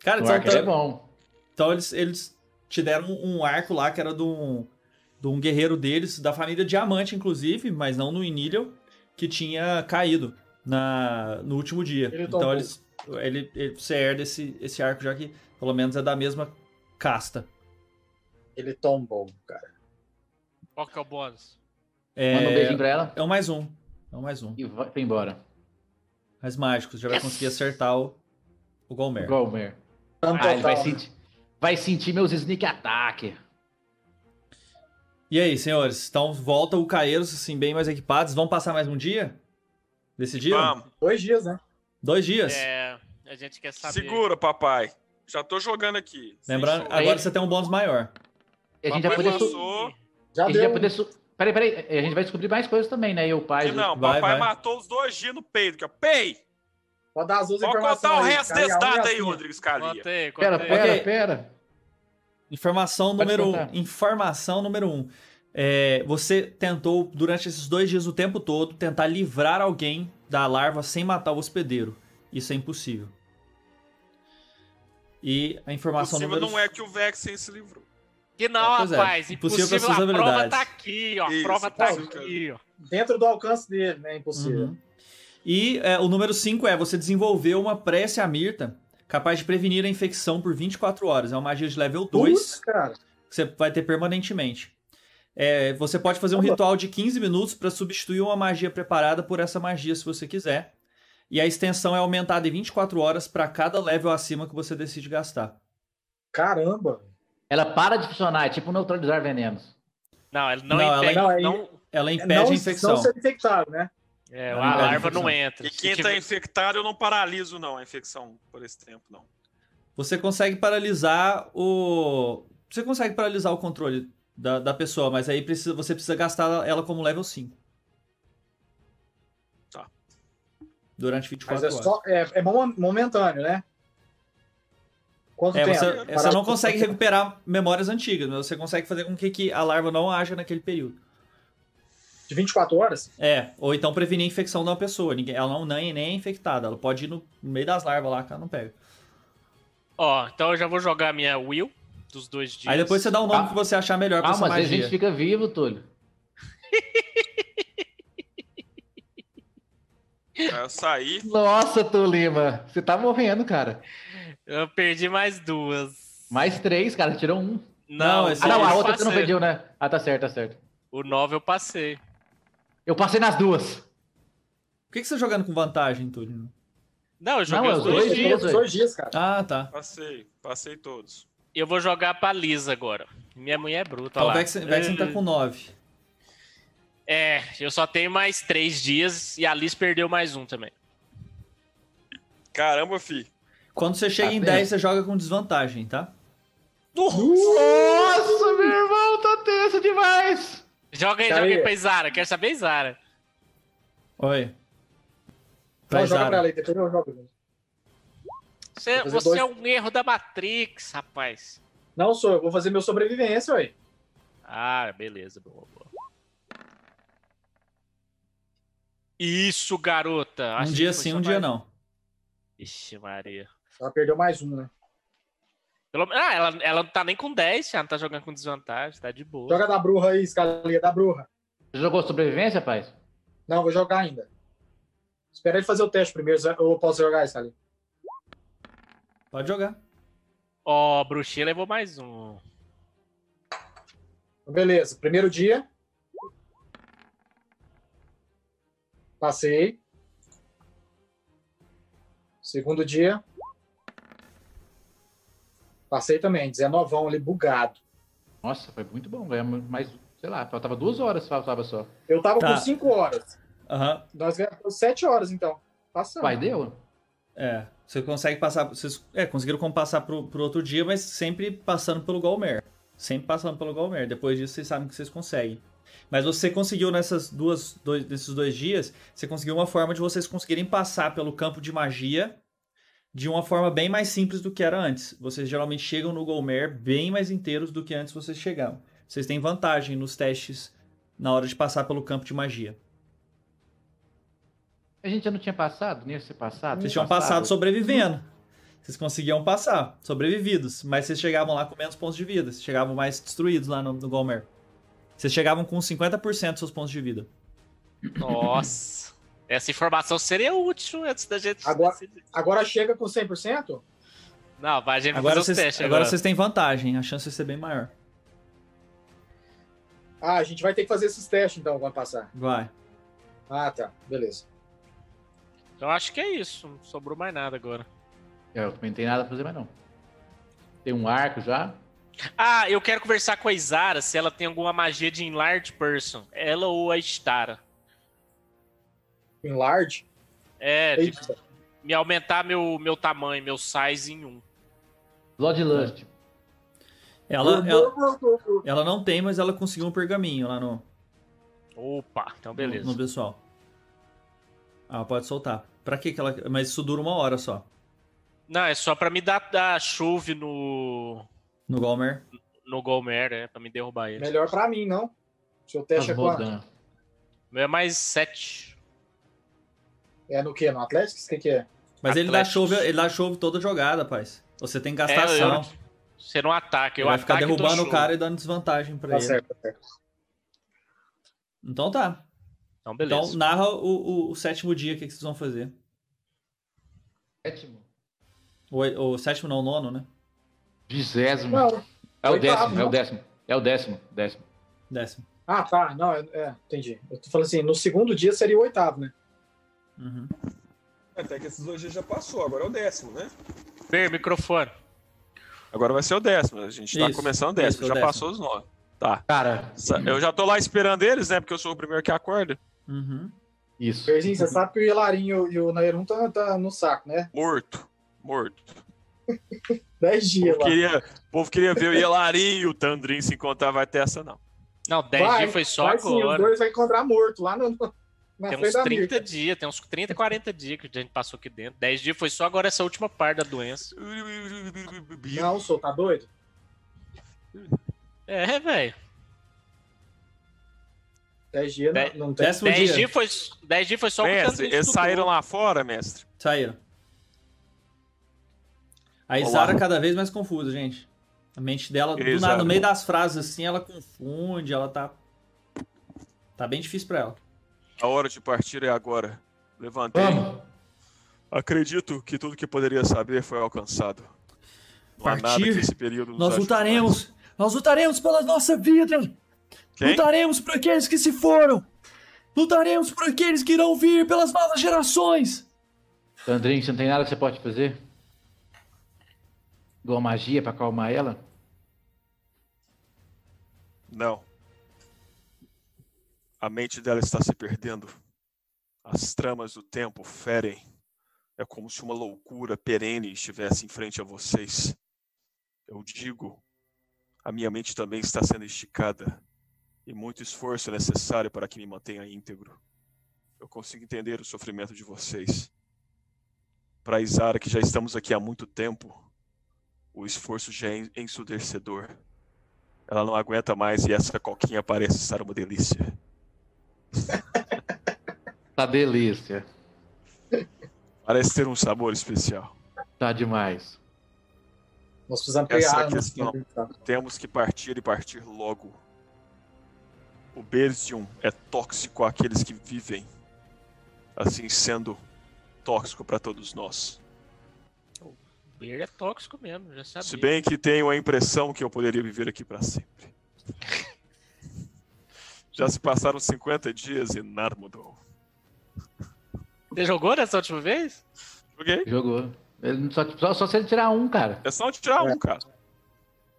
Speaker 1: Cara,
Speaker 4: No
Speaker 1: então,
Speaker 4: ar que ele é bom.
Speaker 1: então eles, eles te deram um arco lá que era de um, de um guerreiro deles, da família Diamante, inclusive, mas não no Inilio, que tinha caído na, no último dia.
Speaker 2: Ele
Speaker 1: então
Speaker 2: tomou.
Speaker 1: eles, ele, ele- você herda esse, esse arco, já que pelo menos é da mesma casta.
Speaker 2: Ele tombou,
Speaker 4: Ah,
Speaker 2: cara.
Speaker 3: Qual que é o bônus?
Speaker 4: Manda um
Speaker 1: É,
Speaker 4: beijinho pra ela
Speaker 1: é um mais um. É um mais um.
Speaker 4: e vai foi embora.
Speaker 1: Mas mágicos, já vai conseguir acertar o, o Golmer.
Speaker 4: Golmer.
Speaker 2: Dano
Speaker 4: Ah, ele vai
Speaker 2: total, né?
Speaker 4: sentir, vai sentir meus sneak attack.
Speaker 1: E aí, senhores? Então volta o Caeiros, assim, bem mais equipados. Vão passar mais um dia? Decidiram?
Speaker 5: Vamos,
Speaker 2: Dois dias, né?
Speaker 1: Dois dias.
Speaker 3: É, a gente quer saber.
Speaker 5: segura, papai. Já tô jogando aqui.
Speaker 1: Lembrando,
Speaker 4: Sim, sim.
Speaker 1: agora você tem um bônus maior.
Speaker 4: E a gente vai
Speaker 6: é
Speaker 5: Papai
Speaker 4: poder... su-
Speaker 5: passou.
Speaker 2: Já
Speaker 4: A gente vai
Speaker 2: deu. um-
Speaker 4: poder... su- Peraí, peraí, a gente vai descobrir mais coisas também, né? E o pai...
Speaker 5: É, Não,
Speaker 1: Vai,
Speaker 5: papai
Speaker 1: vai.
Speaker 5: matou os dois dias no peito. Que, ó, pei!
Speaker 2: Pode dar as duas
Speaker 5: Pode
Speaker 2: informações.
Speaker 5: contar o
Speaker 2: aí,
Speaker 5: resto
Speaker 2: cara,
Speaker 5: desse
Speaker 2: e a unha
Speaker 5: dado aí,
Speaker 2: assim, ó.
Speaker 5: Rodrigues Calia.
Speaker 3: Conta aí,
Speaker 6: é,
Speaker 3: conta
Speaker 4: Pera,
Speaker 3: aí.
Speaker 4: pera,
Speaker 1: Ok.
Speaker 4: pera.
Speaker 1: Informação
Speaker 4: Pode
Speaker 1: número
Speaker 4: contar.
Speaker 1: um. Informação número um. É, você tentou, durante esses dois dias, o tempo todo, tentar livrar alguém da larva sem matar o hospedeiro. Isso é impossível. E a
Speaker 5: Por
Speaker 1: informação
Speaker 5: cima
Speaker 1: número...
Speaker 5: não é que o Vexen se livrou.
Speaker 3: Que não,
Speaker 1: É, pois é.
Speaker 3: rapaz.
Speaker 1: Impossível
Speaker 3: Impossível,
Speaker 1: para suas
Speaker 3: a prova
Speaker 1: habilidades.
Speaker 3: tá aqui, ó. A
Speaker 5: Isso,
Speaker 3: prova tá
Speaker 5: impossível, cara.
Speaker 3: aqui, ó.
Speaker 2: Dentro do alcance dele, né? Impossível.
Speaker 1: Uhum. E é, o número 5 é você desenvolveu uma prece à Mirta capaz de prevenir a infecção por 24 horas. É uma magia de level 2
Speaker 2: Putz, cara.
Speaker 1: que você vai ter permanentemente. É, você pode fazer um
Speaker 2: Tá bom.
Speaker 1: ritual de 15 minutos para substituir uma magia preparada por essa magia se você quiser. E a extensão é aumentada em 24 horas para cada level acima que você decide gastar.
Speaker 2: Caramba.
Speaker 4: Ela para de funcionar, é tipo neutralizar venenos.
Speaker 3: Não, ele não,
Speaker 1: Não, é ela-
Speaker 3: entende.
Speaker 2: não,
Speaker 3: Não,
Speaker 2: aí-
Speaker 1: Ela impede a infecção.
Speaker 2: É, Não ser infectado, né?
Speaker 6: É,
Speaker 1: Não,
Speaker 6: a
Speaker 1: não dá
Speaker 6: larva
Speaker 1: infecção.
Speaker 6: não entra.
Speaker 5: E quem
Speaker 6: Se
Speaker 5: tá
Speaker 6: tiver-
Speaker 5: infectado, eu não paraliso, não, a infecção por esse tempo, não.
Speaker 1: Você consegue paralisar o. Você consegue paralisar o controle da, da pessoa, mas aí precisa- você precisa gastar ela como level 5.
Speaker 5: Tá.
Speaker 1: Durante
Speaker 2: Mas
Speaker 1: 24
Speaker 2: é,
Speaker 1: horas.
Speaker 2: só, é, é mom- momentâneo, né? Quanto
Speaker 1: É,
Speaker 2: tempo?
Speaker 1: você,
Speaker 2: Para-
Speaker 1: é, você não consegue recuperar memórias antigas, mas você consegue fazer com que, que a larva não haja naquele período.
Speaker 2: De 24 horas?
Speaker 1: É, ou então prevenir a infecção de uma pessoa. Ninguém, ela não, nem, nem é infectada, ela pode ir no meio das larvas lá que ela não pega.
Speaker 6: Ó, então eu já vou jogar a minha Will dos dois dias.
Speaker 1: Aí depois você dá o nome
Speaker 4: Ah.
Speaker 1: que você achar melhor pra
Speaker 4: Ah,
Speaker 1: essa
Speaker 4: mas aí a
Speaker 1: magia.
Speaker 4: gente fica vivo, Túlio.
Speaker 5: Aí Eu saí,
Speaker 4: Nossa, Tulima, você tá morrendo, cara.
Speaker 6: Eu perdi mais duas.
Speaker 4: Mais três, cara, tirou um.
Speaker 1: Não,
Speaker 6: Não,
Speaker 1: esse- é
Speaker 4: Ah, não, a
Speaker 6: eu
Speaker 4: outra você não
Speaker 6: passei.
Speaker 4: pediu, né? Ah, tá certo, tá certo.
Speaker 6: O 9 eu passei.
Speaker 4: Eu passei nas duas.
Speaker 1: Por que, que você tá jogando com vantagem, Túlio?
Speaker 6: Não, eu joguei
Speaker 4: Não,
Speaker 6: os
Speaker 4: é os
Speaker 6: dois,
Speaker 4: dois,
Speaker 6: dias.
Speaker 2: Os dois dias, cara.
Speaker 1: Ah, tá.
Speaker 5: passei, passei todos.
Speaker 6: Eu vou jogar pra Lisa agora. Minha mulher é bruta,
Speaker 1: Então,
Speaker 6: olha
Speaker 1: o
Speaker 6: lá.
Speaker 1: Vexen, Vexen tá com 9.
Speaker 6: É, eu só tenho mais três dias e a Liz perdeu mais um também.
Speaker 5: Caramba, fi.
Speaker 1: Quando você chega
Speaker 4: Tá
Speaker 1: em
Speaker 4: vendo?
Speaker 1: 10, você joga com desvantagem, tá?
Speaker 4: Nossa, meu irmão, tá tenso demais.
Speaker 6: Joga aí,
Speaker 5: Tá
Speaker 2: Cara,
Speaker 6: joga aí
Speaker 2: e-
Speaker 6: pra Isara. Quero saber, Isara.
Speaker 1: Oi.
Speaker 2: Não,
Speaker 1: Vai,
Speaker 2: Então, joga
Speaker 1: Zara.
Speaker 2: pra ela aí, depois eu jogo.
Speaker 6: Você,
Speaker 2: Vou fazer
Speaker 6: você
Speaker 2: dois.
Speaker 6: é um erro da Matrix, rapaz.
Speaker 2: Não sou, eu vou fazer meu sobrevivência, ué.
Speaker 6: Ah, beleza, boa, boa. Isso, garota.
Speaker 1: Um
Speaker 6: Ah, Acho
Speaker 1: dia
Speaker 6: que foi
Speaker 1: sim,
Speaker 6: só
Speaker 1: um dia
Speaker 6: mais-
Speaker 1: não.
Speaker 6: Ixi, Maria.
Speaker 2: Ela perdeu mais um, né?
Speaker 6: Pelo- Ah, ela, ela não tá nem com 10, já não tá jogando com desvantagem, tá de boa.
Speaker 2: Joga da bruxa aí, escalinha da bruxa.
Speaker 4: Você jogou sobrevivência, pai?
Speaker 2: Não, vou jogar ainda. Espera ele fazer o teste primeiro, eu posso jogar, escalinha.
Speaker 1: Pode jogar.
Speaker 6: Ó, a bruxinha levou mais um.
Speaker 2: Então, Beleza, primeiro dia. Passei. Segundo dia. Passei também, 19 ali, bugado.
Speaker 4: Nossa, foi muito bom. Ganhamos mais, sei lá, faltava duas horas, faltava só.
Speaker 2: Eu tava
Speaker 1: Tá.
Speaker 2: com 5 horas.
Speaker 1: Aham.
Speaker 2: Nós ganhamos 7 horas, então. Passamos.
Speaker 4: Vai, deu?
Speaker 1: É. Você consegue passar. Vocês é, conseguiram como passar pro, pro outro dia, mas sempre passando pelo Golmer. Sempre passando pelo Golmer. Depois disso, vocês sabem que vocês conseguem. Mas você conseguiu nessas duas, dois, nesses dois dias, você conseguiu uma forma de vocês conseguirem passar pelo campo de magia de uma forma bem mais simples do que era antes. Vocês geralmente chegam no Golmer bem mais inteiros do que antes vocês chegavam. Vocês têm vantagem nos testes na hora de passar pelo campo de magia.
Speaker 4: A gente já não tinha passado, nem ia ser passado.
Speaker 1: Vocês tinham passado sobrevivendo. Vocês conseguiam passar, sobrevividos. Mas vocês chegavam lá com menos pontos de vida. Vocês chegavam mais destruídos lá no, no Golmer. Vocês chegavam com 50% dos seus pontos de vida.
Speaker 6: Nossa. Essa informação seria útil antes da gente
Speaker 2: Agora-
Speaker 6: decidir.
Speaker 2: Agora chega com 100%?
Speaker 6: Não, vai, a gente vai
Speaker 1: Agora
Speaker 6: fazer os
Speaker 1: vocês,
Speaker 6: testes
Speaker 1: agora
Speaker 6: agora.
Speaker 1: vocês têm vantagem. A chance de ser bem maior.
Speaker 2: Ah, a gente vai ter que fazer esses testes, então, vai passar.
Speaker 1: Vai.
Speaker 2: Ah, tá. Beleza.
Speaker 6: Então acho que é isso. Não sobrou mais nada agora.
Speaker 4: É, Eu também não tenho nada pra fazer mais, não. Tem um arco já.
Speaker 6: Ah, eu quero conversar com a Isara se ela tem alguma magia de enlarge person. Ela ou a Stara.
Speaker 2: Enlarge.
Speaker 6: É, tipo,
Speaker 2: Eita.
Speaker 6: me aumentar meu, meu tamanho, meu size em um.
Speaker 4: Bloodlust.
Speaker 1: Ela, ela,
Speaker 2: é
Speaker 1: ela não tem, mas ela conseguiu um pergaminho lá no,
Speaker 6: Opa, então beleza.
Speaker 1: no, no pessoal. Ah, pode soltar. Pra que que ela... Mas isso dura uma hora só.
Speaker 6: Não, é só pra me dar, dar chuve no.
Speaker 1: No Golmer.
Speaker 6: No Golmer, né? Pra me derrubar ele.
Speaker 2: Melhor pra mim, não? Seu
Speaker 4: Tá
Speaker 2: teste é quanto?
Speaker 4: rodando.
Speaker 6: Meu é mais 7.
Speaker 2: É no quê? No Atlético? O que, que é?
Speaker 1: Mas ele dá,
Speaker 6: Atléticos.
Speaker 1: chove, ele dá chove toda jogada, rapaz. Você tem que
Speaker 6: É,
Speaker 1: gastar ação.
Speaker 6: eu- você não ataca, eu tá
Speaker 1: vai
Speaker 6: ataco
Speaker 1: ficar
Speaker 6: e dou
Speaker 1: derrubando o
Speaker 6: chuva.
Speaker 1: cara e dando desvantagem pra
Speaker 2: Tá
Speaker 1: ele.
Speaker 2: certo, tá certo.
Speaker 1: Então tá.
Speaker 6: Então beleza.
Speaker 1: Então narra o, o- o sétimo dia, o que, que vocês vão fazer.
Speaker 4: Sétimo.
Speaker 1: O, o sétimo não, o nono, né?
Speaker 4: Vigésimo.
Speaker 2: Não.
Speaker 4: É o
Speaker 2: oitavo,
Speaker 4: décimo, é o
Speaker 2: não.
Speaker 4: décimo. É o décimo, décimo.
Speaker 1: Décimo.
Speaker 2: Ah, tá. Não, é, é, entendi. Eu tô falando assim, no segundo dia seria o oitavo, né?
Speaker 1: Uhum.
Speaker 8: Até que esses dois dias já passou, agora é o décimo, né?
Speaker 2: então-
Speaker 6: Ver, microfone.
Speaker 8: Agora vai ser o décimo, a gente tá
Speaker 1: Isso,
Speaker 8: começando o décimo,
Speaker 1: isso, é o
Speaker 8: já
Speaker 1: décimo.
Speaker 8: passou os nove.
Speaker 5: Tá.
Speaker 4: Cara,
Speaker 5: Sa- Eu já tô lá esperando eles, né? Porque eu sou o primeiro que acorda.
Speaker 1: Uhum.
Speaker 4: isso.
Speaker 2: Perzinho, você sabe que o Ilarinho e o Nairun tá, tá no saco, né?
Speaker 5: Morto. Morto.
Speaker 2: Dez
Speaker 5: O
Speaker 2: dias
Speaker 5: povo
Speaker 2: lá.
Speaker 5: queria, o povo queria ver o Yelarim e o Tandrin se encontrar, vai ter essa, não.
Speaker 6: Não, 10
Speaker 2: Vai,
Speaker 6: dias foi só
Speaker 2: Vai sim, assim, os
Speaker 6: agora.
Speaker 2: dois vai encontrar morto lá no, no- na
Speaker 6: Tem uns
Speaker 2: frente da
Speaker 6: 30
Speaker 2: Mirka.
Speaker 6: dias, tem uns 30, 40 dias que a gente passou aqui dentro. 10 dias foi só agora essa última parte da doença.
Speaker 2: Não, sou, tá doido?
Speaker 6: É, velho.
Speaker 2: Dez dias
Speaker 6: Dez-
Speaker 2: não, não tem.
Speaker 1: Décimo
Speaker 6: 10
Speaker 1: dia.
Speaker 6: dias foi, 10 dias foi
Speaker 1: Então,
Speaker 6: só o
Speaker 5: mestre, eles saíram lá fora, mestre.
Speaker 1: Saíram. A
Speaker 5: Olá.
Speaker 1: Isara cada vez mais confusa, gente. A mente dela, do
Speaker 5: Isara.
Speaker 1: nada, no meio das frases assim, ela confunde, ela tá. Tá bem difícil pra ela.
Speaker 5: A hora de partir é agora. Levantei.
Speaker 4: Vamos.
Speaker 5: Acredito que tudo que poderia saber foi alcançado. Não há nada
Speaker 1: Partir.
Speaker 5: que esse período nos
Speaker 1: Nós
Speaker 5: ajude
Speaker 1: lutaremos! Nós lutaremos pela nossa vida!
Speaker 5: mais. Quem?
Speaker 1: Lutaremos por aqueles que se foram! Lutaremos por aqueles que irão vir, pelas novas gerações!
Speaker 4: Tandrin, você não tem nada que você pode fazer? Igual magia pra acalmar ela?
Speaker 5: Não. A mente dela está se perdendo. As tramas do tempo ferem. É como se uma loucura perene estivesse em frente a vocês. Eu digo, a minha mente também está sendo esticada. E muito esforço é necessário para que me mantenha íntegro. Eu consigo entender o sofrimento de vocês. Para Isara, que já estamos aqui há muito tempo, o esforço já é en- ensudecedor. Ela não aguenta mais e essa coquinha parece estar uma delícia.
Speaker 4: Tá delícia.
Speaker 5: Parece ter um sabor especial.
Speaker 4: Tá demais.
Speaker 2: Nós precisamos
Speaker 5: Essa é
Speaker 2: criar. né?
Speaker 5: a questão. Temos que partir e partir logo. O Berzium é tóxico àqueles que vivem, assim sendo tóxico para todos nós.
Speaker 6: Beer é tóxico mesmo, já sabia.
Speaker 5: Se bem que tenho a impressão que eu poderia viver aqui para sempre. Já se passaram 50 dias e nada mudou.
Speaker 6: Você jogou nessa última vez?
Speaker 5: Joguei?
Speaker 4: Jogou. Ele não- Só, só, só se ele tirar um, cara.
Speaker 5: É só tirar um, cara.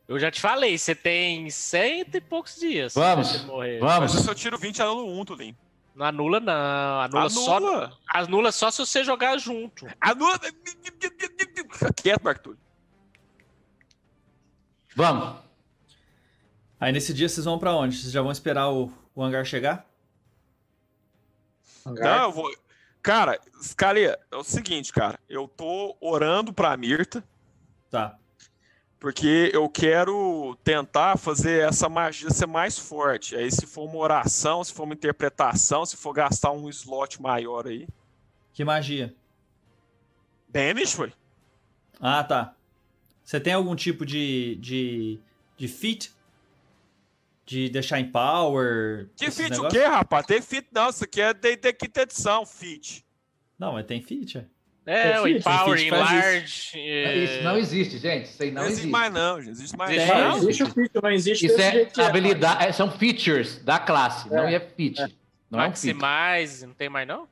Speaker 6: Eu já te falei, você tem cento e poucos dias.
Speaker 4: Vamos,
Speaker 6: pra você morrer.
Speaker 5: Mas eu
Speaker 4: Vamos.
Speaker 5: só tiro 20 e anulo 1, Tulin.
Speaker 6: Não anula, não. Anula, Só,
Speaker 5: Anula!
Speaker 6: anula só se você jogar junto.
Speaker 5: Anula! Quieto, Arthur.
Speaker 4: Vamos.
Speaker 1: Aí nesse dia vocês vão pra onde? Vocês já vão esperar o, o hangar chegar? É.
Speaker 5: Não, eu vou. Cara, Scalia, é o seguinte, cara. Eu tô orando pra Mirta,
Speaker 1: Tá.
Speaker 5: porque eu quero tentar fazer essa magia ser mais forte. Aí, se for uma oração, se for uma interpretação, se for gastar um slot maior aí.
Speaker 1: Que magia.
Speaker 5: Damage, foi?
Speaker 1: Ah, tá. Você tem algum tipo de. de. de feat? De deixar em power?
Speaker 5: Que
Speaker 1: esses
Speaker 5: fit o
Speaker 1: negócios?
Speaker 5: quê, rapaz? Tem fit não, isso aqui é de, de quinta edição, fit.
Speaker 1: Não, mas tem feat, é.
Speaker 6: É, o
Speaker 1: Confia,
Speaker 6: Empower,
Speaker 1: gente, faz
Speaker 6: Enlarge. é,
Speaker 4: Isso não existe, gente. Isso aí
Speaker 5: Não,
Speaker 4: não
Speaker 5: existe
Speaker 4: existe.
Speaker 5: mais não, gente. Existe mais
Speaker 6: Tem.
Speaker 5: não.
Speaker 2: Não existe o Cristo, não existe
Speaker 4: Isso
Speaker 2: desse
Speaker 4: é
Speaker 2: jeito que
Speaker 4: habilidade. é, São features da classe. Não é feat. Não é um feat.
Speaker 6: Maximize, não tem mais não?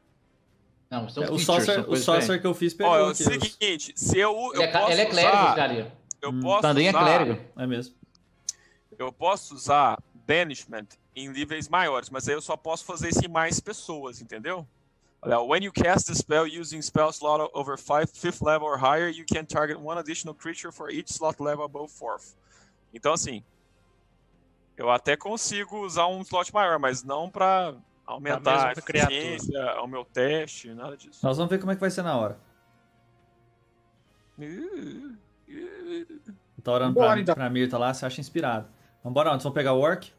Speaker 4: Não, são
Speaker 1: É, o
Speaker 4: features.
Speaker 1: saucer,
Speaker 4: um são
Speaker 1: o
Speaker 4: coisas
Speaker 1: saucer
Speaker 4: diferentes.
Speaker 1: que eu fiz pegou
Speaker 5: Ó, é o
Speaker 1: aqui. os-
Speaker 5: seguinte, se eu, eu
Speaker 4: um Ele é,
Speaker 5: posso
Speaker 4: ele é clérigo,
Speaker 5: usar,
Speaker 4: cara.
Speaker 5: eu
Speaker 1: Hum.
Speaker 5: posso
Speaker 4: Tandrin é
Speaker 5: usar-
Speaker 4: clérigo.
Speaker 1: É mesmo.
Speaker 5: Eu posso usar banishment em níveis maiores, mas aí eu só posso fazer isso em mais pessoas, entendeu? Olha, when you cast a spell using spell slot over five, fifth level or higher, you can target one additional creature for each slot level above fourth. Então, assim, eu até consigo usar um slot maior, mas não pra aumentar a
Speaker 6: mesmo pra criatura.
Speaker 5: eficiência, ao meu teste, nada disso.
Speaker 1: Nós vamos ver como é que vai ser na hora. Tá orando
Speaker 2: Bora,
Speaker 1: pra,
Speaker 2: então.
Speaker 1: pra Mirta lá, você acha inspirado. Vambora, onde? Vamos pegar o Orc?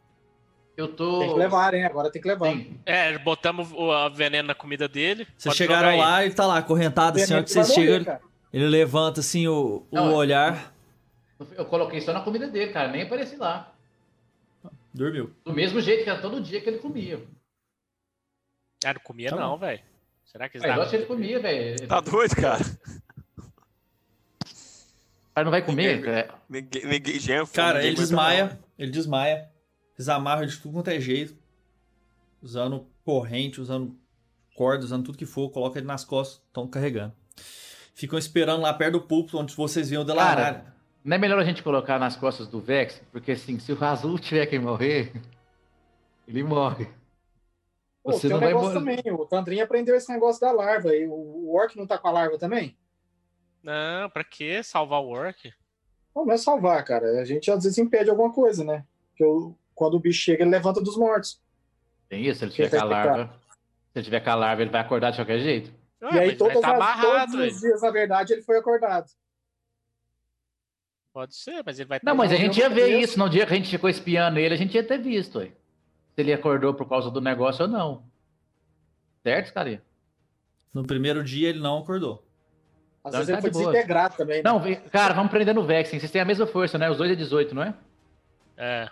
Speaker 4: Eu
Speaker 2: é.
Speaker 4: tô.
Speaker 2: Tem que levar, hein? Agora tem que levar.
Speaker 4: Sim.
Speaker 6: É, botamos o a veneno na comida dele.
Speaker 1: Vocês
Speaker 6: Pode
Speaker 1: chegaram
Speaker 6: jogar aí.
Speaker 1: lá, ele tá lá, acorrentado, assim, a hora que
Speaker 2: Vai
Speaker 1: vocês
Speaker 2: morrer,
Speaker 1: chegam, ele,
Speaker 2: né, cara.
Speaker 1: ele levanta, assim, o, o
Speaker 4: Não, é.
Speaker 1: olhar.
Speaker 4: Eu coloquei só na comida dele, cara. Nem apareci lá.
Speaker 1: Dormiu.
Speaker 4: Do mesmo jeito que era todo dia que ele comia.
Speaker 6: Ah, não comia
Speaker 1: Tá
Speaker 6: não, velho. Será que eles
Speaker 4: Mas eu
Speaker 6: davam-
Speaker 4: acho que É ele comia, velho.
Speaker 5: Tá doido, cara?
Speaker 4: O cara não vai comer? É,
Speaker 5: Ninguém, ninguém, já é fome,
Speaker 1: Cara,
Speaker 5: ninguém
Speaker 1: ele
Speaker 5: aguenta
Speaker 1: desmaia, ele desmaia. Eles amarram de tudo quanto é jeito. Usando corrente, usando corda, usando tudo que for, coloca ele nas costas, estão carregando. Ficam esperando lá perto do púlpito, onde vocês viam o Delanari.
Speaker 4: Não é melhor a gente colocar nas costas do Vex? Porque, assim, se o Azul tiver que morrer, ele morre.
Speaker 2: Pô,
Speaker 4: Você
Speaker 2: tem
Speaker 4: não
Speaker 2: um
Speaker 4: vai
Speaker 2: negócio
Speaker 4: morrer.
Speaker 2: também. O Tandrinha aprendeu esse negócio da larva. aí. o, o Orc não tá com a larva também?
Speaker 6: Não, pra que salvar o Orc?
Speaker 2: Bom, não é salvar, cara. A gente às vezes impede alguma coisa, né? Porque o- quando o bicho chega, ele levanta dos mortos.
Speaker 4: Tem isso, se ele tiver
Speaker 2: Quem
Speaker 4: com
Speaker 2: tá
Speaker 4: a larva. Se ele tiver com a larva, ele vai acordar de qualquer jeito.
Speaker 6: Ué,
Speaker 2: e
Speaker 6: mas
Speaker 2: aí,
Speaker 6: vai
Speaker 2: todas
Speaker 6: tá
Speaker 2: as-
Speaker 6: amarrado.
Speaker 2: todos os
Speaker 6: ele.
Speaker 2: dias, na verdade, ele foi acordado.
Speaker 6: Pode ser, mas ele vai
Speaker 4: Não,
Speaker 6: tá-
Speaker 4: mas é a
Speaker 2: não,
Speaker 4: gente
Speaker 2: eu
Speaker 4: ia
Speaker 2: não
Speaker 4: ver
Speaker 2: conheço.
Speaker 4: isso. No dia que a gente ficou espiando ele, a gente ia ter visto. ué. Se ele acordou por causa do negócio ou não. Certo, cara?
Speaker 1: No primeiro dia ele não acordou.
Speaker 2: Às
Speaker 4: Não,
Speaker 2: vezes
Speaker 4: tá
Speaker 2: ele foi
Speaker 4: de boa.
Speaker 2: desintegrado também. né?
Speaker 4: Não, vem- cara, vamos prender no Vexen. Vocês têm a mesma força, né? Os dois é 18, não é?
Speaker 6: É.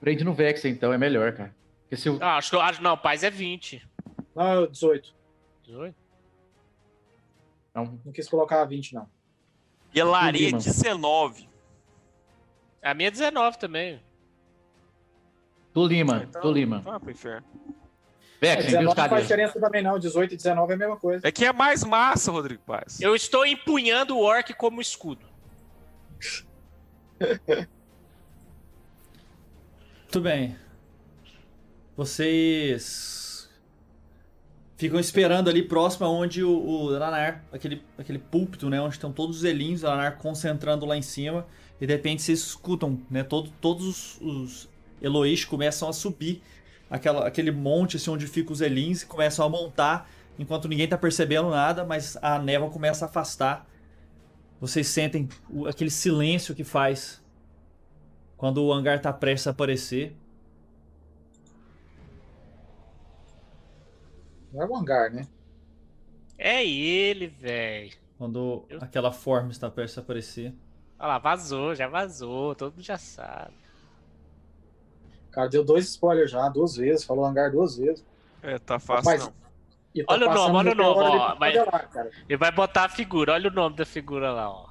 Speaker 4: Prende no Vexen, então, é melhor, cara. Porque se o...
Speaker 6: Ah, acho que eu acho. Não, Paz é 20.
Speaker 2: Não, 18.
Speaker 6: 18?
Speaker 4: não,
Speaker 2: Não quis colocar a 20, não.
Speaker 5: é
Speaker 9: Gelaria
Speaker 4: Entendi, mano.
Speaker 9: 19.
Speaker 6: A minha é 19 também.
Speaker 4: do Lima,
Speaker 9: Então-
Speaker 4: do Lima.
Speaker 9: Vai pro inferno.
Speaker 2: É,
Speaker 4: Vexen, viu
Speaker 2: 19
Speaker 4: os
Speaker 2: não faz
Speaker 4: caras?
Speaker 2: diferença também, não. 18 e 19 é a mesma coisa.
Speaker 9: É que é mais massa, Rodrigo Paz.
Speaker 6: Eu estou empunhando o Orc como escudo.
Speaker 1: Muito bem. Vocês ficam esperando ali próximo aonde o, o Lanar, aquele, aquele púlpito, né, onde estão todos os elinhos, o Lanar concentrando lá em cima, e de repente vocês escutam, né, todo, todos os, os Eloís começam a subir aquela, aquele monte assim, onde ficam os elins e começam a montar, enquanto ninguém tá percebendo nada, mas a névoa começa a afastar. Vocês sentem o- aquele silêncio que faz quando o hangar tá prestes a aparecer.
Speaker 2: Não é o hangar, né?
Speaker 6: É ele, velho.
Speaker 1: Quando
Speaker 6: Eu-
Speaker 1: aquela forma está prestes a aparecer.
Speaker 6: Olha lá, vazou, já vazou. Todo mundo já sabe.
Speaker 2: Cara, deu dois spoilers já, duas vezes. Falou hangar duas vezes.
Speaker 5: É, tá fácil
Speaker 2: Rapaz,
Speaker 5: não.
Speaker 2: E tá
Speaker 6: Olha o
Speaker 2: passando
Speaker 6: nome, olha o
Speaker 2: meteoro
Speaker 6: nome,
Speaker 2: ali
Speaker 6: ó,
Speaker 2: pra
Speaker 6: mas-
Speaker 2: falar, tá cara.
Speaker 6: Ele vai botar a figura. Olha o nome da figura lá, ó.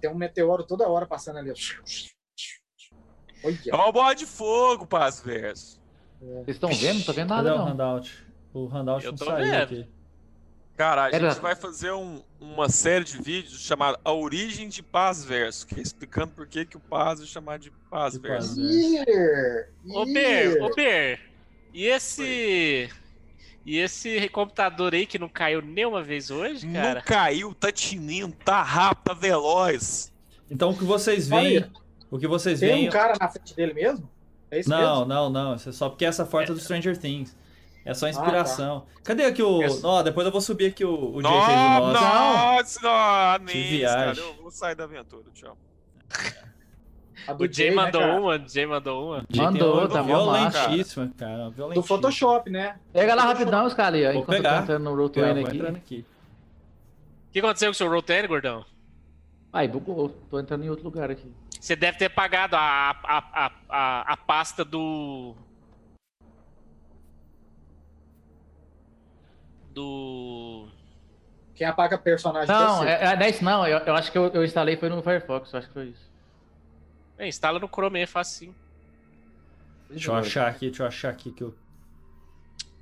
Speaker 2: Tem um meteoro toda hora passando ali. ó.
Speaker 9: É
Speaker 2: Olha.
Speaker 9: uma bola de fogo, Paz Verso.
Speaker 4: Vocês estão vendo? Não tô vendo
Speaker 1: Cadê
Speaker 4: nada,
Speaker 1: o
Speaker 4: não.
Speaker 1: handout? O handout
Speaker 6: Eu
Speaker 1: não
Speaker 6: tô
Speaker 1: saiu
Speaker 6: vendo.
Speaker 1: aqui.
Speaker 9: Cara, a
Speaker 4: Pera.
Speaker 9: gente vai fazer um- uma série de vídeos chamada A Origem de Paz Verso, que é explicando por que, que o Paz é chamado de Paz
Speaker 1: De
Speaker 9: Verso.
Speaker 1: Paz.
Speaker 2: Year,
Speaker 6: Ô, Ber,
Speaker 2: year.
Speaker 6: ô, Ber. E esse. E esse computador aí que não caiu nenhuma vez hoje, cara?
Speaker 9: Não caiu, tá tinindo, tá rápido, tá veloz.
Speaker 1: Então o que vocês
Speaker 2: Olha
Speaker 1: veem. O que vocês
Speaker 2: Tem
Speaker 1: veem.
Speaker 2: um cara na frente dele mesmo? É isso
Speaker 1: Não,
Speaker 2: mesmo?
Speaker 1: não, não. Isso é só porque essa foto é do Stranger Things. É só inspiração. Cadê aqui o.
Speaker 2: Essa-
Speaker 1: Ó, depois eu vou subir aqui o, o JJ do
Speaker 9: Nossa,
Speaker 1: nosso.
Speaker 9: nossa, nossa,
Speaker 1: Que
Speaker 9: nem isso,
Speaker 1: viagem.
Speaker 9: cara. Eu vou sair da aventura, tchau.
Speaker 2: A do
Speaker 6: O Jay
Speaker 2: né,
Speaker 6: mandou um
Speaker 2: cara?
Speaker 6: uma, o Jay mandou uma.
Speaker 1: Tem uma
Speaker 4: Mandou,
Speaker 1: outra
Speaker 9: tá bom,
Speaker 1: Violentíssima, cara.
Speaker 2: Do
Speaker 1: Violentíssima.
Speaker 2: Photoshop, né?
Speaker 4: Pega lá rapidão, os caras, aí, ó,
Speaker 1: Vou
Speaker 4: enquanto eu tô
Speaker 1: pegar. né?
Speaker 4: entrando no
Speaker 1: Tô
Speaker 4: Roll20 aqui.
Speaker 1: Tá, entrando aqui.
Speaker 6: O que aconteceu com o seu Rotten, gordão?
Speaker 4: Ai, bugou. Tô entrando em outro lugar aqui.
Speaker 6: Você deve ter pagado a, a, a, a, a pasta do. Do.
Speaker 2: Quem apaga personagem
Speaker 4: Não,
Speaker 2: desse-
Speaker 4: é, é, não é isso não. Eu, eu acho que eu, eu instalei foi no Firefox, eu acho que foi isso.
Speaker 6: É, instala no Chrome aí, facinho.
Speaker 1: Deixa eu achar aqui, deixa eu achar aqui que eu.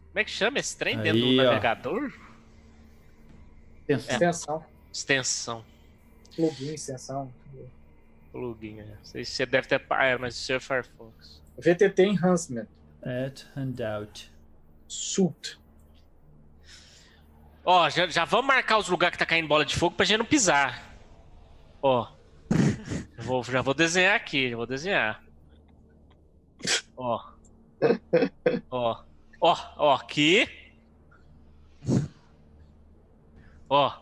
Speaker 6: Como é que chama esse trem
Speaker 1: Aí,
Speaker 6: dentro do
Speaker 1: ó.
Speaker 6: navegador?
Speaker 4: Atenção.
Speaker 2: extensão.
Speaker 6: Extensão.
Speaker 2: Plugin, extensão.
Speaker 6: Plugin, é. Você- Você deve ter. pa- É, mas o seu é Firefox.
Speaker 2: VTT Enhancement.
Speaker 1: Add handout.
Speaker 2: Suit.
Speaker 6: Ó, já, já vamos marcar os lugares que tá caindo bola de fogo pra gente não pisar. Ó. Eu vou, já vou desenhar aqui, já vou desenhar. Ó. Ó. Ó, ó, aqui. Ó.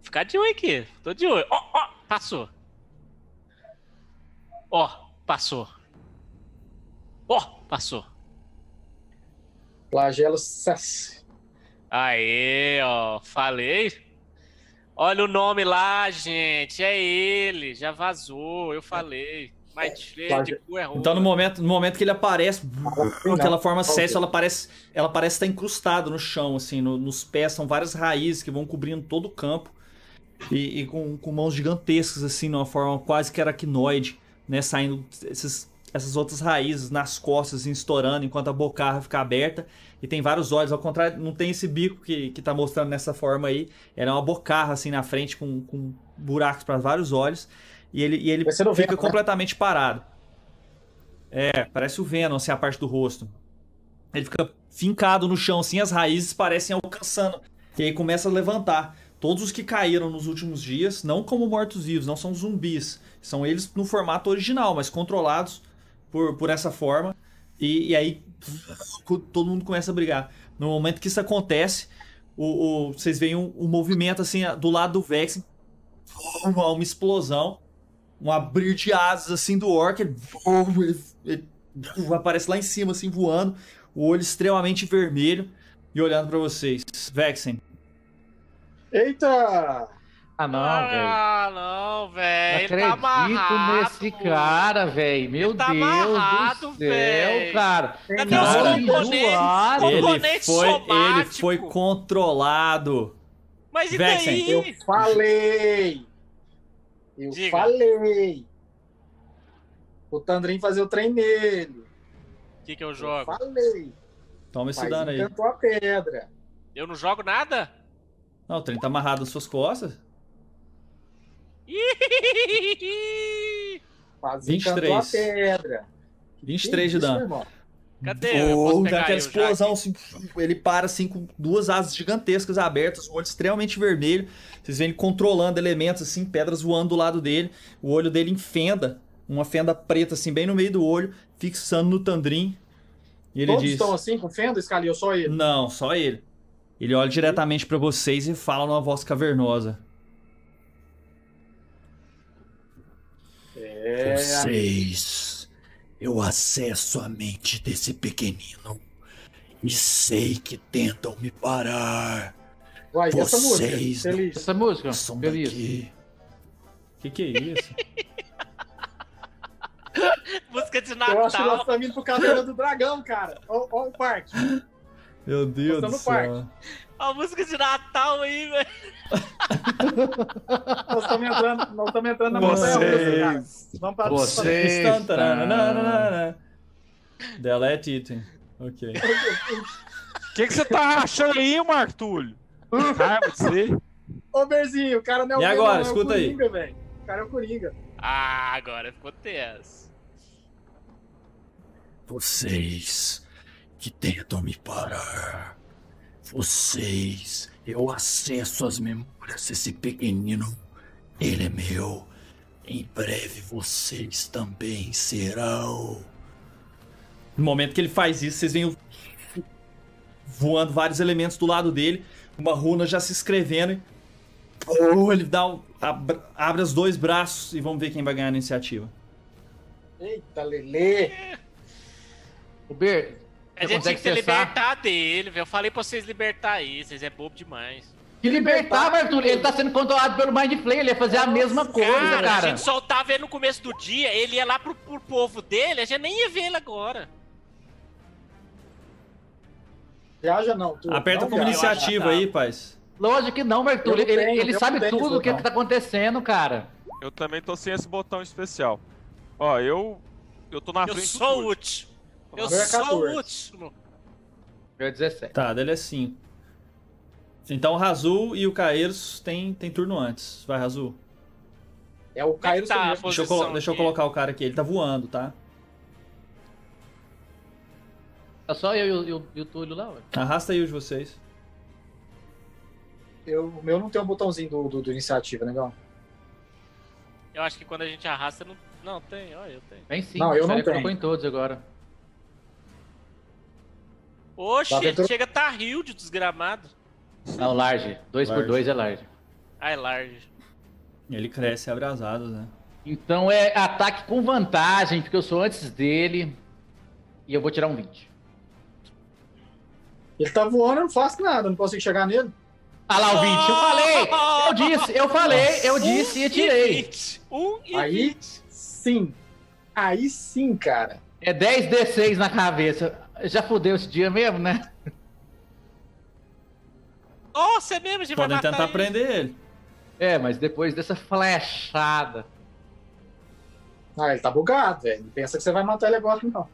Speaker 6: Ficar de olho aqui. Tô de olho. Ó, ó, passou. Ó, passou. Ó, passou.
Speaker 2: Flagelo Sass.
Speaker 6: Aê, ó, falei. Olha o nome lá, gente. É ele, já vazou, eu falei. Mas cheio de cu é ruim.
Speaker 1: Então no momento, no momento que ele aparece,
Speaker 2: Não,
Speaker 1: aquela forma
Speaker 2: ok.
Speaker 1: Cécio, ela parece ela parece estar incrustada no chão, assim, no- nos pés, são várias raízes que vão cobrindo todo o campo. E, e com, com mãos gigantescas, assim, numa forma quase que aracnoide, né? Saindo esses essas outras raízes nas costas, assim, estourando, enquanto a bocarra fica aberta. E tem vários olhos, ao contrário, não tem esse bico que, que tá mostrando nessa forma aí. Era uma bocarra assim na frente, com, com buracos para vários olhos. E ele, e ele
Speaker 2: Você não vê,
Speaker 1: fica
Speaker 2: né?
Speaker 1: completamente parado. É, parece o Venom, assim, a parte do rosto. Ele fica fincado no chão, assim, as raízes parecem alcançando. E aí começa a levantar. Todos os que caíram nos últimos dias, não como mortos-vivos, não são zumbis. São eles no formato original, mas controlados por, por essa forma. E, e aí todo mundo começa a brigar. No momento que isso acontece, o, o- vocês veem um, um movimento assim do lado do Vex. Uma, uma explosão. Um abrir de asas assim do Orc. Ele, ele- ele aparece lá em cima, assim, voando. O olho extremamente vermelho. E olhando pra vocês. Vexen,
Speaker 2: Eita!
Speaker 4: Ah, não, velho.
Speaker 3: ah, não, velho. Ele
Speaker 4: Acredito
Speaker 3: tá amarrado.
Speaker 4: nesse
Speaker 3: mano.
Speaker 4: cara, velho. Meu
Speaker 3: Ele tá
Speaker 4: Deus
Speaker 3: amarrado,
Speaker 4: do céu,
Speaker 3: velho.
Speaker 4: cara.
Speaker 3: Cadê os
Speaker 1: Cara,
Speaker 3: componentes?
Speaker 6: Ah,
Speaker 4: zoado.
Speaker 3: Ele-
Speaker 1: ele
Speaker 3: Componente
Speaker 1: foi, ele
Speaker 3: somático.
Speaker 1: foi controlado.
Speaker 3: Mas e
Speaker 1: Vexen,
Speaker 3: daí?
Speaker 2: Eu falei! Eu
Speaker 3: Diga.
Speaker 2: falei! O Tandrin fazer o trem nele.
Speaker 3: O que, que eu
Speaker 2: Eu
Speaker 3: jogo?
Speaker 2: falei.
Speaker 1: Toma esse
Speaker 2: Mas
Speaker 1: dano aí.
Speaker 2: encantou a pedra.
Speaker 3: Eu não jogo nada?
Speaker 1: Não, o trem tá amarrado nas suas costas.
Speaker 2: Mas
Speaker 1: 23.
Speaker 2: encantou a pedra. Que
Speaker 1: 23 de
Speaker 2: isso,
Speaker 1: dano.
Speaker 2: irmão?
Speaker 3: Cadê? Eu posso
Speaker 1: Ou
Speaker 3: pegar
Speaker 1: daquela
Speaker 3: eu já
Speaker 1: explosão, assim, ele para assim com duas asas gigantescas abertas, o olho extremamente vermelho. Vocês veem ele controlando elementos, assim, pedras voando do lado dele. O olho dele em fenda, uma fenda preta, assim, bem no meio do olho, fixando no Tandrin. E ele
Speaker 2: Todos
Speaker 1: diz:
Speaker 2: estão assim, com fenda, escalio, só ele.
Speaker 1: Não, só ele. Ele olha diretamente pra vocês e fala numa voz cavernosa:
Speaker 2: É,
Speaker 10: Vocês, eu acesso a mente desse pequenino e sei que tentam me parar.
Speaker 2: vai, essa
Speaker 10: vocês
Speaker 2: música.
Speaker 10: não-
Speaker 2: Feliz.
Speaker 4: Essa música,
Speaker 10: São
Speaker 4: feliz.
Speaker 10: daqui.
Speaker 1: Que que é isso?
Speaker 3: Música de
Speaker 2: Eu acho que nós
Speaker 3: Natal.
Speaker 2: estamos indo pro Caverna do Dragão, cara. Ó, ó o parque.
Speaker 1: Meu Deus
Speaker 2: Nós
Speaker 1: do
Speaker 2: estamos
Speaker 1: céu.
Speaker 3: A música de Natal aí, velho.
Speaker 2: Nós estamos entrando, nós estamos entrando na
Speaker 1: Vocês.
Speaker 2: montanha russa, cara. Vamos pra
Speaker 4: Vocês
Speaker 1: Estão-
Speaker 4: estão...
Speaker 1: Tananana. Delete item. é Ok.
Speaker 9: O que, que você tá achando aí, Martulho? Raiva de você.
Speaker 2: Ô, Berzinho, o cara não é o
Speaker 1: E
Speaker 2: Venom,
Speaker 1: agora?
Speaker 2: não, é o
Speaker 1: Escuta aí.
Speaker 2: Coringa, velho. O cara é o Coringa.
Speaker 3: Ah, agora ficou tenso.
Speaker 10: Vocês que tentam me parar. Vocês, eu acesso as memórias desse pequenino. Ele é meu. Em breve vocês também serão.
Speaker 1: No momento que ele faz isso, vocês veem o- voando vários elementos do lado dele, uma runa já se escrevendo. e- Oh, ele dá um- ab- abre os dois braços e vamos ver quem vai ganhar a iniciativa.
Speaker 2: Eita, Lelê.
Speaker 4: O Ber,
Speaker 3: A
Speaker 4: Você
Speaker 3: gente tinha
Speaker 4: consegue
Speaker 3: que se
Speaker 4: acessar?
Speaker 3: libertar dele, velho. Eu falei pra vocês libertar aí, vocês é bobo demais.
Speaker 4: que libertava, Arthur. Ele tá sendo controlado pelo Mind Flayer. Ele ia fazer a mesma coisa,
Speaker 3: Cara, a
Speaker 4: cara.
Speaker 3: gente soltava ele no começo do dia, ele ia lá pro, pro povo dele, a gente nem ia ver ele agora.
Speaker 2: Viaja não, tu.
Speaker 1: Aperta
Speaker 2: não
Speaker 1: como
Speaker 2: viaja.
Speaker 1: iniciativa aí,
Speaker 3: tá.
Speaker 1: paz.
Speaker 4: Lógico que não, Arthur.
Speaker 2: Eu
Speaker 4: Ele, ele-
Speaker 2: tenho,
Speaker 4: ele
Speaker 2: eu
Speaker 4: sabe
Speaker 2: tenho
Speaker 4: tudo
Speaker 2: esse
Speaker 4: o que,
Speaker 2: botão.
Speaker 4: que tá acontecendo, cara.
Speaker 5: Eu também tô sem esse botão especial. Ó, eu. Eu tô
Speaker 1: Ah,
Speaker 5: na
Speaker 3: Eu
Speaker 5: frente.
Speaker 3: sou
Speaker 5: do Túlio.
Speaker 3: útil. Eu
Speaker 2: Agora é
Speaker 3: sou
Speaker 2: 14.
Speaker 3: último.
Speaker 4: Deu 17.
Speaker 1: Tá, dele é 5. Então o Razul e o Caeiros tem, tem turno antes. Vai, Razul.
Speaker 2: É o Cairo
Speaker 3: Tá,
Speaker 2: tá,
Speaker 1: Deixa eu,
Speaker 3: Posição
Speaker 1: colo- deixa eu
Speaker 3: dele.
Speaker 1: colocar o cara aqui. Ele tá voando, tá?
Speaker 4: Tá só eu e o- e o, e o Túlio lá, ué.
Speaker 1: Arrasta aí os de vocês.
Speaker 2: eu, O meu não tem um botãozinho do, do, do iniciativa, legal?
Speaker 3: Eu acho que quando a gente arrasta, não, não tem, olha, eu tenho.
Speaker 4: Tem sim.
Speaker 2: Não,
Speaker 4: o
Speaker 2: eu não
Speaker 4: Félix
Speaker 2: tenho.
Speaker 4: colocou em todos agora.
Speaker 3: Oxe,
Speaker 2: Tá dentro-
Speaker 3: chega tá rio de desgramado.
Speaker 4: Não, large. 2 por
Speaker 1: Large.
Speaker 4: 2 é large.
Speaker 3: Ai, large.
Speaker 1: Ele cresce abre as asas, né?
Speaker 4: Então é ataque com vantagem, porque eu sou antes dele. E eu vou tirar um 20.
Speaker 2: Ele tá voando, eu não faço nada, não consigo chegar nele.
Speaker 4: Ah lá, o 20. Eu falei! Eu disse, eu falei, eu disse e eu tirei.
Speaker 3: 20. Um e
Speaker 2: Aí-
Speaker 3: 20.
Speaker 2: Sim. Aí sim, cara.
Speaker 4: É 10 D6 na cabeça. Já fudeu esse dia mesmo, né?
Speaker 3: Nossa, é mesmo, a gente
Speaker 1: Podem
Speaker 3: vai matar
Speaker 1: tentar
Speaker 3: ele.
Speaker 1: prender ele.
Speaker 4: É, mas depois dessa flechada.
Speaker 2: Ah, ele tá bugado, velho. Não pensa que você vai matar ele agora, não.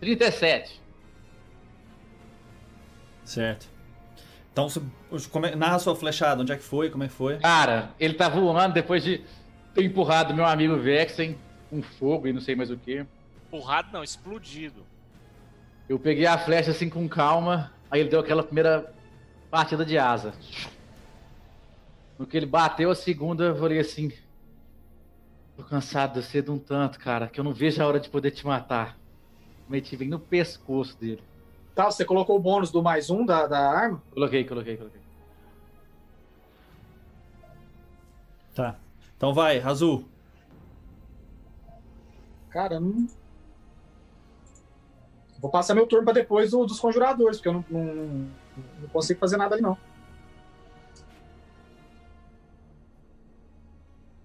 Speaker 4: Trinta e sete.
Speaker 1: Certo. Então, você, como é- narra sua flechada, onde é que foi, como é que foi.
Speaker 4: Cara, ele tá voando depois de ter empurrado meu amigo Vexen com fogo e não sei mais o que.
Speaker 6: Porrado não, explodido.
Speaker 4: Eu peguei a flecha assim com calma, aí ele deu aquela primeira partida de asa. No que ele bateu a segunda, eu falei assim: Tô cansado de você de um tanto, cara, que eu não vejo a hora de poder te matar. Meti bem no pescoço dele.
Speaker 2: Tá, você colocou o bônus do mais um da, da arma?
Speaker 4: Coloquei, coloquei, coloquei.
Speaker 1: Tá. Então vai, Razul.
Speaker 2: Cara, não... Vou passar meu turno pra depois do- dos conjuradores, porque eu não, não, não consigo fazer nada ali, não.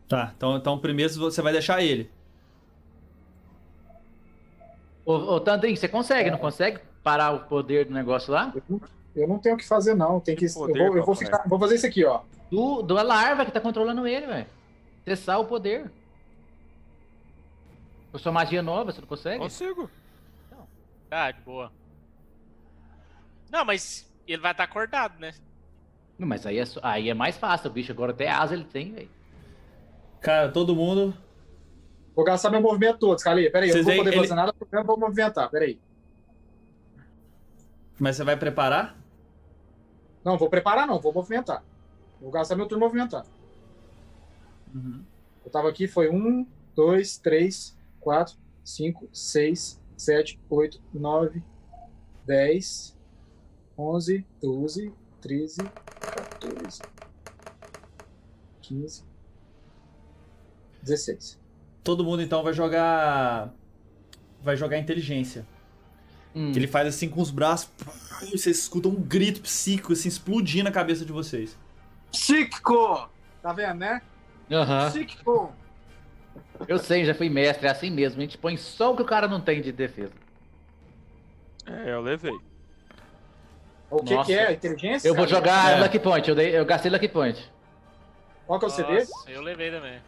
Speaker 1: Tá. Então, então primeiro você vai deixar ele.
Speaker 4: Ô, ô Tandrin, você consegue, não consegue parar o poder do negócio lá?
Speaker 2: Eu não tenho o que fazer, não. Tem que.
Speaker 5: Que poder,
Speaker 2: eu vou, eu vou,
Speaker 5: papai.
Speaker 2: ficar- vou fazer isso aqui, ó.
Speaker 4: Do, do larva que tá controlando ele, velho. Cessar o poder. Com sua magia nova, você não consegue?
Speaker 5: Consigo.
Speaker 6: Ah, de boa. Não, mas ele vai estar acordado, né?
Speaker 4: Não, mas aí é, só- aí é mais fácil, o bicho agora até asa ele tem, velho.
Speaker 1: Cara, todo mundo.
Speaker 2: Vou gastar meu movimento todo, Scali. Peraí, eu
Speaker 1: Vocês
Speaker 2: não vou
Speaker 1: veem
Speaker 2: poder
Speaker 1: ele-
Speaker 2: fazer nada, porque eu vou movimentar. Peraí.
Speaker 1: Mas você vai preparar?
Speaker 2: Não, vou preparar, não. Vou movimentar. Vou gastar meu turno movimentando. Uhum. Eu tava aqui, foi um, dois, três, quatro, cinco, seis, sete, oito, nove, dez, onze, doze, treze, 14, 15, 16.
Speaker 1: Todo mundo então vai jogar. Vai jogar inteligência.
Speaker 4: Hum,
Speaker 1: Que ele faz assim com os braços. e Vocês escutam um grito psíquico assim explodindo na cabeça de vocês.
Speaker 2: Psíquico! Tá vendo, né?
Speaker 4: aham.
Speaker 2: Psíquico!
Speaker 4: Eu sei, já fui mestre, é assim mesmo. A gente põe só o que o cara não tem de defesa.
Speaker 5: É, eu levei.
Speaker 2: O que,
Speaker 4: Nossa.
Speaker 2: que é? Inteligência?
Speaker 4: Eu vou
Speaker 2: Scali?
Speaker 4: jogar
Speaker 1: É.
Speaker 4: Lucky Point, eu, dei- eu gastei Lucky Point.
Speaker 2: Qual que é o CD?
Speaker 6: Nossa, eu levei também.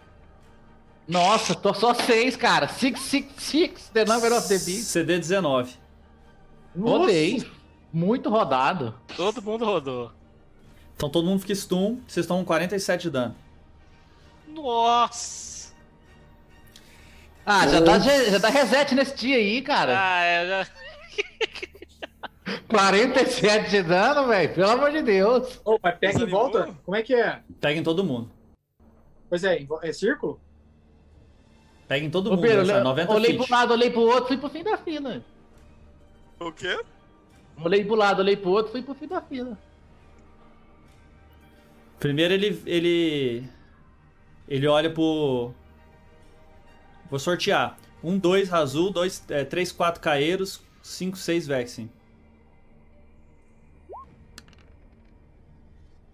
Speaker 4: Nossa, tô só seis, cara. Six, six, six, the number of É the beast.
Speaker 1: CD 19.
Speaker 4: Rodei. Muito rodado.
Speaker 6: Todo mundo rodou.
Speaker 1: Então todo mundo fica stun, vocês estão com 47 de dano.
Speaker 6: Nossa!
Speaker 4: Ah, já dá, já, dá reset nesse dia aí, cara.
Speaker 6: Ah, é,
Speaker 4: 47 de dano, velho. Pelo amor de Deus.
Speaker 2: Ô, mas pega em
Speaker 5: Desanimou?
Speaker 2: volta? Como é que é?
Speaker 1: Peguem todo mundo.
Speaker 2: Pois é, em vo- é círculo?
Speaker 1: Peguem todo
Speaker 4: Ô,
Speaker 1: mundo.
Speaker 4: Pedro,
Speaker 1: essa
Speaker 4: olhei-
Speaker 1: 90
Speaker 4: olhei
Speaker 1: feet.
Speaker 4: pro lado, olhei pro outro, fui pro fim da fila.
Speaker 5: O quê?
Speaker 4: Olhei pro lado, olhei pro outro, fui pro fim da fila.
Speaker 1: Primeiro ele. ele. Ele olha pro. Vou sortear. 1, 2, Razul, 3, 4 Caeiros, 5, 6 Vexen.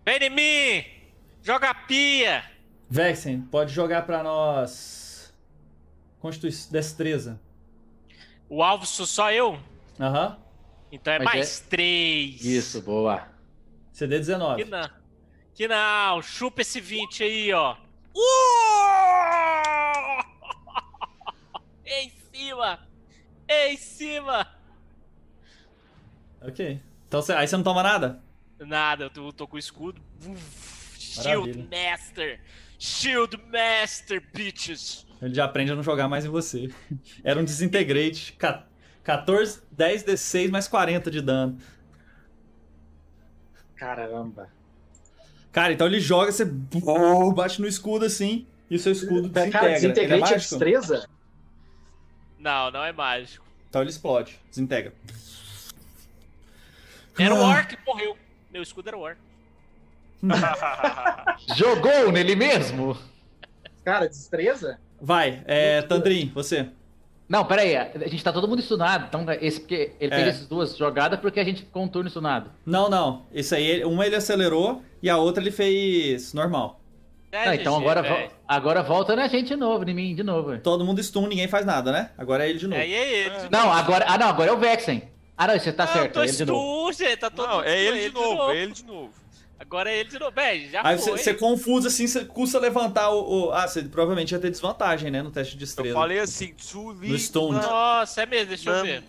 Speaker 6: Vem em mim! Joga a pia!
Speaker 1: Vexen, pode jogar pra nós. Constituição. Destreza.
Speaker 6: O alvo sou só eu?
Speaker 1: Aham.
Speaker 6: Então é
Speaker 4: Mas
Speaker 6: mais três.
Speaker 4: Isso, boa.
Speaker 1: CD
Speaker 6: Que
Speaker 1: 19.
Speaker 6: não. Que não. Chupa esse 20 aí, ó. em cima! Em cima!
Speaker 1: Ok. Então, cê- aí você não toma nada?
Speaker 6: Nada, eu tô, tô com o escudo. Uf, Shield
Speaker 1: Maravilha.
Speaker 6: Master! Shield Master, bitches!
Speaker 1: Ele já aprende a não jogar mais em você. Era um desintegrate. Ca- 14, 10, 16, mais 40 de dano.
Speaker 2: Caramba.
Speaker 1: Cara, então ele joga, você oh, bate no escudo assim, e o seu escudo desintegra.
Speaker 2: Cara,
Speaker 1: Ele é
Speaker 2: desintegrante é,
Speaker 1: mágico?
Speaker 2: destreza?
Speaker 6: Não, não é mágico.
Speaker 1: Então ele explode, desintegra.
Speaker 6: Era o
Speaker 1: Ah.
Speaker 6: Orc e morreu. Meu escudo era o Orc.
Speaker 4: Jogou nele mesmo?
Speaker 2: Cara, destreza?
Speaker 1: Vai, é, Tandrin, você.
Speaker 4: Não, pera aí. A gente tá todo mundo stunado. Então, esse, porque ele
Speaker 1: É.
Speaker 4: fez essas duas jogadas porque a gente ficou um turno stunado.
Speaker 1: Não, não. Isso aí, uma ele acelerou e a outra ele fez normal.
Speaker 6: É,
Speaker 4: Não, então
Speaker 6: GG,
Speaker 4: agora, vo-
Speaker 6: velho.
Speaker 4: agora volta na gente de novo, em mim de novo. velho.
Speaker 1: Todo mundo stun, ninguém faz nada, né? Agora é ele de novo.
Speaker 6: Aí é ele.
Speaker 4: Não, agora. Ah, não, agora é o Vexen. Ah, não, você tá
Speaker 6: Não,
Speaker 4: certo.
Speaker 6: tô
Speaker 4: é ele de novo.
Speaker 6: escuro, gente, tá todo
Speaker 5: Não,
Speaker 6: mundo
Speaker 5: é
Speaker 6: escuro,
Speaker 5: ele de novo, é ele de novo.
Speaker 6: Agora é ele de novo. Bem, já
Speaker 1: Aí
Speaker 6: foi.
Speaker 1: você, você confusa assim, você custa levantar o, o- Ah, você provavelmente ia ter desvantagem, né? No teste de
Speaker 5: Eu
Speaker 1: estrela.
Speaker 5: falei assim, Tuli.
Speaker 1: No Stone.
Speaker 6: Nossa, é mesmo, deixa
Speaker 5: Não.
Speaker 6: eu ver.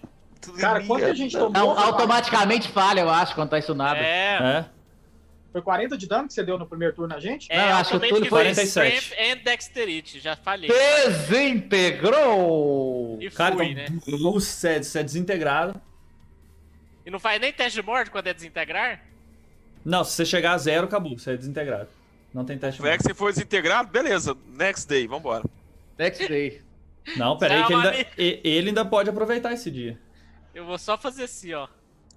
Speaker 2: Cara, quanta gente tomou?
Speaker 4: Não,
Speaker 2: Rafael?
Speaker 4: automaticamente falha, eu acho, quando tá isso nada.
Speaker 6: É,
Speaker 1: É?
Speaker 2: Foi 40 de dano que você deu no primeiro turno na gente?
Speaker 6: é,
Speaker 4: Não,
Speaker 6: eu
Speaker 4: acho que
Speaker 6: também
Speaker 4: tudo
Speaker 6: tive
Speaker 4: foi-
Speaker 1: 47.
Speaker 6: Strength and Dexterity, já falhei.
Speaker 4: Desintegrou!
Speaker 6: E
Speaker 1: Cara,
Speaker 6: fui,
Speaker 1: então,
Speaker 6: né?
Speaker 1: você, é- você é desintegrado.
Speaker 6: E não faz nem teste de morte quando é desintegrar?
Speaker 1: Não, se você chegar a zero, acabou. Você é desintegrado. Não tem teste
Speaker 5: Foi
Speaker 1: mais.
Speaker 5: que você foi desintegrado? Beleza, next day, vambora.
Speaker 4: Next day.
Speaker 1: Não, peraí, que ele
Speaker 6: Tchau,
Speaker 1: ainda, e- ele ainda pode aproveitar esse dia.
Speaker 6: Eu vou só fazer assim, ó.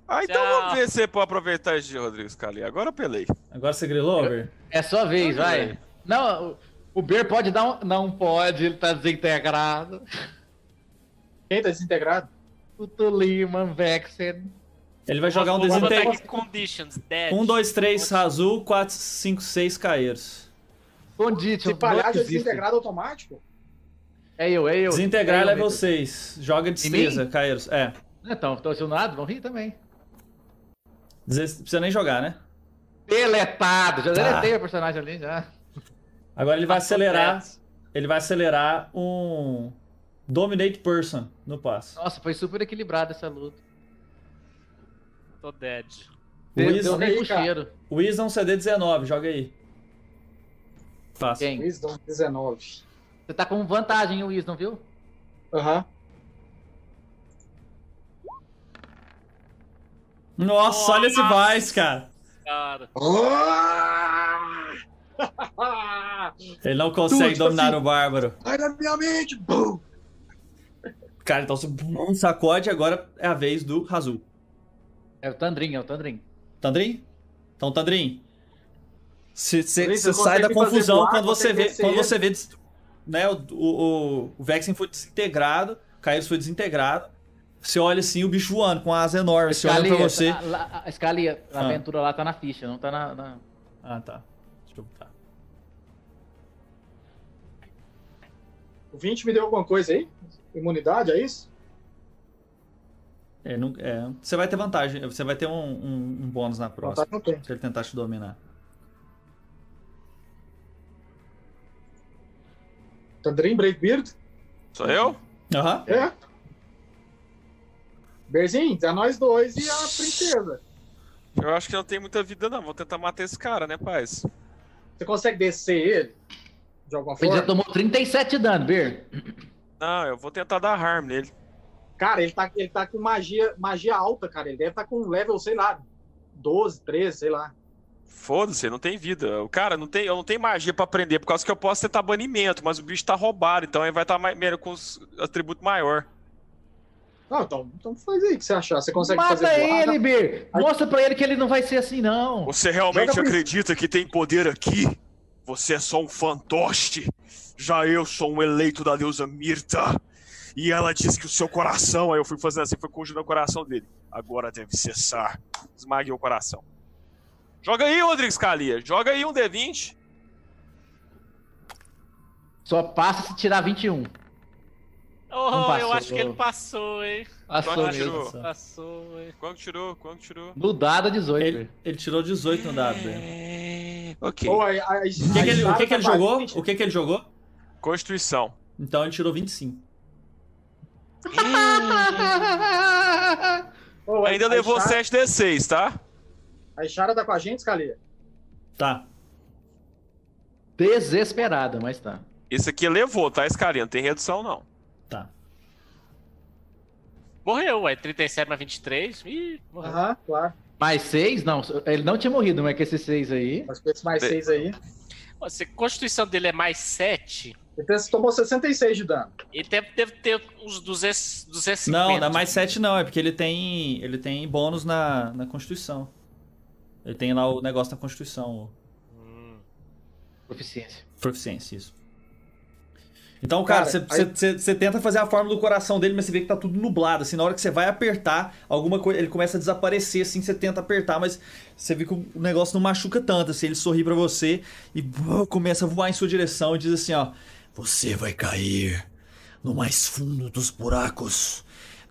Speaker 5: Ah, então
Speaker 6: Tchau.
Speaker 5: vamos ver se você pode aproveitar esse dia, Rodrigo Scali. Agora eu pelei.
Speaker 1: Agora você grilou, Over?
Speaker 4: É sua vez, vai. Não, o o Beer pode dar um. Não pode, ele tá desintegrado.
Speaker 2: Quem tá desintegrado?
Speaker 4: O Tuliman Vexen.
Speaker 1: Ele vai jogar um
Speaker 6: Vou botar
Speaker 1: desintegrado.
Speaker 6: aqui Conditions, dead.
Speaker 1: 1, 2, 3, Razul, 4, 5, 6, Caeiros.
Speaker 4: Condition.
Speaker 2: Se palhaço é desintegrado automático?
Speaker 4: É eu, é eu.
Speaker 1: Desintegrar
Speaker 4: é eu,
Speaker 1: level
Speaker 4: Vitor.
Speaker 1: 6. Joga destreza, Caeiros. É.
Speaker 4: Então, tô acionado, vão rir também.
Speaker 1: Dezes- Não precisa nem jogar, né?
Speaker 4: Deletado! Já
Speaker 1: Tá.
Speaker 4: deletei o personagem ali, já.
Speaker 1: Agora ele vai
Speaker 6: Passou
Speaker 1: acelerar.
Speaker 6: dead.
Speaker 1: Ele vai acelerar um. Dominate Person no passo.
Speaker 4: Nossa, foi super equilibrada essa luta.
Speaker 6: Tô dead.
Speaker 4: Deu,
Speaker 1: Luiz,
Speaker 4: deu nem
Speaker 2: aí,
Speaker 4: pro
Speaker 2: cara.
Speaker 4: cheiro.
Speaker 1: Wisdom CD19, joga aí. Fácil.
Speaker 4: Quem?
Speaker 2: Wisdom 19.
Speaker 4: Você tá com vantagem, Luiz, não viu?
Speaker 2: Aham.
Speaker 1: Nossa, olha esse
Speaker 6: Nossa.
Speaker 1: Vice, cara.
Speaker 6: Cara,
Speaker 2: Ah!
Speaker 1: Ele não consegue
Speaker 2: Tudo, tipo
Speaker 1: dominar
Speaker 2: assim.
Speaker 1: o Bárbaro.
Speaker 2: Ai, na minha mente! Bum!
Speaker 1: Cara, então você bum, sacode agora é a vez do Razul.
Speaker 4: É o Tandrin, é o Tandrin.
Speaker 1: Tandrin? Então, Tandrin. Você
Speaker 2: Tandrin,
Speaker 1: sai
Speaker 2: você consegue
Speaker 1: da
Speaker 2: me
Speaker 1: confusão
Speaker 2: fazer voar,
Speaker 1: quando você
Speaker 2: consegue
Speaker 1: vê.
Speaker 2: descer
Speaker 1: Quando
Speaker 2: ele.
Speaker 1: você vê. des- Né, o, o, o- o Vexen foi desintegrado. o Kairos foi desintegrado. Você olha assim, o bicho voando com asa enorme. Você olha pra você.
Speaker 4: a- lá- a Scalia, a
Speaker 1: Ah.
Speaker 4: aventura lá tá na ficha, não tá na. na-
Speaker 1: Ah, tá. Deixa eu botar.
Speaker 2: O 20 me deu alguma coisa aí? Imunidade, é isso?
Speaker 1: É, não- é, você vai ter vantagem. Você vai ter um, um- um bônus na próxima.
Speaker 2: Vantagem não tem.
Speaker 1: Se ele tentar te dominar.
Speaker 2: Tandrin Breakbeard?
Speaker 5: Sou eu?
Speaker 1: Aham.
Speaker 2: É. Berzinho, tá nós dois e a princesa.
Speaker 1: Uhum.
Speaker 5: Eu acho que não tem muita vida, não. Vou tentar matar esse cara, né, paz?
Speaker 2: Você consegue descer ele? De alguma
Speaker 4: Ele
Speaker 2: forma?
Speaker 4: já tomou 37 dano, Beer.
Speaker 5: Não, eu vou tentar dar harm nele.
Speaker 2: Cara, ele tá, ele tá com magia, magia alta, cara. Ele deve estar tá com level, sei lá, 12, 13, sei lá.
Speaker 5: Foda-se, ele não tem vida. O cara não tem, eu não tenho magia pra aprender, por causa que eu posso tentar banimento, mas o bicho tá roubado, então ele vai estar mais menos com os atributos maior.
Speaker 2: Não, então, então faz aí o que você achar. Você consegue fazer
Speaker 4: Mata
Speaker 2: voar,
Speaker 4: ele, Bir! Mostra pra ele que ele não vai ser assim, não.
Speaker 5: Você realmente
Speaker 2: Joga por-
Speaker 5: acredita que tem poder aqui? Você é só um fantoche. Já eu sou um eleito da deusa Mirta. E ela diz que o seu coração. Aí eu fui fazendo assim, foi conjurando o coração dele. Agora deve cessar. Esmaguei o coração. Joga aí, Rodrigues Calia. Joga aí um D20.
Speaker 4: Só passa se tirar 21.
Speaker 6: oh, eu
Speaker 4: passou,
Speaker 6: acho que ele
Speaker 4: não.
Speaker 6: passou, hein?
Speaker 4: Passou
Speaker 5: Quanto
Speaker 4: mesmo.
Speaker 5: tirou?
Speaker 6: né?
Speaker 1: Nossa.
Speaker 6: Passou, hein?
Speaker 5: Quanto tirou? Quanto tirou?
Speaker 4: No dado 18.
Speaker 1: Ele,
Speaker 4: Bir.
Speaker 1: ele tirou 18 no dado.
Speaker 5: É.
Speaker 1: né?
Speaker 5: Ok.
Speaker 2: Ou a- a- a-
Speaker 1: O que, que ele, o
Speaker 2: a-
Speaker 1: que que ele
Speaker 2: a-
Speaker 1: jogou? O que, que ele jogou?
Speaker 5: Constituição.
Speaker 1: Então ele tirou 25.
Speaker 2: Ou a-
Speaker 5: Ainda
Speaker 2: a
Speaker 5: levou
Speaker 2: Ishara-
Speaker 5: 7D6, tá?
Speaker 2: A Ishara tá com a gente, Scalia?
Speaker 1: Tá.
Speaker 4: Desesperado, mas tá.
Speaker 5: Esse aqui levou, tá, Escaria? Não tem redução, não.
Speaker 1: Tá.
Speaker 6: Morreu, ué. 37 mais 23. Ih, morreu.
Speaker 2: Aham, claro.
Speaker 4: Mais 6? Não, ele não tinha morrido, mas que esses 6 aí.
Speaker 2: Acho que esse mais
Speaker 5: Be-
Speaker 2: 6 aí.
Speaker 6: Pô, se a constituição dele é mais 7,
Speaker 2: Ele tem- tomou 66 de dano.
Speaker 6: ele deve, deve ter uns 200, 250.
Speaker 1: Não, não é mais 7 não, é porque ele tem. Ele tem bônus na, na Constituição. Ele tem lá o negócio na Constituição,
Speaker 6: Hum.
Speaker 4: Proficiência.
Speaker 1: o proficiência, isso. Então, cara,
Speaker 2: Cara,
Speaker 1: você
Speaker 2: aí-
Speaker 1: você- você tenta fazer a forma do coração dele, mas você vê que tá tudo nublado. Assim, na hora que você vai apertar, alguma coisa. Ele começa a desaparecer, assim, você tenta apertar, mas você vê que o negócio não machuca tanto. Assim, ele sorri pra você e uh, começa a voar em sua direção e diz assim, ó.
Speaker 11: Você vai cair no mais fundo dos buracos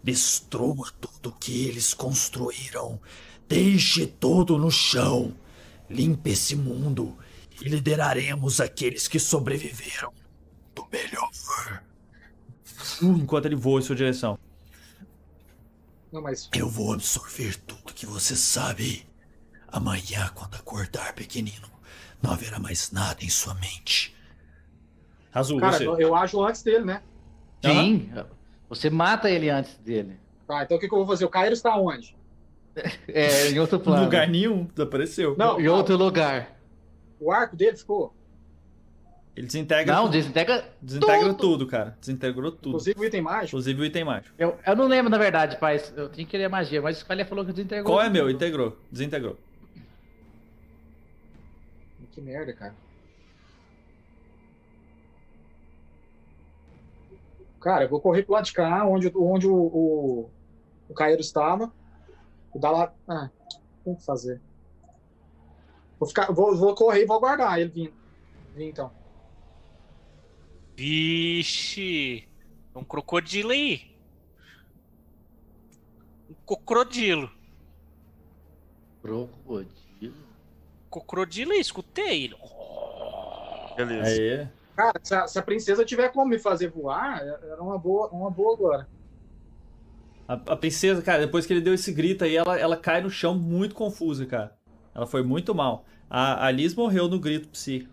Speaker 10: Destrua tudo que eles construíram. Deixe tudo no chão. Limpe esse mundo e lideraremos aqueles que sobreviveram do melhor.
Speaker 1: Uh, Enquanto ele voa em sua direção.
Speaker 2: Não, mas
Speaker 10: Eu vou absorver tudo que você sabe. Amanhã, quando acordar, pequenino, não haverá mais nada em sua mente.
Speaker 1: Azul,
Speaker 2: Cara,
Speaker 1: você.
Speaker 2: eu ajo antes dele, né?
Speaker 1: Aham.
Speaker 4: Sim. Você mata ele antes dele.
Speaker 2: Tá, então o que, que eu vou fazer? O Cairo está onde?
Speaker 4: É, em outro plano.
Speaker 1: Lugar nenhum desapareceu.
Speaker 2: Não,
Speaker 4: Em outro lugar.
Speaker 2: o arco dele ficou.
Speaker 1: Ele desintegra,
Speaker 4: Não, desintegra.
Speaker 1: desintegra tudo. cara. Desintegrou tudo.
Speaker 2: Inclusive o item mágico.
Speaker 1: Inclusive o item mágico.
Speaker 4: Eu, eu não lembro, na verdade, pai. Eu tinha que ler a magia, mas o Scalia falou que desintegrou.
Speaker 1: Qual é meu? Integrou. Desintegrou.
Speaker 2: Que merda, cara. Cara, eu vou correr pro lado de cá, onde, onde o, o, o Cairo estava. Vou dar lá. Ah, tem que fazer. Vou, ficar, vou, vou correr e vou aguardar ele vindo. Vim, então.
Speaker 6: Vixe! É um crocodilo aí. Um cocrodilo.
Speaker 4: Crocodilo.
Speaker 6: Cocrodilo aí, escutei ele.
Speaker 5: Beleza.
Speaker 1: Aí.
Speaker 2: Cara, se a, se a princesa tiver como me fazer voar, é- era uma boa, uma boa agora.
Speaker 1: A, a princesa, cara, depois que ele deu esse grito aí, ela, ela cai no chão muito confusa, cara. Ela foi muito mal. A, a Liz morreu no grito psi.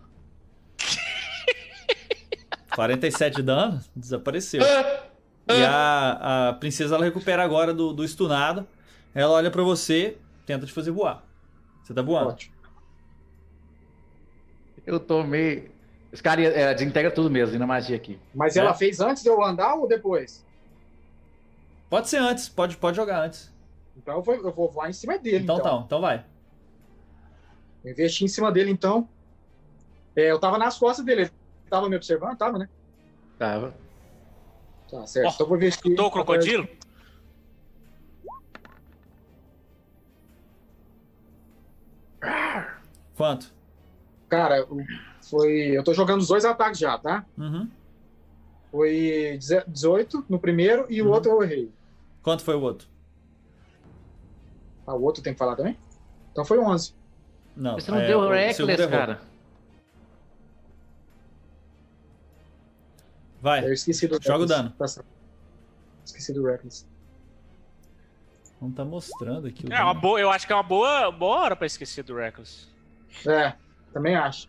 Speaker 1: 47 de dano, desapareceu. E a, a princesa ela recupera agora do, do estunado. Ela olha pra você, tenta te fazer voar. Você tá voando.
Speaker 2: Ótimo.
Speaker 4: Eu tomei. Os caras é, desintegra tudo mesmo, e na magia aqui.
Speaker 2: Mas
Speaker 1: É.
Speaker 2: ela fez antes de eu andar ou depois?
Speaker 1: Pode ser antes, pode, pode jogar antes.
Speaker 2: Então eu vou, eu vou voar em cima dele.
Speaker 1: Então
Speaker 2: Então,
Speaker 1: tá, então vai.
Speaker 2: Eu investi em cima dele, então. É, eu tava nas costas dele. Ele tava me observando? Tava, né?
Speaker 4: Tava.
Speaker 2: Tá, certo.
Speaker 6: Ó,
Speaker 2: então eu vou investir.
Speaker 6: Escutou o crocodilo?
Speaker 1: Quanto?
Speaker 2: Cara, o- foi. Eu tô jogando os dois ataques já, tá?
Speaker 1: Uhum.
Speaker 2: Foi deze- 18 no primeiro e o
Speaker 1: Uhum.
Speaker 2: outro eu errei.
Speaker 1: Quanto foi o outro?
Speaker 2: Ah, o outro tem que falar também? Então foi 11.
Speaker 1: Não.
Speaker 4: Você não
Speaker 1: é,
Speaker 4: deu
Speaker 1: o segundo
Speaker 4: reckless,
Speaker 1: errou.
Speaker 4: cara.
Speaker 1: Vai, É.
Speaker 2: Eu esqueci do.
Speaker 1: Joga o
Speaker 2: Reckless.
Speaker 1: dano.
Speaker 2: Tá certo. Esqueci do Reckless.
Speaker 1: não tá mostrando aqui o
Speaker 6: É uma
Speaker 1: dano.
Speaker 6: boa, eu acho que é uma boa, boa hora pra esquecer do Reckless.
Speaker 2: É, também acho.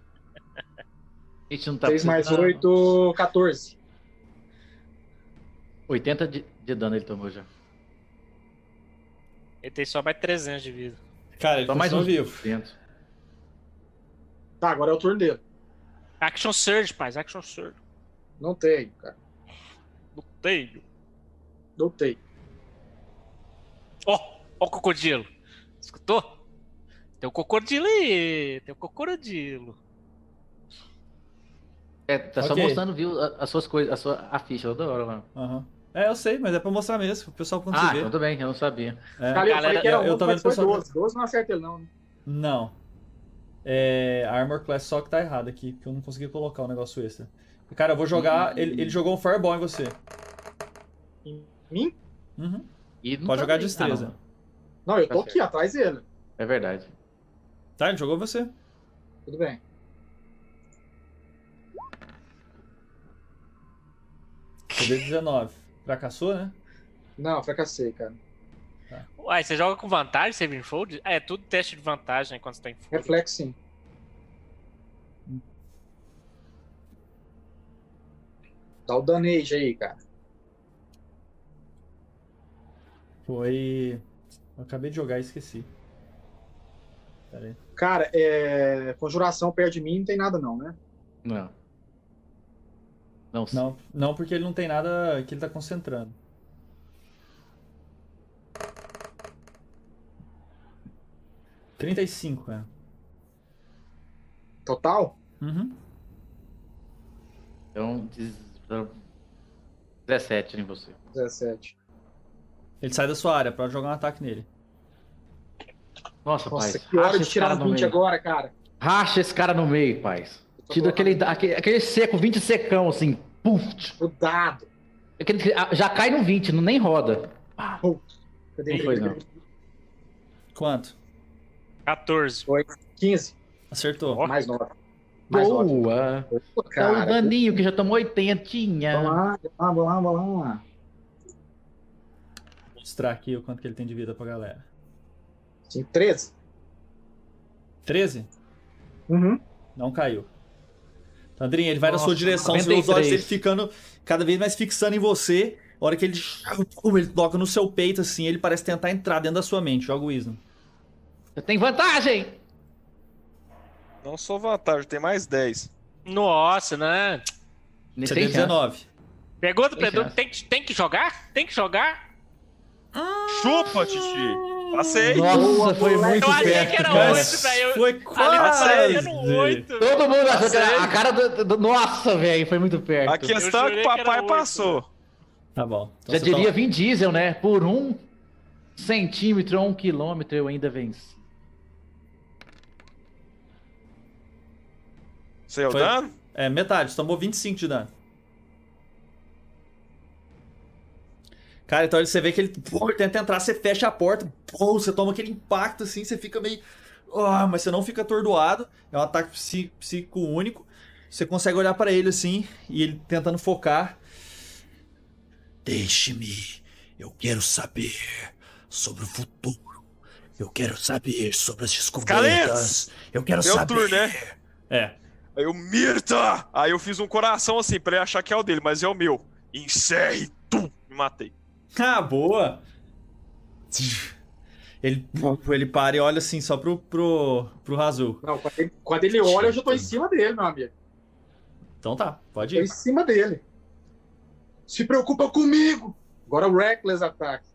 Speaker 4: A gente não tá
Speaker 2: 3 mais
Speaker 4: precisando-
Speaker 2: 8, 14.
Speaker 4: 80 de, de dano ele tomou já.
Speaker 6: Ele tem só mais 300 de vida.
Speaker 1: Cara, É, ele
Speaker 4: Só mais
Speaker 1: continua
Speaker 4: um
Speaker 1: vivo.
Speaker 4: Dentro.
Speaker 2: Tá, agora é o turno dele.
Speaker 6: Action Surge, paz, Action Surge.
Speaker 2: Não tem, cara.
Speaker 6: Não tenho.
Speaker 2: Não tem.
Speaker 6: Ó, ó o crocodilo. Escutou? Tem o crocodilo aí, tem o crocodilo.
Speaker 4: É, tá só
Speaker 1: Ok.
Speaker 4: mostrando, viu, a- as suas coisas, a sua a ficha toda hora lá.
Speaker 1: Aham. É, eu sei, mas é pra mostrar mesmo, o pessoal
Speaker 4: ah,
Speaker 1: conseguir.
Speaker 4: então tudo bem, eu não sabia.
Speaker 1: É.
Speaker 2: Cara, eu
Speaker 6: Galera,
Speaker 2: falei que era
Speaker 1: eu- eu
Speaker 2: 11,
Speaker 1: tô
Speaker 2: mas
Speaker 1: vendo
Speaker 2: foi
Speaker 1: pessoal-
Speaker 2: 12. 12 não acerta ele, não. né?
Speaker 1: Não. É, a Armor Class só que tá errado aqui, porque eu não consegui colocar o negócio extra. Cara, eu vou jogar.
Speaker 4: Hum.
Speaker 1: Ele, ele jogou um Fireball em você.
Speaker 2: Mim?
Speaker 1: Uhum.
Speaker 4: E não
Speaker 1: Pode
Speaker 4: tá
Speaker 1: jogar
Speaker 4: bem.
Speaker 1: destreza.
Speaker 4: Ah, não.
Speaker 2: Não, eu
Speaker 4: Tá
Speaker 2: tô aqui atrás dele.
Speaker 4: é verdade.
Speaker 1: Tá, ele jogou em você.
Speaker 2: Tudo bem.
Speaker 1: CD 19. Fracassou, né?
Speaker 2: Não, fracassei, cara.
Speaker 6: Uai, você joga com vantagem, Saving Fold? Ah, é tudo teste de vantagem né, quando você tá em
Speaker 4: É
Speaker 6: Fold.
Speaker 2: Reflexo sim. Dá Tá o danage aí, cara.
Speaker 1: Foi. Eu acabei de jogar e esqueci. Pera aí.
Speaker 2: Cara, é... conjuração perto de mim não tem nada não, né?
Speaker 4: Não. Não, sei.
Speaker 1: Não, não, porque ele não tem nada que ele tá concentrando. Trinta e cinco, é. cara.
Speaker 2: Total?
Speaker 1: Uhum.
Speaker 4: Então, diz- 17 em você.
Speaker 2: 17.
Speaker 1: Ele sai da sua área pra jogar um ataque nele.
Speaker 4: Nossa,
Speaker 2: Nossa,
Speaker 4: paz.
Speaker 2: que hora
Speaker 4: Racha
Speaker 2: de
Speaker 4: esse
Speaker 2: tirar
Speaker 4: cara
Speaker 2: um
Speaker 4: no
Speaker 2: 20
Speaker 4: meio.
Speaker 2: agora, cara.
Speaker 4: Racha esse cara no meio, paz.
Speaker 2: tô
Speaker 4: Tira
Speaker 2: colocando.
Speaker 4: aquele, aquele, aquele seco, 20 secão, assim. Pum!
Speaker 2: O dado.
Speaker 4: Aquele que- ah, já cai no 20, não nem roda.
Speaker 2: Ah, pô. Cadê?
Speaker 4: Não foi, não.
Speaker 1: Quanto?
Speaker 6: 14.
Speaker 2: 15.
Speaker 1: Acertou.
Speaker 2: Mais 9. Mais 9.
Speaker 4: Boa. Tá o
Speaker 2: Cara,
Speaker 4: daninho que já tomou
Speaker 2: vamos
Speaker 4: 80.
Speaker 2: lá, vamos lá, vamos lá, vamos lá.
Speaker 1: Vou mostrar aqui o quanto que ele tem de vida pra galera.
Speaker 2: Sim, 13.
Speaker 1: 13?
Speaker 2: Uhum.
Speaker 1: Não caiu. Tandrinha, ele vai na sua
Speaker 4: Nossa,
Speaker 1: direção, você vê os olhos
Speaker 4: 93.
Speaker 1: dele ficando cada vez mais fixando em você. A hora que ele, ele toca no seu peito, assim, ele parece tentar entrar dentro da sua mente. Joga o Wisdom.
Speaker 4: Você tem vantagem!
Speaker 5: Não só vantagem, tem mais 10.
Speaker 6: Nossa, né?
Speaker 4: Nem
Speaker 1: Você
Speaker 4: tem
Speaker 1: tem
Speaker 4: chance.
Speaker 1: 19.
Speaker 6: Pergunta
Speaker 4: Tem
Speaker 6: pra Edu,
Speaker 4: chance.
Speaker 6: tem, que- tem que jogar? Tem que jogar?
Speaker 5: Chupa, Titi! Passei!
Speaker 4: Nossa, foi muito
Speaker 6: Eu achei
Speaker 4: perto,
Speaker 6: que era
Speaker 4: cara.
Speaker 6: oito, velho.
Speaker 1: Foi
Speaker 6: Ali
Speaker 1: quase!
Speaker 6: tá saindo 8.
Speaker 4: Todo mundo achou que era
Speaker 6: Passei.
Speaker 4: a cara do... do- Nossa, velho, foi muito perto.
Speaker 5: A questão é que
Speaker 6: jurei
Speaker 5: o
Speaker 6: que era
Speaker 5: papai
Speaker 6: oito. né?
Speaker 5: passou.
Speaker 1: Tá bom. Então
Speaker 4: já
Speaker 1: você
Speaker 4: diria
Speaker 1: toma-
Speaker 4: Vin Diesel, né? Por um centímetro ou um quilômetro eu ainda venci.
Speaker 5: Você é o
Speaker 1: Foi.
Speaker 5: dano?
Speaker 1: É, metade. Tomou 25 de dano. Cara, então você vê que ele, pô, ele tenta entrar, você fecha a porta, pô, você toma aquele impacto assim, você fica meio. Ah, mas você não fica atordoado. É um ataque psí- psíquico único. Você consegue olhar pra ele assim, e ele tentando focar.
Speaker 10: Deixe-me. Eu quero saber sobre o futuro. Eu quero saber sobre as descobertas. Eu quero
Speaker 5: Meu
Speaker 10: saber.
Speaker 5: turno, né?
Speaker 1: É.
Speaker 5: Aí eu, Mirta! Aí eu fiz um coração assim, pra ele achar que é o dele, mas é o meu. Encerre, tum! Me matei.
Speaker 1: Ah, boa! Ele, ele para e olha assim, só pro, pro, pro Razul.
Speaker 2: Não, quando ele, quando ele olha, eu já tô em cima dele, meu amigo.
Speaker 1: Então tá, pode
Speaker 2: Tô em
Speaker 1: ir.
Speaker 2: cima dele. Se preocupa comigo! Agora o Reckless ataque.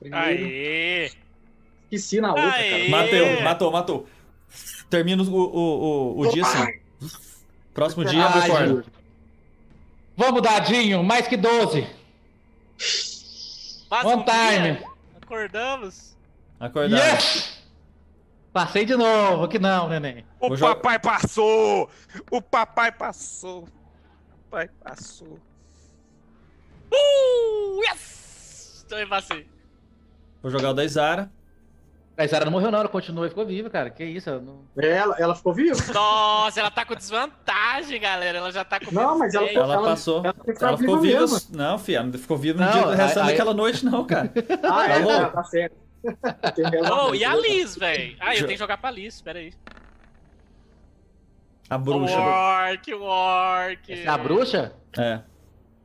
Speaker 2: Primeiro,
Speaker 6: Aê!
Speaker 2: esqueci na outra, cara.
Speaker 6: Aê!
Speaker 1: Mateu, matou, matou. Termina o, o, o, o dia
Speaker 2: Ah,
Speaker 1: assim. Próximo dia,
Speaker 4: Ai,
Speaker 1: Bocor.
Speaker 4: gente. Vamos, dadinho, mais que 12.
Speaker 6: Mas
Speaker 4: One
Speaker 6: um dia,
Speaker 4: time.
Speaker 6: Acordamos.
Speaker 1: Acordado.
Speaker 4: Yes! Passei de novo, que não, neném.
Speaker 5: O
Speaker 1: Vou jogar-
Speaker 5: papai passou! O papai passou! O papai passou.
Speaker 6: Uh, yes! Então eu passei.
Speaker 1: Vou jogar o da Isara.
Speaker 4: A Zara não morreu, não, ela continuou e ficou viva, cara. Que isso? ela não-
Speaker 2: Ela, ela ficou viva?
Speaker 6: Nossa, ela tá com desvantagem, galera. Ela já tá com menos
Speaker 2: Não, mas ela,
Speaker 6: dez.
Speaker 1: Ela passou.
Speaker 2: Ela, ficou
Speaker 1: Ela ficou viva.
Speaker 2: mesmo.
Speaker 1: Não, filha, não ficou viva no
Speaker 4: Não,
Speaker 1: dia do
Speaker 4: aí-
Speaker 1: restante
Speaker 4: aí-
Speaker 1: daquela noite, não, cara.
Speaker 2: Ah, é,
Speaker 1: Alô?
Speaker 2: tá, tá certo. Tem razão,
Speaker 6: Oh,
Speaker 2: né?
Speaker 6: e a
Speaker 2: Beleza.
Speaker 6: Liz, velho? Ah, eu tenho que jogar pra Liz, peraí. Um
Speaker 1: A bruxa.
Speaker 6: Work, work.
Speaker 4: Essa é a bruxa?
Speaker 1: É,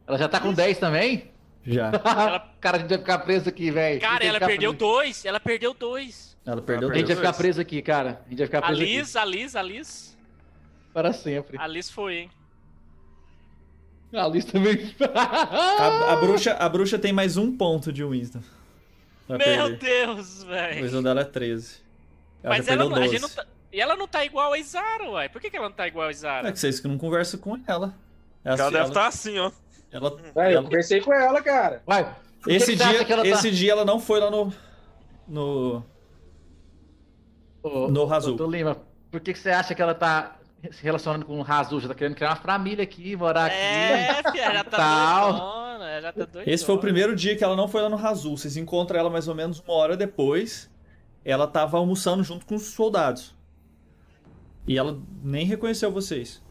Speaker 4: Ela já tá com 10 também?
Speaker 1: já.
Speaker 4: Cara, a gente vai ficar preso aqui, velho. A gente
Speaker 6: Cara,
Speaker 4: vai
Speaker 6: ela
Speaker 4: ficar
Speaker 6: perdeu
Speaker 4: preso.
Speaker 6: dois. Ela perdeu dois.
Speaker 1: Ela perdeu
Speaker 4: A gente vai
Speaker 1: dois.
Speaker 4: ficar preso aqui, cara. A gente vai ficar
Speaker 6: A
Speaker 4: preso aqui
Speaker 6: Liz, a Liz, a Liz.
Speaker 4: para sempre.
Speaker 6: A Liz foi, hein?
Speaker 4: A Liz também.
Speaker 1: A, a bruxa, a bruxa tem mais um ponto de Winston. Vai
Speaker 6: Meu
Speaker 1: perder.
Speaker 6: Deus,
Speaker 1: O
Speaker 6: velho.
Speaker 1: Winston dela é 13. Ela
Speaker 6: Mas
Speaker 1: já
Speaker 6: ela
Speaker 1: perdeu
Speaker 6: não, a gente
Speaker 1: 12.
Speaker 6: não tá... E ela não tá igual a Izara, uai. Por que, que ela não tá igual a Izara?
Speaker 1: É que vocês que não conversam com ela. Ela,
Speaker 5: Ela deve
Speaker 1: ela-
Speaker 5: estar assim, ó.
Speaker 1: ela-
Speaker 2: Véi, eu
Speaker 1: ela-
Speaker 2: conversei com ela, cara.
Speaker 4: Vai. Por que
Speaker 1: esse
Speaker 4: que você acha
Speaker 1: dia,
Speaker 4: que ela tá-
Speaker 1: esse dia ela não foi lá no no
Speaker 4: Ô,
Speaker 1: No
Speaker 4: ô,
Speaker 1: Razul.
Speaker 4: Doutor Lima, por que, que você acha que ela tá se relacionando com o Razul? Já tá querendo criar uma família aqui, morar aqui.
Speaker 6: É, filha, já tá
Speaker 4: Tal.
Speaker 6: doidona. ela Já tá doidona.
Speaker 1: Esse foi o primeiro dia que ela não foi lá no Razul. Vocês encontram ela mais ou menos uma hora depois. Ela tava almoçando junto com os soldados. E ela nem reconheceu vocês.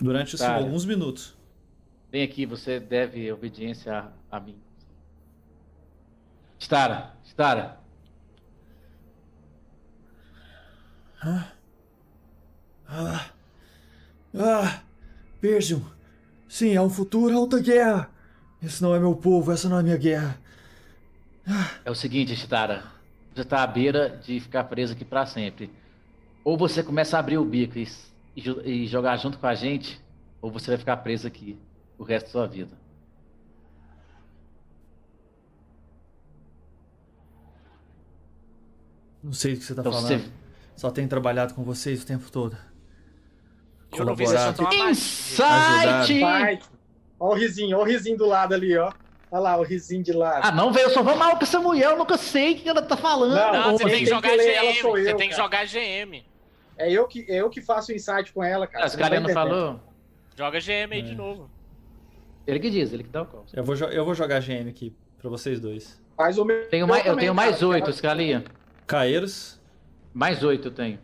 Speaker 1: Durante assim,
Speaker 4: Cara.
Speaker 1: alguns minutos.
Speaker 4: Vem aqui, você deve obediência a, a mim. Stara, Stara.
Speaker 1: Ah. Ah. Persium. Sim, é um futuro alta guerra. Esse não é meu povo, essa não é minha guerra.
Speaker 4: É o seguinte, Stara. Você tá à beira de ficar preso aqui pra sempre. Ou você começa a abrir o bico e, e jo- e jogar junto com a gente, ou você vai ficar preso aqui o resto da sua vida.
Speaker 1: Não sei do que você tá
Speaker 4: Então
Speaker 1: falando.
Speaker 4: você
Speaker 1: Só tenho trabalhado com vocês o tempo todo.
Speaker 6: Eu não vi se
Speaker 1: Colaborado.
Speaker 6: soltou uma magia.
Speaker 4: Insight!
Speaker 2: Vai. Ó o risinho, ó o risinho do lado ali, ó. Olha lá, o risinho de lado.
Speaker 4: Ah, não, velho, eu só vou mal com essa mulher, eu nunca sei o que ela tá falando.
Speaker 2: Não,
Speaker 6: Não, você
Speaker 2: Quem
Speaker 6: tem que
Speaker 2: tem
Speaker 6: jogar
Speaker 2: que ler ela
Speaker 6: GM.
Speaker 2: sou
Speaker 6: Você
Speaker 2: eu,
Speaker 6: tem que
Speaker 2: cara.
Speaker 6: jogar GM.
Speaker 2: É, eu que, é eu que faço o insight com ela, cara.
Speaker 4: Ah,
Speaker 2: Você
Speaker 4: o cara
Speaker 2: tá
Speaker 4: não
Speaker 2: entendendo.
Speaker 4: falou?
Speaker 6: Joga GM aí de novo.
Speaker 4: Ele que diz, ele que dá o call.
Speaker 1: Eu vou, jo- eu vou jogar GM aqui Pra vocês dois.
Speaker 2: Faz o meu.
Speaker 4: Tenho mais, eu
Speaker 2: também,
Speaker 4: tenho mais
Speaker 2: cara.
Speaker 4: oito, Scalia.
Speaker 1: Caeiros.
Speaker 4: Mais oito eu tenho.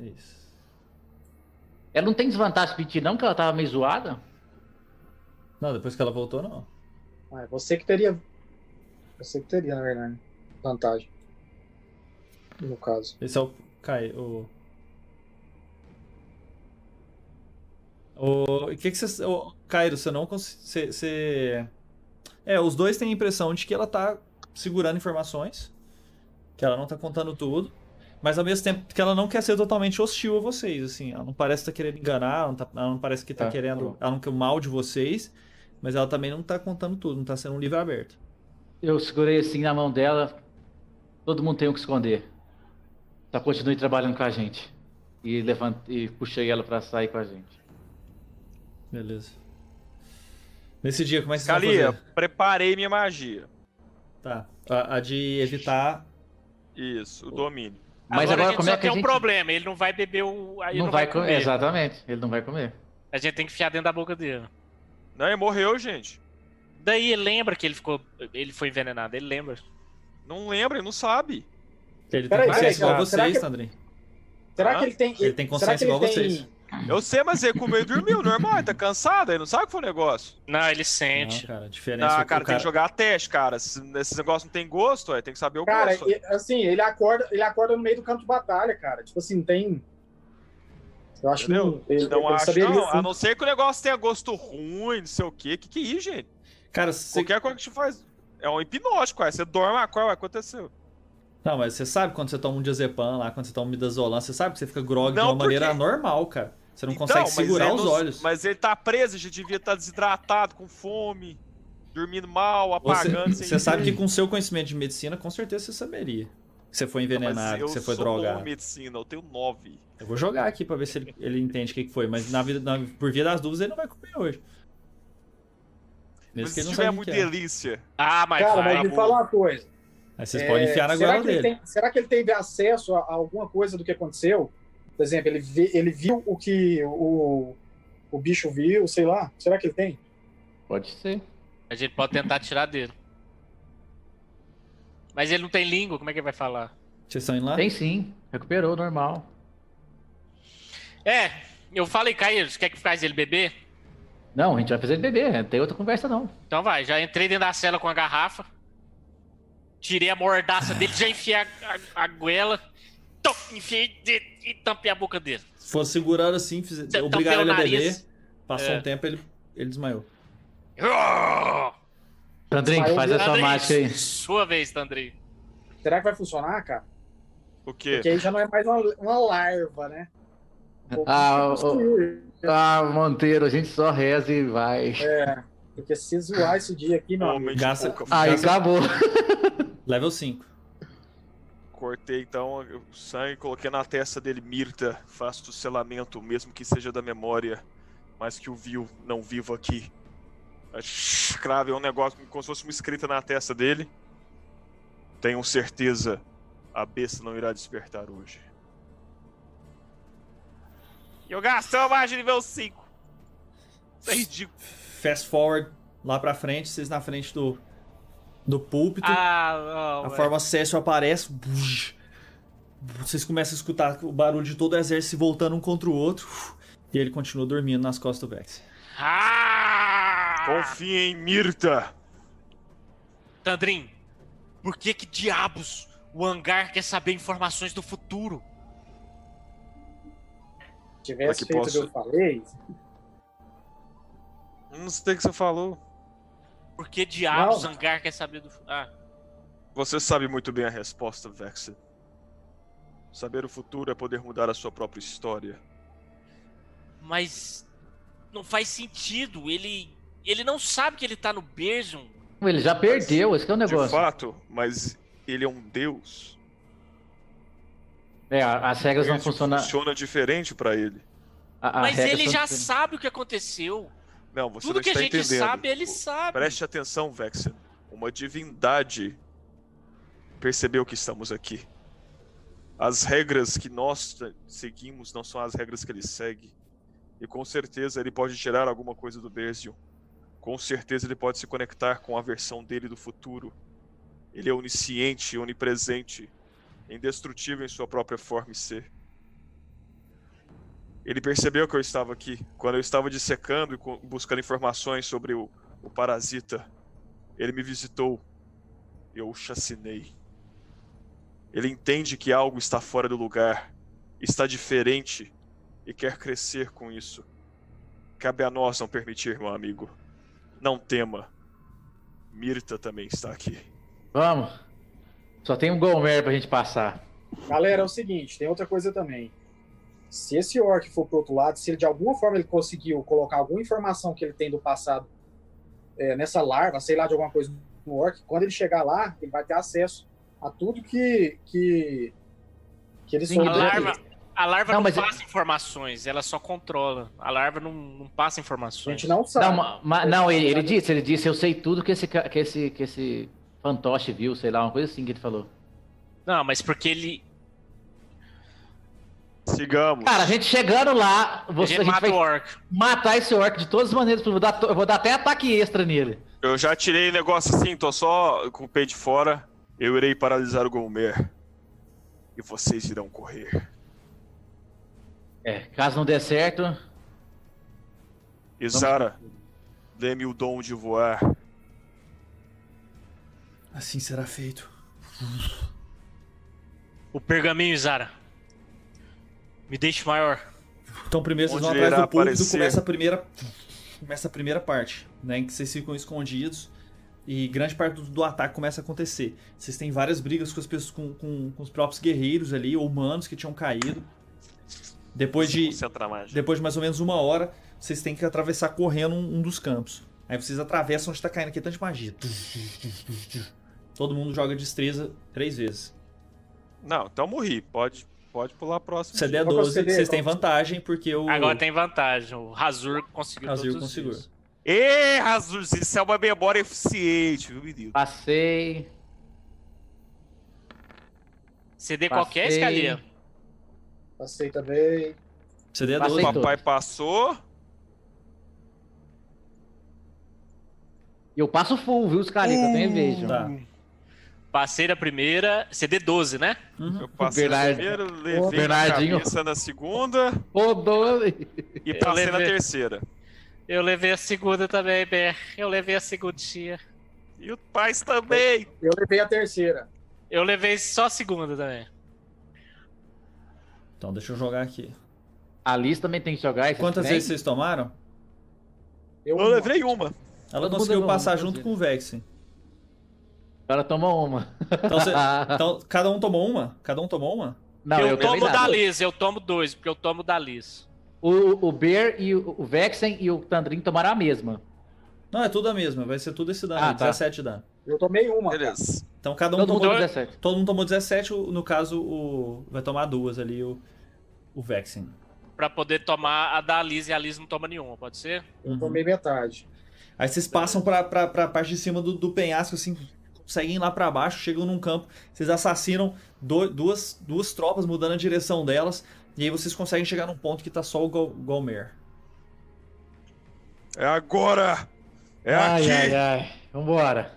Speaker 1: Isso.
Speaker 4: Ela não tem desvantagem de pedir, não, que ela tava meio zoada?
Speaker 1: Não, depois que ela voltou, não.
Speaker 2: Ah, é você que teria. Você que teria, na verdade, vantagem. No caso.
Speaker 1: Esse é o. Cai, o. O. O que que você. o- Cairo, você não consegue. Você, você- É, os dois têm a impressão de que ela tá segurando informações. Que ela não tá contando tudo. Mas ao mesmo tempo que ela não quer ser totalmente hostil a vocês, assim. Ela não parece estar querendo enganar, ela não, tá- ela não parece que tá
Speaker 4: Tá, tá
Speaker 1: querendo.
Speaker 4: bom.
Speaker 1: ela não quer o mal de vocês. Mas ela também não tá contando tudo, não tá sendo um livro aberto.
Speaker 4: Eu segurei assim na mão dela. Todo mundo tem o que esconder. Tá, continue trabalhando com a gente. E, levantei, e puxei ela pra sair com a gente.
Speaker 1: Beleza. Nesse dia, como é que vocês vão
Speaker 5: Calia,
Speaker 1: fazer?
Speaker 5: preparei minha magia.
Speaker 1: Tá. A, a de evitar.
Speaker 5: Isso, o domínio.
Speaker 4: Mas
Speaker 6: agora,
Speaker 4: agora,
Speaker 6: a gente
Speaker 4: como
Speaker 6: só
Speaker 4: é que
Speaker 6: tem
Speaker 4: a
Speaker 6: um
Speaker 4: gente
Speaker 6: problema, ele não vai beber o. aí
Speaker 4: não, vai comer?
Speaker 6: comer.
Speaker 4: Exatamente, ele não vai comer.
Speaker 6: A gente tem que enfiar dentro da boca dele.
Speaker 5: Não, ele morreu, gente.
Speaker 6: Daí ele lembra que ele ficou. Ele foi envenenado, ele lembra.
Speaker 5: Não lembra, ele não sabe.
Speaker 1: Ele tem
Speaker 2: Peraí,
Speaker 1: consciência
Speaker 2: peraí,
Speaker 1: igual
Speaker 2: cara, será
Speaker 1: vocês,
Speaker 2: que-
Speaker 1: Sandrinho.
Speaker 2: Será
Speaker 5: Ah,
Speaker 2: que ele tem.
Speaker 1: ele tem
Speaker 2: será
Speaker 1: consciência
Speaker 2: que ele
Speaker 1: igual
Speaker 2: tem-
Speaker 1: vocês.
Speaker 5: Eu sei, mas ele comeu e dormiu, normal, ele tá cansado, ele não sabe o que foi o negócio.
Speaker 6: Não, ele
Speaker 1: Não,
Speaker 6: sente.
Speaker 4: Uhum.
Speaker 1: cara, a diferença
Speaker 5: Não,
Speaker 1: é que
Speaker 5: tá, Ah, cara,
Speaker 1: o
Speaker 5: tem que jogar a teste, cara. Esse esse negócio não tem gosto, aí tem que saber o
Speaker 2: Cara,
Speaker 5: gosto.
Speaker 2: e- assim, ele acorda, ele acorda no meio do campo de batalha, cara. Tipo assim, tem. Eu acho
Speaker 5: Entendeu?
Speaker 2: que. Não, ele,
Speaker 5: Não
Speaker 2: ele
Speaker 5: acho,
Speaker 2: saberia,
Speaker 5: não.
Speaker 2: sim.
Speaker 5: A não ser que o negócio tenha gosto ruim, não sei o quê. Que que é isso, gente?
Speaker 1: Cara, você...
Speaker 5: Qualquer coisa que te faz. É um hipnótico, aí você dorme, ah, acorda, vai aconteceu.
Speaker 1: Não, mas você sabe quando você toma um diazepam lá, quando você toma um midazolam, você sabe que você fica grog de
Speaker 5: Não,
Speaker 1: uma maneira
Speaker 5: porque-
Speaker 1: anormal, cara. Você não
Speaker 5: Então,
Speaker 1: consegue
Speaker 5: mas
Speaker 1: segurar
Speaker 5: ele
Speaker 1: os
Speaker 5: não-
Speaker 1: olhos.
Speaker 5: Mas ele tá preso, ele já devia estar desidratado, com fome, dormindo mal,
Speaker 1: Você,
Speaker 5: apagando. sem
Speaker 1: você sabe que
Speaker 5: jeito.
Speaker 1: com o seu conhecimento de medicina, com certeza você saberia. Que você foi
Speaker 5: Mas
Speaker 1: envenenado, que você foi
Speaker 5: Eu sou bom
Speaker 1: drogado.
Speaker 5: em medicina, eu tenho nove.
Speaker 1: Eu vou jogar aqui pra ver se ele, ele entende o que que foi, mas na vida, na- por via das dúvidas ele não vai comer hoje.
Speaker 5: Mas
Speaker 1: Mesmo que
Speaker 5: se
Speaker 1: ele não
Speaker 5: tiver
Speaker 1: saiba o que
Speaker 5: muito
Speaker 1: é.
Speaker 5: delícia.
Speaker 6: Ah, mas
Speaker 2: Cara,
Speaker 6: vai.
Speaker 2: mas me
Speaker 5: boa.
Speaker 2: fala uma coisa.
Speaker 1: Aí vocês
Speaker 2: É,
Speaker 1: podem enfiar na
Speaker 2: será
Speaker 1: goela
Speaker 2: que ele
Speaker 1: dele.
Speaker 2: tem- será que ele teve acesso a, a alguma coisa do que aconteceu? Por exemplo, ele, vê- ele viu o que o, o bicho viu, sei lá. Será que ele tem?
Speaker 4: Pode ser.
Speaker 6: A gente pode tentar tirar dele. Mas ele não tem língua, como é que ele vai falar?
Speaker 1: Vocês estão indo lá?
Speaker 4: Tem sim, recuperou, normal.
Speaker 6: É, eu falei, Caíros, quer que faz ele beber?
Speaker 4: Não, a gente vai fazer ele beber, não tem outra conversa não.
Speaker 6: Então vai, já entrei dentro da cela com a garrafa. Tirei a mordaça dele, já enfiei a, a, a goela. Tom, enfiei de- e tampei a boca dele.
Speaker 1: Se for segurando assim, fizer,
Speaker 6: Tampei
Speaker 1: obrigaram
Speaker 6: o
Speaker 1: ele a beber.
Speaker 6: nariz.
Speaker 1: Passou
Speaker 6: É.
Speaker 1: um tempo, ele, ele desmaiou.
Speaker 6: Ah!
Speaker 4: Sandrinho,
Speaker 2: Saiu
Speaker 4: faz a sua
Speaker 6: Tandrinho,
Speaker 4: mágica aí.
Speaker 6: Sua vez, Tandrinho.
Speaker 2: Será que vai funcionar, cara?
Speaker 5: O quê?
Speaker 2: Porque aí já não é mais uma, uma larva, né? O
Speaker 4: Ah,
Speaker 2: bicho
Speaker 4: o-
Speaker 2: destruiu.
Speaker 4: Ah, Monteiro, a gente só reza e vai.
Speaker 2: Porque se zoar esse dia aqui, meu amigo.
Speaker 5: Homem de
Speaker 1: Gasta-
Speaker 5: pouca
Speaker 4: Aí
Speaker 1: Gasta-
Speaker 4: acabou.
Speaker 1: Level 5.
Speaker 5: Cortei então o sangue, coloquei na testa dele Mirta, faço o selamento, mesmo que seja da memória, mas que o viu, não vivo aqui. Aí, Crave é um negócio como se fosse uma escrita na testa dele. Tenho certeza, a besta não irá despertar hoje. Eu gastei a margem nível 5. Isso é ridículo.
Speaker 1: Fast forward lá pra frente, vocês na frente do, do púlpito. a
Speaker 6: Ah,
Speaker 3: é.
Speaker 6: não,
Speaker 1: forma Césio aparece. buz. Vocês começam a escutar o barulho de todo o exército se voltando um contra o outro. E ele continua dormindo nas costas do Vex.
Speaker 6: Ah!
Speaker 5: Confia em Mirta.
Speaker 6: Tandrin, por que que diabos o hangar quer saber informações do futuro?
Speaker 2: Se tivesse
Speaker 5: Pra que
Speaker 2: feito
Speaker 5: possa-
Speaker 2: o que eu falei.
Speaker 5: Não sei o que você falou.
Speaker 6: Por que diabos
Speaker 2: Não.
Speaker 6: o hangar quer saber do futuro? Ah,
Speaker 5: Você sabe muito bem a resposta, Vexen. Saber o futuro é poder mudar a sua própria história.
Speaker 6: mas não faz sentido. Ele ele não sabe que ele tá no Berzion.
Speaker 4: Ele já perdeu, esse que é o
Speaker 5: De
Speaker 4: negócio.
Speaker 5: fato, mas ele é um deus.
Speaker 4: É, a- as regras não
Speaker 5: Isso
Speaker 4: funcionam.
Speaker 5: Funciona diferente pra ele.
Speaker 4: a- as
Speaker 6: Mas
Speaker 4: regras
Speaker 6: ele
Speaker 4: são
Speaker 6: já
Speaker 4: diferentes.
Speaker 6: sabe o que aconteceu.
Speaker 5: Não, você
Speaker 6: Tudo
Speaker 5: não
Speaker 6: que a
Speaker 5: está
Speaker 6: gente
Speaker 5: entendendo.
Speaker 6: sabe, ele sabe.
Speaker 5: Preste atenção, Vexen. Uma divindade percebeu que estamos aqui. As regras que nós seguimos não são as regras que ele segue. E com certeza ele pode tirar alguma coisa do Bezio. Com certeza ele pode se conectar com a versão dele do futuro. Ele é onisciente, onipresente, indestrutível em sua própria forma e ser. Ele percebeu que eu estava aqui. Quando eu estava dissecando e co- buscando informações sobre o, o parasita, ele me visitou. Eu o chacinei. Ele entende que algo está fora do lugar, está diferente e quer crescer com isso. Cabe a nós não permitir, meu amigo. Não tema. Mirta também está aqui.
Speaker 4: Vamos. Só tem um Golmer pra gente passar.
Speaker 2: Galera, é o seguinte, tem outra coisa também. Se esse orc for pro outro lado, se ele de alguma forma ele conseguiu colocar alguma informação que ele tem do passado é, nessa larva, sei lá, de alguma coisa no orc, quando ele chegar lá, ele vai ter acesso a tudo que que, que ele
Speaker 4: Sim,
Speaker 2: soube
Speaker 3: A
Speaker 4: Mas é-
Speaker 3: larva, a larva
Speaker 4: Não,
Speaker 3: não,
Speaker 4: mas é-
Speaker 3: passa informações, ela só controla. A larva não, não passa
Speaker 2: A gente
Speaker 3: informações.
Speaker 2: não sabe.
Speaker 4: Não, ma- ma- não ele, ele disse, ele disse, eu sei tudo que esse, ca- que esse, que esse fantoche viu, sei lá, uma coisa assim que ele falou.
Speaker 3: Não, mas porque ele.
Speaker 5: Sigamos.
Speaker 4: Cara, a gente chegando lá, você,
Speaker 3: ele
Speaker 4: a gente
Speaker 3: mata
Speaker 4: vai
Speaker 3: o orc.
Speaker 4: matar esse orc de todas as maneiras. Eu vou dar, to- eu vou dar até ataque extra nele.
Speaker 5: Eu já tirei negócio assim, tô só com o peito fora. Eu irei paralisar o Golmer. E vocês irão correr.
Speaker 4: É, caso não der certo,
Speaker 5: Isara, dê-me o dom de voar.
Speaker 10: Assim será feito.
Speaker 6: O pergaminho, Zara. Me deixe maior.
Speaker 1: Então primeiro vocês
Speaker 5: Onde
Speaker 1: vão atrás
Speaker 5: irá
Speaker 1: do público,
Speaker 5: aparecer?
Speaker 1: começa a primeira começa a primeira parte, né, em que vocês ficam escondidos e grande parte do, do ataque começa a acontecer. Vocês têm várias brigas com as pessoas com, com- com os próprios guerreiros ali, ou humanos que tinham caído. Depois de
Speaker 5: Concentra a magia.
Speaker 1: depois de mais ou menos uma hora, vocês têm que atravessar correndo um, um dos campos. Aí vocês atravessam onde tá caindo aqui tanto de magia. Todo mundo joga destreza três vezes.
Speaker 5: Não, então morri. Pode, pode pular próximo.
Speaker 1: CD é
Speaker 2: Qual que é o
Speaker 1: 12,
Speaker 2: CD?
Speaker 1: vocês têm vantagem porque o
Speaker 3: Agora tem vantagem. O Razur conseguiu
Speaker 1: Azir
Speaker 3: todos os
Speaker 1: conseguiu.
Speaker 3: dias.
Speaker 5: Ê, Razuz, isso é uma memória eficiente, viu, menino?
Speaker 4: passei.
Speaker 3: CD
Speaker 4: Passei.
Speaker 3: qualquer escalia.
Speaker 2: Passei também.
Speaker 1: CD é
Speaker 4: Passei
Speaker 1: 12.
Speaker 5: O papai passou.
Speaker 4: E eu passo full, viu, os caras que eu tenho inveja.
Speaker 1: Tá.
Speaker 3: Passei da primeira. CD 12, né?
Speaker 5: Eu passei
Speaker 4: Bernardo.
Speaker 5: na primeira, levei na
Speaker 4: Bernardinho.
Speaker 5: cabeça na segunda
Speaker 4: Ô, doze.
Speaker 5: e passei na
Speaker 3: levei.
Speaker 5: terceira.
Speaker 3: Eu levei a segunda também, Ber. Eu levei a segundinha.
Speaker 5: E o pai também.
Speaker 2: Eu levei a terceira.
Speaker 3: Eu levei só a segunda também.
Speaker 1: Então deixa eu jogar aqui.
Speaker 4: A Liz também tem que jogar. esses
Speaker 1: Quantas
Speaker 4: trem.
Speaker 1: vezes vocês tomaram?
Speaker 2: Eu,
Speaker 5: Eu levei uma.
Speaker 1: Ela
Speaker 4: Todo mundo
Speaker 1: conseguiu
Speaker 4: levou
Speaker 1: passar
Speaker 4: uma,
Speaker 1: junto
Speaker 4: inclusive.
Speaker 1: com o Vexen.
Speaker 4: Agora toma uma.
Speaker 1: Então, cê- então, cada um tomou uma? Cada um tomou uma?
Speaker 4: Não,
Speaker 3: eu,
Speaker 4: eu, também
Speaker 3: tomo da
Speaker 4: não.
Speaker 3: Liz, eu tomo dois, porque eu tomo da Liz.
Speaker 4: O, o Bear e o, o Vexen e o Tandrin tomaram a mesma.
Speaker 1: Não, é tudo a mesma. Vai ser tudo esse dano.
Speaker 4: Ah,
Speaker 1: aí,
Speaker 4: tá.
Speaker 1: 17 dano.
Speaker 2: eu tomei uma. cara.
Speaker 5: Beleza.
Speaker 1: Então cada um
Speaker 4: Todo mundo
Speaker 1: tomou.
Speaker 4: tomou 17.
Speaker 1: Todo mundo tomou 17. o- No caso, o. Vai tomar duas ali, o. O Vexen.
Speaker 3: Pra poder tomar a da Liz e a Liz não toma nenhuma, pode ser?
Speaker 1: Uhum.
Speaker 2: Eu tomei metade.
Speaker 1: Aí vocês passam pra, pra, pra parte de cima do, do penhasco, assim, conseguem ir lá pra baixo, chegam num campo, vocês assassinam do- duas, duas tropas mudando a direção delas, e aí vocês conseguem chegar num ponto que tá só o Gol- Golmer.
Speaker 5: É agora. É aqui.
Speaker 4: ai, ai. Vambora.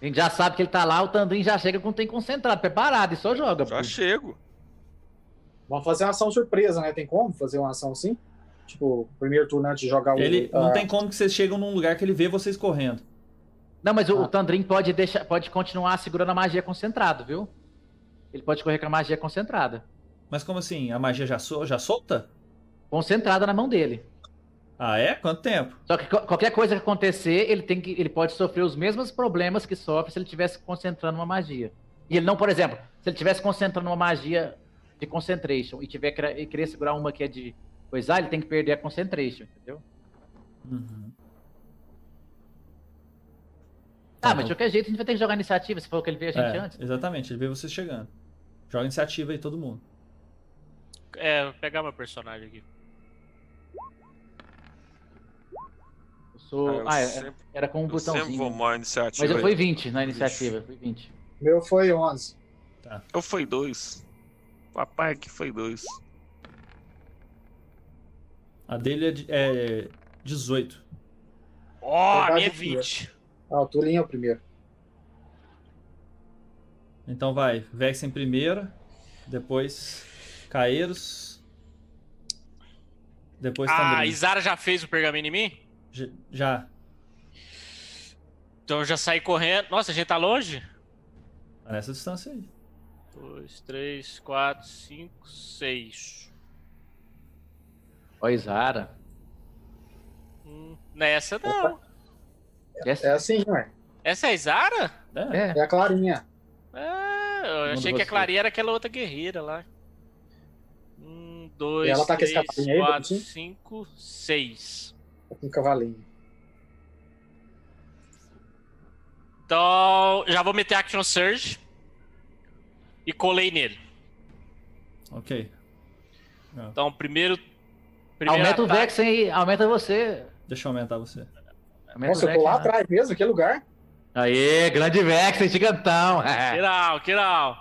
Speaker 4: A gente já sabe que ele tá lá, o Tandrin já chega quando tem concentrado, preparado, e só joga.
Speaker 5: Já
Speaker 4: pô.
Speaker 5: chego.
Speaker 2: Vamos fazer uma ação surpresa, né? Tem como fazer uma ação assim? Tipo, primeiro turno antes de jogar o.
Speaker 1: Ele não
Speaker 2: ah,
Speaker 1: tem como que vocês chegam num lugar que ele vê vocês correndo.
Speaker 4: Não, mas o,
Speaker 2: Ah.
Speaker 4: o Tandrin pode, deixar, pode continuar segurando a magia concentrado, viu? Ele pode correr com a magia concentrada.
Speaker 1: Mas como assim? A magia já, sol- já solta?
Speaker 4: Concentrada na mão dele.
Speaker 1: Ah, é? Quanto tempo?
Speaker 4: Só que co- qualquer coisa que acontecer, ele tem que, ele pode sofrer os mesmos problemas que sofre se ele estivesse concentrando uma magia. E ele não, por exemplo, se ele estivesse concentrando uma magia de concentration e tiver que- e querer segurar uma que é de coisar, ele tem que perder a concentration, entendeu?
Speaker 1: Uhum.
Speaker 4: Ah, mas de qualquer jeito a gente vai ter que jogar iniciativa. Você falou que ele veio a gente
Speaker 1: É,
Speaker 4: antes.
Speaker 1: Exatamente, ele vê vocês chegando. Joga iniciativa aí, todo mundo.
Speaker 3: É, vou pegar meu personagem aqui.
Speaker 4: Eu sou. Ah,
Speaker 5: Ah, eu
Speaker 4: é-
Speaker 5: sempre,
Speaker 4: era com um
Speaker 5: eu sempre vou
Speaker 4: botãozinho.
Speaker 5: mal iniciativa.
Speaker 4: Mas eu
Speaker 5: aí.
Speaker 4: fui 20 na iniciativa. Fui 20.
Speaker 2: Meu foi 11.
Speaker 5: Eu fui dois. Papai que foi dois.
Speaker 1: A dele é de- é 18.
Speaker 6: Ó, a
Speaker 2: Verdade,
Speaker 6: minha é
Speaker 2: primeiro.
Speaker 6: 20.
Speaker 2: Ah, o Tulin é o primeiro.
Speaker 1: Então vai, Vex em primeira, depois Caeiros, depois
Speaker 3: Ah,
Speaker 6: A
Speaker 1: Tandrin.
Speaker 6: Isara já fez o pergaminho em mim?
Speaker 1: J- Já,
Speaker 6: Então eu já saí correndo. Nossa, a gente tá longe?
Speaker 1: tá nessa distância aí.
Speaker 6: 2, 3, 4, 5, 6.
Speaker 4: Ó, Isara.
Speaker 6: Hum, Nessa não.
Speaker 4: Essa-
Speaker 2: É assim, ué.
Speaker 6: Essa é a Isara?
Speaker 1: É,
Speaker 4: É.
Speaker 2: É a Clarinha.
Speaker 6: Ah, eu
Speaker 1: Manda
Speaker 6: achei que a
Speaker 1: você.
Speaker 6: Clarinha era aquela outra guerreira lá. Um, dois,
Speaker 2: E ela tá com esse
Speaker 6: três,
Speaker 2: cavalinho aí,
Speaker 6: quatro,
Speaker 2: bonitinho?
Speaker 6: cinco, seis.
Speaker 2: Com cavalinho.
Speaker 6: Então, já vou meter Action Surge. E colei nele.
Speaker 1: ok.
Speaker 6: Então, primeiro. primeiro
Speaker 4: Aumenta o
Speaker 6: ataque-
Speaker 4: Vex aí, aumenta você.
Speaker 1: Deixa eu aumentar você.
Speaker 4: Aumenta o
Speaker 2: Nossa, eu
Speaker 4: Vex,
Speaker 2: tô lá
Speaker 4: né?
Speaker 2: atrás mesmo, aquele lugar.
Speaker 4: Aê, grande Vex, hein, gigantão.
Speaker 6: Que não, que não.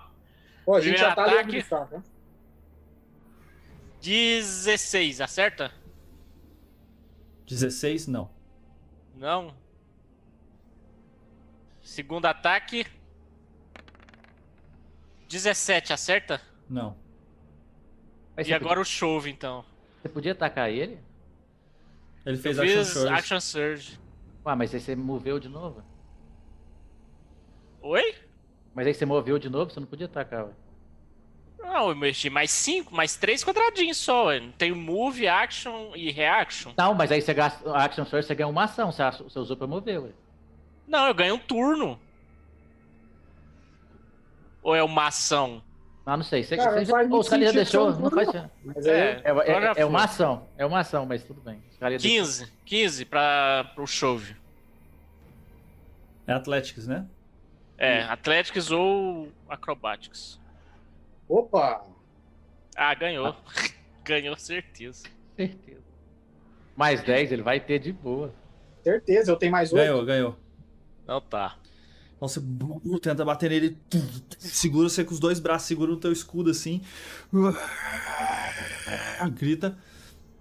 Speaker 2: Pô, a gente
Speaker 6: Primeiro
Speaker 2: já tá ali
Speaker 6: ataque.
Speaker 2: onde está, né?
Speaker 6: 16, acerta?
Speaker 1: 16, não.
Speaker 6: Não. Segundo ataque. 17, acerta?
Speaker 1: Não.
Speaker 4: Mas
Speaker 6: E agora o chove, então.
Speaker 4: podia, você podia atacar ele?
Speaker 1: Ele fez
Speaker 6: Eu
Speaker 1: action
Speaker 6: fiz
Speaker 1: surge.
Speaker 6: Action Surge.
Speaker 4: Ué, mas aí você moveu de novo?
Speaker 6: Oi?
Speaker 4: Mas aí você moveu de novo, você não podia atacar, ué.
Speaker 6: Não, eu mexi mais 5, mais 3 quadradinhos só. ué. Não Tem move, action e reaction.
Speaker 4: Não, mas aí você gasta a action surge, você ganha uma ação, você, você usou pra mover, ué.
Speaker 6: Não, eu ganho um turno. Ou é uma ação?
Speaker 4: Ah, não sei. Você,
Speaker 2: Cara,
Speaker 4: você
Speaker 2: não faz
Speaker 4: ou os
Speaker 2: muito
Speaker 4: caras já
Speaker 2: sentido
Speaker 4: deixou.
Speaker 2: ser um
Speaker 4: Não faz...
Speaker 2: Mas aí,
Speaker 4: É, é-
Speaker 6: agora
Speaker 4: é
Speaker 6: foi.
Speaker 4: uma ação, é uma ação, mas tudo bem. Os caras já
Speaker 6: 15, 15 pra, pro chove.
Speaker 1: É Athletics, né?
Speaker 6: É, Atléticos ou Acrobatics.
Speaker 2: opa!
Speaker 6: Ah, ganhou. ganhou, certeza.
Speaker 4: deixou, certeza. Mais 10, ele vai ter de boa.
Speaker 2: Certeza, eu tenho mais oito.
Speaker 1: Ganhou, ganhou.
Speaker 6: Não tá.
Speaker 1: Então você bu- bu- tenta bater nele, tum, tum, segura você com os dois braços, segura no teu escudo assim. Grita.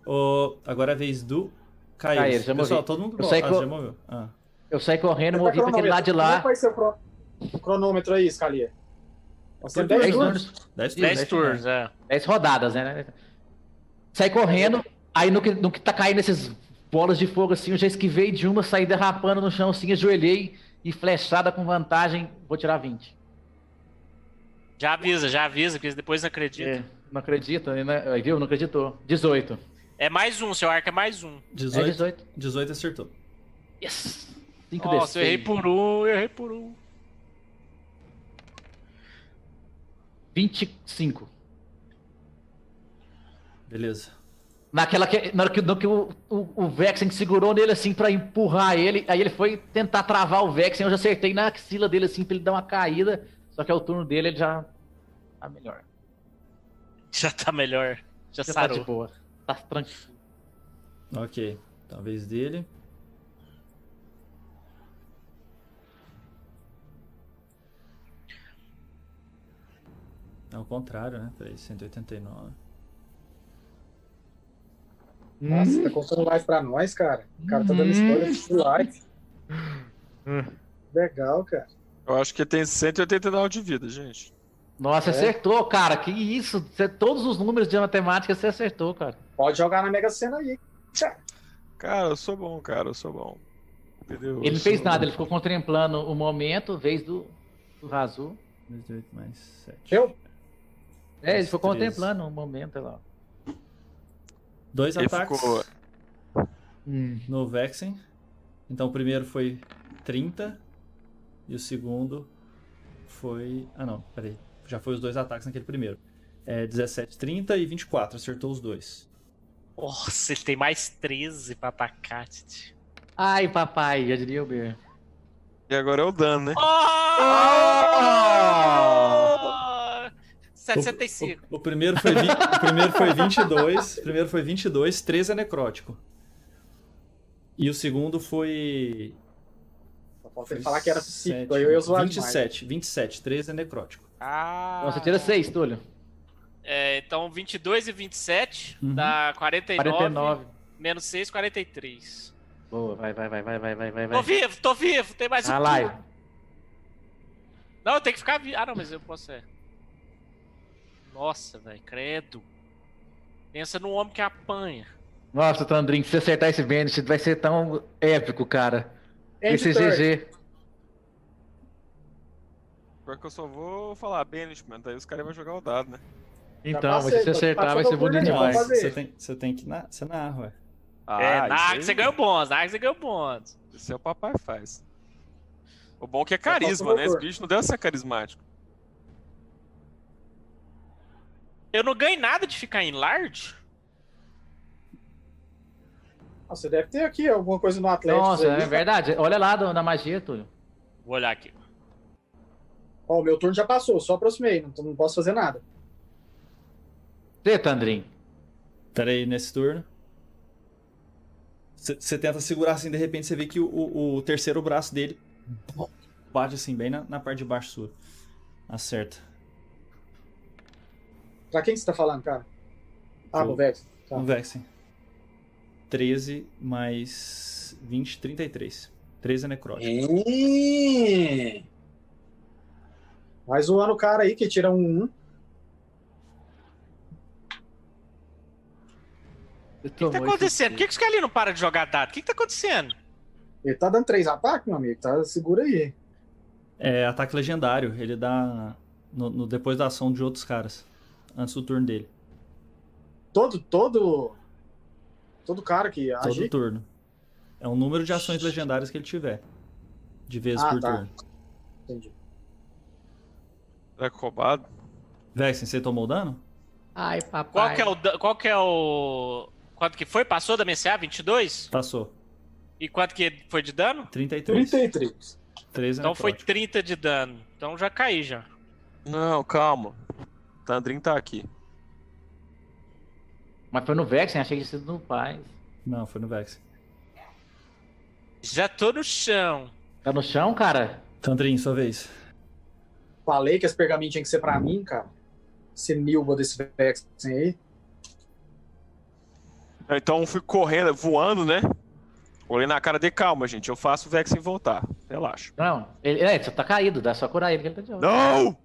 Speaker 1: Ô, agora é a vez do Caíros.
Speaker 4: Caíros, já
Speaker 1: Pessoal,
Speaker 4: movi.
Speaker 1: todo mundo
Speaker 4: Eu sei
Speaker 1: ah,
Speaker 4: que eu-
Speaker 1: já moveu. Ah.
Speaker 4: Eu saí correndo,
Speaker 2: Mas
Speaker 4: movi pra aquele
Speaker 2: cronômetro.
Speaker 4: lado de
Speaker 2: Como é que
Speaker 4: lá.
Speaker 2: vai ser o cro- o cronômetro aí, Scalia? Nós
Speaker 1: Por
Speaker 2: temos 10
Speaker 1: 10
Speaker 4: 10
Speaker 2: turnos.
Speaker 4: turnos,
Speaker 1: 10
Speaker 4: Dez
Speaker 6: 10 turnos, é.
Speaker 4: 10 rodadas, né? Saí correndo, aí no que, no que tá caindo esses bolas de fogo assim, eu já esquivei de uma, saí derrapando no chão assim, ajoelhei e flechada com vantagem, vou tirar 20.
Speaker 6: Já avisa, já avisa, porque depois não acredita.
Speaker 4: É, Não acredita, né? Aí, Viu? Não acreditou. 18.
Speaker 6: É. mais um, seu arco é mais um.
Speaker 4: É
Speaker 1: 18,
Speaker 4: 18.
Speaker 1: 18 acertou.
Speaker 4: Yes! 5
Speaker 6: Nossa, eu errei por um, eu errei por um. um.
Speaker 4: 25.
Speaker 1: Beleza.
Speaker 4: Naquela que, na hora que, no que o, o, o Vexen segurou nele assim pra empurrar ele, aí ele foi tentar travar o Vexen, eu já acertei na axila dele assim pra ele dar uma caída, só que é o turno dele, ele já tá melhor.
Speaker 6: Já tá tipo- melhor. Já,
Speaker 4: Já tá de
Speaker 6: sarou.
Speaker 4: boa. Tá tranquilo.
Speaker 1: Ok. Talvez dele. É o contrário, né? Peraí, 189.
Speaker 2: Nossa, tá contando live pra nós, cara. O cara tá dando spoiler de live. Legal, cara.
Speaker 5: Eu acho que ele tem 189 de vida, gente.
Speaker 4: Nossa, acertou, cara. Que isso? Você- todos os números de matemática você acertou, cara.
Speaker 2: Pode jogar na Mega Sena aí.
Speaker 5: Cara, eu sou bom, cara, eu sou bom. Entendeu?
Speaker 4: Ele
Speaker 5: Eu
Speaker 4: não fez
Speaker 5: sou-
Speaker 4: nada, ele ficou contemplando o momento, vez do, do Razu.
Speaker 1: 18 mais 7.
Speaker 2: Eu?
Speaker 4: É, ele
Speaker 1: Mais
Speaker 4: ficou
Speaker 1: treze.
Speaker 4: contemplando o momento lá.
Speaker 1: Dois
Speaker 5: Ele
Speaker 1: ataques
Speaker 5: ficou-
Speaker 1: no Vexen. Então o primeiro foi 30. E o segundo foi. Ah não, peraí. Já foi os dois ataques naquele primeiro. É 17, 30 e 24. Acertou os dois.
Speaker 6: Nossa, ele tem mais 13 pra atacar, Titi.
Speaker 4: Ai, papai, já diria o Ber.
Speaker 5: E agora é o dano, né?
Speaker 6: Ah! 75.
Speaker 1: O, o primeiro foi, vi- o primeiro foi 22. O primeiro foi 22, 13 é necrótico. E o segundo foi.
Speaker 2: Só falta
Speaker 1: foi
Speaker 2: ele falar que era
Speaker 1: sete,
Speaker 2: psíquico, aí eu ia zoar demais.
Speaker 1: 27, 27, 13 é necrótico.
Speaker 6: Ah,
Speaker 4: Nossa, tira seis, Túlio.
Speaker 6: É, então 22 e 27
Speaker 4: Uhum.
Speaker 6: dá 49,
Speaker 4: 49.
Speaker 6: menos 6, 43.
Speaker 4: Boa, vai, vai, vai, vai, vai, vai, vai.
Speaker 6: Tô
Speaker 4: vai.
Speaker 6: vivo, tô vivo, tem mais um
Speaker 4: Ah,
Speaker 6: turno.
Speaker 4: lá.
Speaker 6: Não, eu tenho que ficar vivo. Ah, não, mas eu posso é. Nossa, velho, credo. Pensa num homem que apanha.
Speaker 4: Nossa, Tandrin, se você acertar esse Vênus, vai ser tão épico, cara.
Speaker 2: End
Speaker 4: Esse
Speaker 2: turn.
Speaker 4: GG.
Speaker 5: Pior que eu só vou falar banishment, aí os caras vão jogar o dado, né?
Speaker 4: Então,
Speaker 2: passei,
Speaker 4: mas se você
Speaker 2: tô-
Speaker 4: acertar,
Speaker 2: passou
Speaker 4: vai
Speaker 2: meu
Speaker 4: ser bonito
Speaker 2: turno aí,
Speaker 1: Não,
Speaker 2: vamos
Speaker 4: demais.
Speaker 2: É fazer.
Speaker 1: Então, você tem, você tem que na, você narra, ué.
Speaker 5: Ah,
Speaker 6: é,
Speaker 5: isso
Speaker 6: Naga,
Speaker 5: aí-
Speaker 6: você ganhou bons, Naga, você ganhou bons.
Speaker 5: Isso é o papai faz. O bom é que é
Speaker 2: falta
Speaker 5: carisma,
Speaker 2: o
Speaker 5: né?
Speaker 2: motor.
Speaker 5: Esse bicho não deve ser carismático.
Speaker 6: Eu não ganhei nada de ficar em large?
Speaker 2: Ah, Você deve ter aqui alguma coisa no Atlético.
Speaker 4: Nossa,
Speaker 2: aí.
Speaker 4: é verdade. Olha lá do- na magia, Túlio.
Speaker 6: Vou olhar aqui.
Speaker 2: Ó, o meu turno já passou, só aproximei, não, não posso fazer nada.
Speaker 4: Você, Tandrin.
Speaker 1: Estarei nesse turno. Você você tenta segurar assim, de repente você vê que o, o- o terceiro braço dele bate assim, bem na, na parte de baixo sua. Acerta.
Speaker 2: Pra quem que você tá falando, cara? Ah,
Speaker 1: Pro-
Speaker 2: pro Vex. Tá.
Speaker 1: Vamos ver assim. 13 mais 20, 33. 13 é necrótico.
Speaker 2: Hein? Vai zoando o cara aí que tira um 1.
Speaker 4: O
Speaker 6: O que tá acontecendo? Por que, que os caras ali não param de jogar dado? O que, que tá acontecendo?
Speaker 2: Ele tá dando três ataques, meu amigo. Tá, segura aí.
Speaker 1: É ataque legendário. Ele dá no, no- depois da ação de outros caras. Antes do turno dele.
Speaker 2: Todo, todo. Todo cara que
Speaker 1: Todo
Speaker 2: agir.
Speaker 1: turno. É um número de ações legendárias que ele tiver. De vez
Speaker 2: Ah,
Speaker 1: por
Speaker 2: tá.
Speaker 1: turno.
Speaker 2: Entendi.
Speaker 5: É roubado.
Speaker 1: Vexen, você tomou dano?
Speaker 4: Ai, papai.
Speaker 6: Qual que é o. da- Qual que é o. Quanto que foi? Passou da MCA? 22?
Speaker 1: Passou.
Speaker 6: E quanto que foi de dano?
Speaker 1: 33.
Speaker 2: 33.
Speaker 1: 13 é
Speaker 6: Então foi
Speaker 1: necrótico.
Speaker 6: 30 de dano. Então já caí já.
Speaker 5: Não, calma. Tandrin tá aqui.
Speaker 4: Mas foi no Vexen, achei que tinha sido no Paz.
Speaker 1: Não, foi no Vexen.
Speaker 6: Já tô no chão.
Speaker 4: Tá no chão, cara?
Speaker 1: Tandrin, sua vez.
Speaker 2: Falei que esse pergaminho tinha que ser pra mim, cara. Esse Nilba desse Vex aí.
Speaker 5: Então eu fui correndo, voando, né? Olhei na cara de calma, gente. Eu faço o Vexen voltar. Relaxa.
Speaker 4: Não, ele, é, ele só tá caído, dá só curar ele que ele tá de olho.
Speaker 5: Não!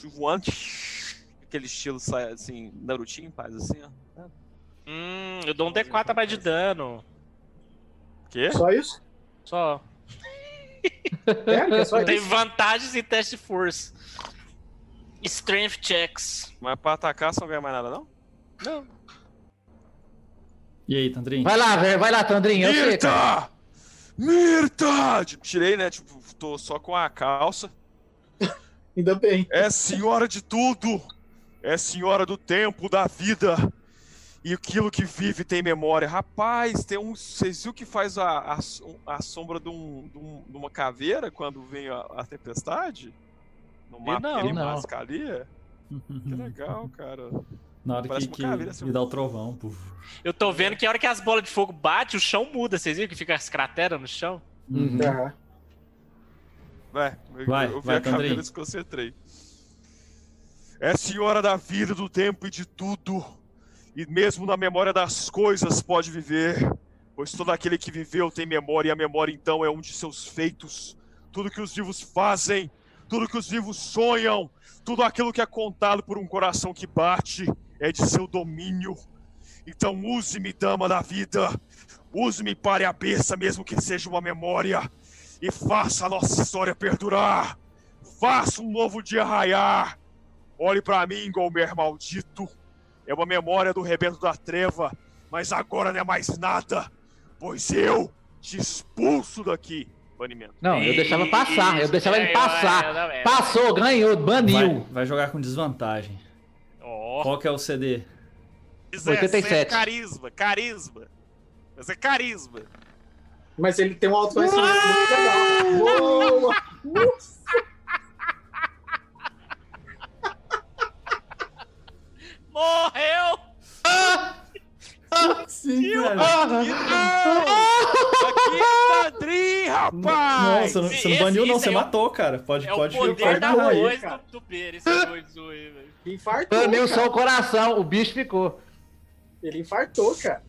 Speaker 5: Fui voando. Aquele estilo sai assim, Narutinho, faz assim, ó.
Speaker 6: Hum, eu dou um D4 a mais de dano.
Speaker 5: Quê?
Speaker 2: Só isso?
Speaker 6: Só.
Speaker 2: Sério? que É só
Speaker 6: Eu tenho
Speaker 2: isso?
Speaker 6: vantagens em teste de força. Strength checks.
Speaker 5: Mas pra atacar você não ganha mais nada, não?
Speaker 1: E aí, Tandrin?
Speaker 4: Vai lá, velho, vai lá, Tandrin, eu sei. cara.
Speaker 5: Mirta! Mirta! Tipo, tirei, né? Tipo, tô só com a calça.
Speaker 2: Ainda bem.
Speaker 5: É senhora de tudo! É senhora do tempo, da vida! E aquilo que vive tem memória. Rapaz, tem um. Vocês viram que faz a, a, som- a sombra de, um- de um- de uma caveira quando vem a, a tempestade? No mapa
Speaker 6: não.
Speaker 5: ele
Speaker 4: Não.
Speaker 5: mascaria?
Speaker 1: Hum.
Speaker 5: Que legal, cara.
Speaker 1: Uhum. Na hora
Speaker 5: Parece
Speaker 1: que,
Speaker 5: uma
Speaker 1: que,
Speaker 5: caveira, assim,
Speaker 1: que dá o trovão, puf.
Speaker 6: Eu tô vendo que a hora que as bolas de fogo batem, o chão muda. Vocês viram que fica as crateras no chão?
Speaker 1: Uhum.
Speaker 2: Tá.
Speaker 5: Vai, eu,
Speaker 1: Vai,
Speaker 5: eu vi
Speaker 1: vai,
Speaker 5: a caveira
Speaker 1: Tandrinho.
Speaker 5: e desconcentrei. É senhora da vida, do tempo e de tudo. E mesmo na memória das coisas pode viver. Pois todo aquele que viveu tem memória, e a memória então é um de seus feitos. Tudo que os vivos fazem, tudo que os vivos sonham, tudo aquilo que é contado por um coração que bate é de seu domínio. Então use-me, dama da vida. Use-me para a besta, mesmo que seja uma memória e faça a nossa história perdurar. Faça um novo dia raiar. Olhe pra mim, Golmer maldito. É uma memória do rebento da treva, mas agora não é mais nada, pois eu te expulso daqui. Banimento.
Speaker 4: Não, eu deixava passar, eu deixava
Speaker 6: é,
Speaker 4: ele passar. Passou, ganhou,
Speaker 1: Vai,
Speaker 4: baniu.
Speaker 1: vai jogar com desvantagem.
Speaker 6: Ó,
Speaker 1: Qual que é o CD?
Speaker 5: 17,
Speaker 7: é,
Speaker 4: 87.
Speaker 5: Carisma, carisma. Mas é carisma.
Speaker 2: Mas ele tem um autoconhecimento
Speaker 3: Ah!
Speaker 2: muito legal. Boa!
Speaker 6: morreu!
Speaker 1: Sim, velho.
Speaker 5: tá Aqui, Tandrinha!
Speaker 1: Não,
Speaker 9: rapaz!
Speaker 1: você não, você não
Speaker 3: Esse-
Speaker 1: baniu, não.
Speaker 3: esse
Speaker 1: Você
Speaker 3: aí é o-
Speaker 1: matou, cara. Pode,
Speaker 3: É o
Speaker 1: pode.
Speaker 3: poder
Speaker 1: pode
Speaker 3: da
Speaker 1: pular aí.
Speaker 3: voz
Speaker 2: cara.
Speaker 3: do Tuber, esse doido aí, velho.
Speaker 2: Infartou,
Speaker 4: Baneu
Speaker 2: cara.
Speaker 4: só Ah, o coração, o bicho ficou.
Speaker 2: Ele infartou, cara.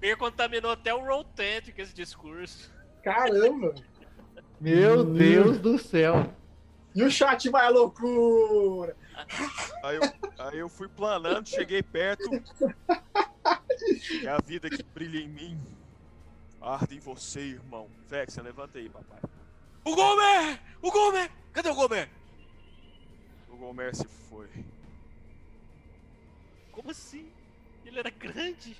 Speaker 3: Ele contaminou até o Roll 10 com esse discurso.
Speaker 2: Caramba.
Speaker 4: Meu Deus do céu.
Speaker 2: E o chat vai à loucura.
Speaker 5: Aí eu, aí eu fui planando, cheguei perto. É a vida que brilha em mim. Arde em você, irmão. Vexen, levanta aí, papai.
Speaker 7: O Gomer! O Gomer! Cadê o Gomer?
Speaker 5: O Gomer se foi.
Speaker 3: Como assim? Ele era grande?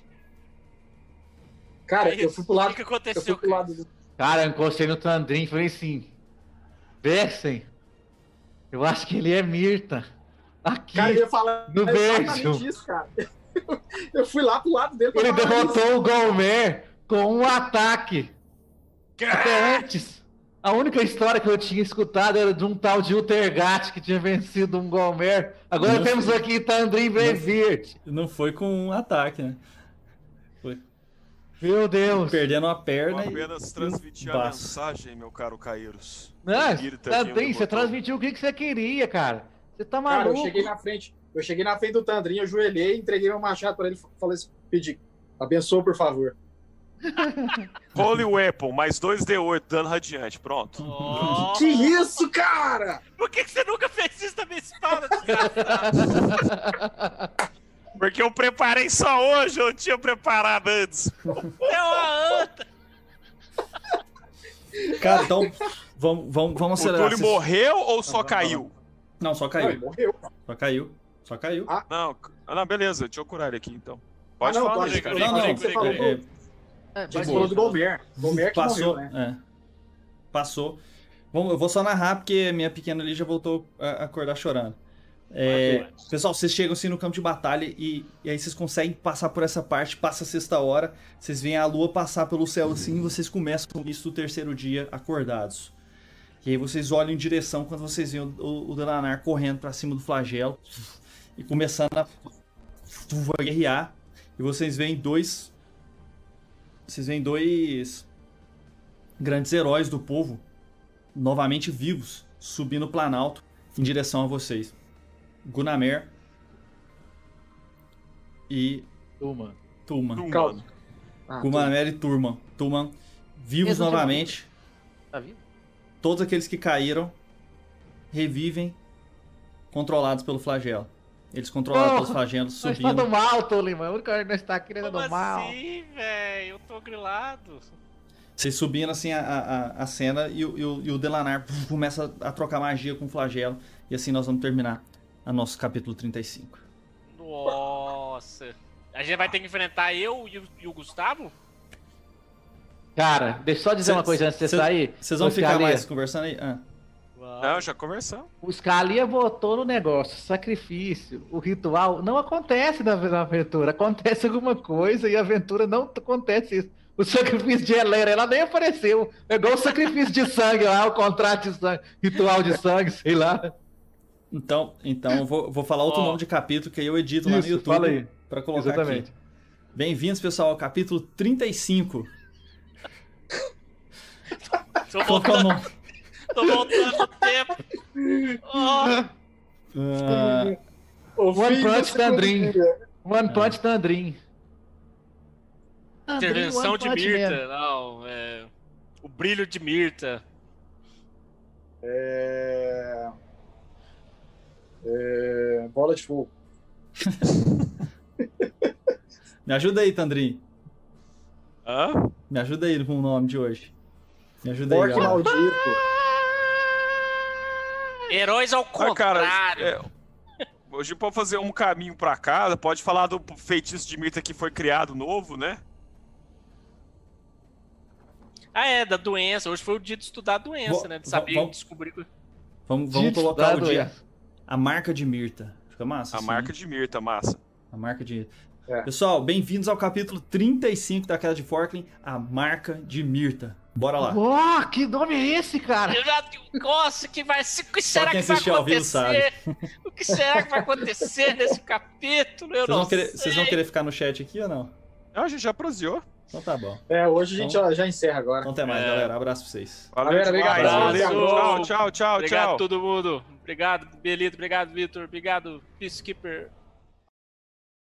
Speaker 2: Cara,
Speaker 3: Aí,
Speaker 2: eu fui pro
Speaker 3: O
Speaker 2: lado.
Speaker 3: que, que
Speaker 2: Eu fui
Speaker 3: aconteceu,
Speaker 2: pro
Speaker 3: cara?
Speaker 2: lado do.
Speaker 4: Cara, eu encostei no Tandrin e falei assim: Versem, eu acho que ele é Mirta. Aqui.
Speaker 2: Cara, eu ia falar
Speaker 4: No
Speaker 2: exatamente
Speaker 4: berço.
Speaker 2: isso, cara. Eu fui lá pro lado dele pra
Speaker 4: ele
Speaker 2: falar isso.
Speaker 4: derrotou o Golmer com um ataque. Até antes, a única história que eu tinha escutado era de um tal de Utergat que tinha vencido um Golmer. Agora
Speaker 1: Nossa.
Speaker 4: temos aqui Tandrin Brevirt.
Speaker 1: Não foi com um ataque, né?
Speaker 4: Meu Deus.
Speaker 1: Perdendo uma
Speaker 5: Eu
Speaker 1: perna. e...
Speaker 5: apenas transmiti a
Speaker 1: Baço.
Speaker 5: mensagem, meu caro Caeiros.
Speaker 4: Não,
Speaker 5: Mirta
Speaker 4: Tandrin,
Speaker 5: tá vindo
Speaker 4: você
Speaker 5: botou.
Speaker 4: transmitiu o que que você queria, cara. Você tá
Speaker 2: Cara, eu
Speaker 4: maluco?
Speaker 2: cheguei na frente. Eu cheguei na frente do Tandrinho, eu joelhei, entreguei meu machado pra ele. Falei assim, pedi. Abençoa, por favor.
Speaker 5: Holy Weapon, mais 2D8, dano radiante. Pronto.
Speaker 3: Oh,
Speaker 2: Que isso, cara?
Speaker 3: por que, que você nunca fez isso na minha espada? Tipo,
Speaker 5: Porque eu preparei só hoje, eu não tinha preparado antes.
Speaker 3: É uma anta!
Speaker 1: Cara, então. Vamos, vamos, vamos
Speaker 5: O
Speaker 1: acelerar.
Speaker 5: Túlio
Speaker 1: Vocês-
Speaker 5: morreu ou
Speaker 1: Vai, vai,
Speaker 5: só
Speaker 1: vai.
Speaker 5: caiu?
Speaker 1: Não, só
Speaker 2: Não, ele
Speaker 1: caiu.
Speaker 2: morreu.
Speaker 1: Só caiu. Só caiu.
Speaker 5: Não, c- ah, não, beleza, deixa eu curar ele aqui então. Pode
Speaker 2: Ah, não,
Speaker 5: falar,
Speaker 2: pode-
Speaker 5: Nico.
Speaker 1: Não,
Speaker 2: Gregor,
Speaker 1: não.
Speaker 2: Gregor, você falou
Speaker 1: é,
Speaker 4: É,
Speaker 1: de boa.
Speaker 2: Mas falou do Gomer. Gomer que
Speaker 1: Passou,
Speaker 2: morreu, né?
Speaker 1: é. Passou. Vamos, eu vou só narrar porque minha pequena ali já voltou a acordar chorando. É, pessoal, vocês chegam assim no campo de batalha e, e aí vocês conseguem passar por essa parte, passa a sexta hora, vocês veem a lua passar pelo céu assim e vocês começam isso do terceiro dia acordados. E aí vocês olham em direção quando vocês veem o, o, o Delanar correndo pra cima do flagelo e começando a, a guerrear. E vocês veem dois. Vocês veem dois grandes heróis do povo, novamente vivos, subindo o Planalto em direção a vocês. Gunamer e
Speaker 4: Tuma.
Speaker 1: Tuman.
Speaker 2: Calma. Ah,
Speaker 1: Gunamer e Turman. Tuman, vivos
Speaker 4: Mesmo
Speaker 1: novamente.
Speaker 4: Tá vivo?
Speaker 1: Todos aqueles que caíram revivem, controlados pelo flagelo. Eles controlados
Speaker 4: Oh,
Speaker 1: pelos flagelos,
Speaker 4: Nós tá do
Speaker 1: subindo.
Speaker 4: mal, Tolima. O único que nós tá aqui nós tá
Speaker 3: Como
Speaker 4: do mal.
Speaker 3: assim, velho? Eu tô grilado.
Speaker 1: Vocês subindo assim a, a, a- a cena e, o- e o, e o Delanar puf, começa a trocar magia com o flagelo. E assim nós vamos terminar a nosso capítulo 35.
Speaker 3: Nossa. A gente vai ter que enfrentar eu e o, e o Gustavo?
Speaker 4: Cara, deixa eu só dizer
Speaker 1: Cê-
Speaker 4: uma coisa antes de você
Speaker 1: cê-
Speaker 4: sair.
Speaker 1: Vocês vão
Speaker 4: O
Speaker 1: ficar
Speaker 4: Scalia-
Speaker 1: mais conversando aí? Ah.
Speaker 5: Não, já conversamos.
Speaker 4: O Scalia botou no negócio sacrifício, o ritual. Não acontece na, na aventura. Acontece alguma coisa e a aventura não t- acontece isso. O sacrifício de Helena, ela nem apareceu. É igual o sacrifício de sangue lá, o contrato de sangue, ritual de sangue, sei lá.
Speaker 1: Então, então eu vou, vou falar outro
Speaker 3: Ó.
Speaker 1: nome de capítulo que aí eu edito lá no
Speaker 4: Isso,
Speaker 1: YouTube
Speaker 4: fala aí.
Speaker 1: pra colocar
Speaker 4: Exatamente.
Speaker 1: aqui. Bem-vindos, pessoal, ao capítulo 35.
Speaker 3: Tô
Speaker 1: Qual que é o
Speaker 3: voltando,
Speaker 1: nome?
Speaker 3: tô voltando no tempo. Oh,
Speaker 1: Ah,
Speaker 2: O
Speaker 4: One
Speaker 2: filho do
Speaker 4: Punch
Speaker 2: segundo
Speaker 4: Tandrin.
Speaker 2: dia.
Speaker 4: One Punch Tandrin. Tandrin,
Speaker 3: intervenção
Speaker 4: One
Speaker 3: de
Speaker 4: Punch Man.
Speaker 3: Mirta. Não, é. O brilho de Mirta.
Speaker 2: É... É... Bola de fogo.
Speaker 1: me ajuda aí, Tandrin.
Speaker 5: Hã?
Speaker 1: Me ajuda aí com o nome de hoje. Me ajuda aí,
Speaker 2: Orc
Speaker 1: galera.
Speaker 2: maldito.
Speaker 3: Heróis ao
Speaker 5: Ah,
Speaker 3: contrário.
Speaker 5: cara, é, hoje pode fazer um caminho pra casa, pode falar do feitiço de Mirta que foi criado novo, né?
Speaker 3: Ah, é, da doença. Hoje foi o dia de estudar a doença,
Speaker 1: Vo-
Speaker 3: né? De
Speaker 1: vo-
Speaker 3: saber,
Speaker 1: vamos-
Speaker 3: descobrir. que-
Speaker 1: Vamos, vamos
Speaker 4: Dito
Speaker 1: colocar o
Speaker 4: dado
Speaker 1: dia.
Speaker 4: é.
Speaker 1: A marca de Mirta. Fica massa.
Speaker 5: A
Speaker 1: assim,
Speaker 5: marca
Speaker 1: né?
Speaker 5: de Mirta, massa.
Speaker 1: A marca de.
Speaker 2: É.
Speaker 1: Pessoal, bem-vindos ao capítulo 35 da Queda de Forklin, a marca de Mirta. Bora lá.
Speaker 4: Uau, que nome é esse, cara?
Speaker 3: Eu já digo, nossa, que vai. se- O que será
Speaker 1: quem
Speaker 3: que vai
Speaker 1: assistiu ao vivo
Speaker 3: acontecer? O que será que vai acontecer nesse capítulo? Eu
Speaker 1: Vocês
Speaker 3: não
Speaker 1: vão, querer,
Speaker 3: sei.
Speaker 1: vocês vão querer ficar no chat aqui ou não?
Speaker 5: Ah, a gente já proseou.
Speaker 1: Então tá bom.
Speaker 2: É, hoje a gente já, já encerra agora.
Speaker 1: Então até mais,
Speaker 6: É.
Speaker 1: galera. Abraço pra vocês.
Speaker 5: Valeu
Speaker 2: Galera,
Speaker 5: demais.
Speaker 2: obrigado.
Speaker 5: Valeu. Tchau, tchau, tchau,
Speaker 6: Obrigado
Speaker 5: tchau.
Speaker 6: a todo mundo. Obrigado, Belito. Obrigado, Vitor. Obrigado, Peacekeeper.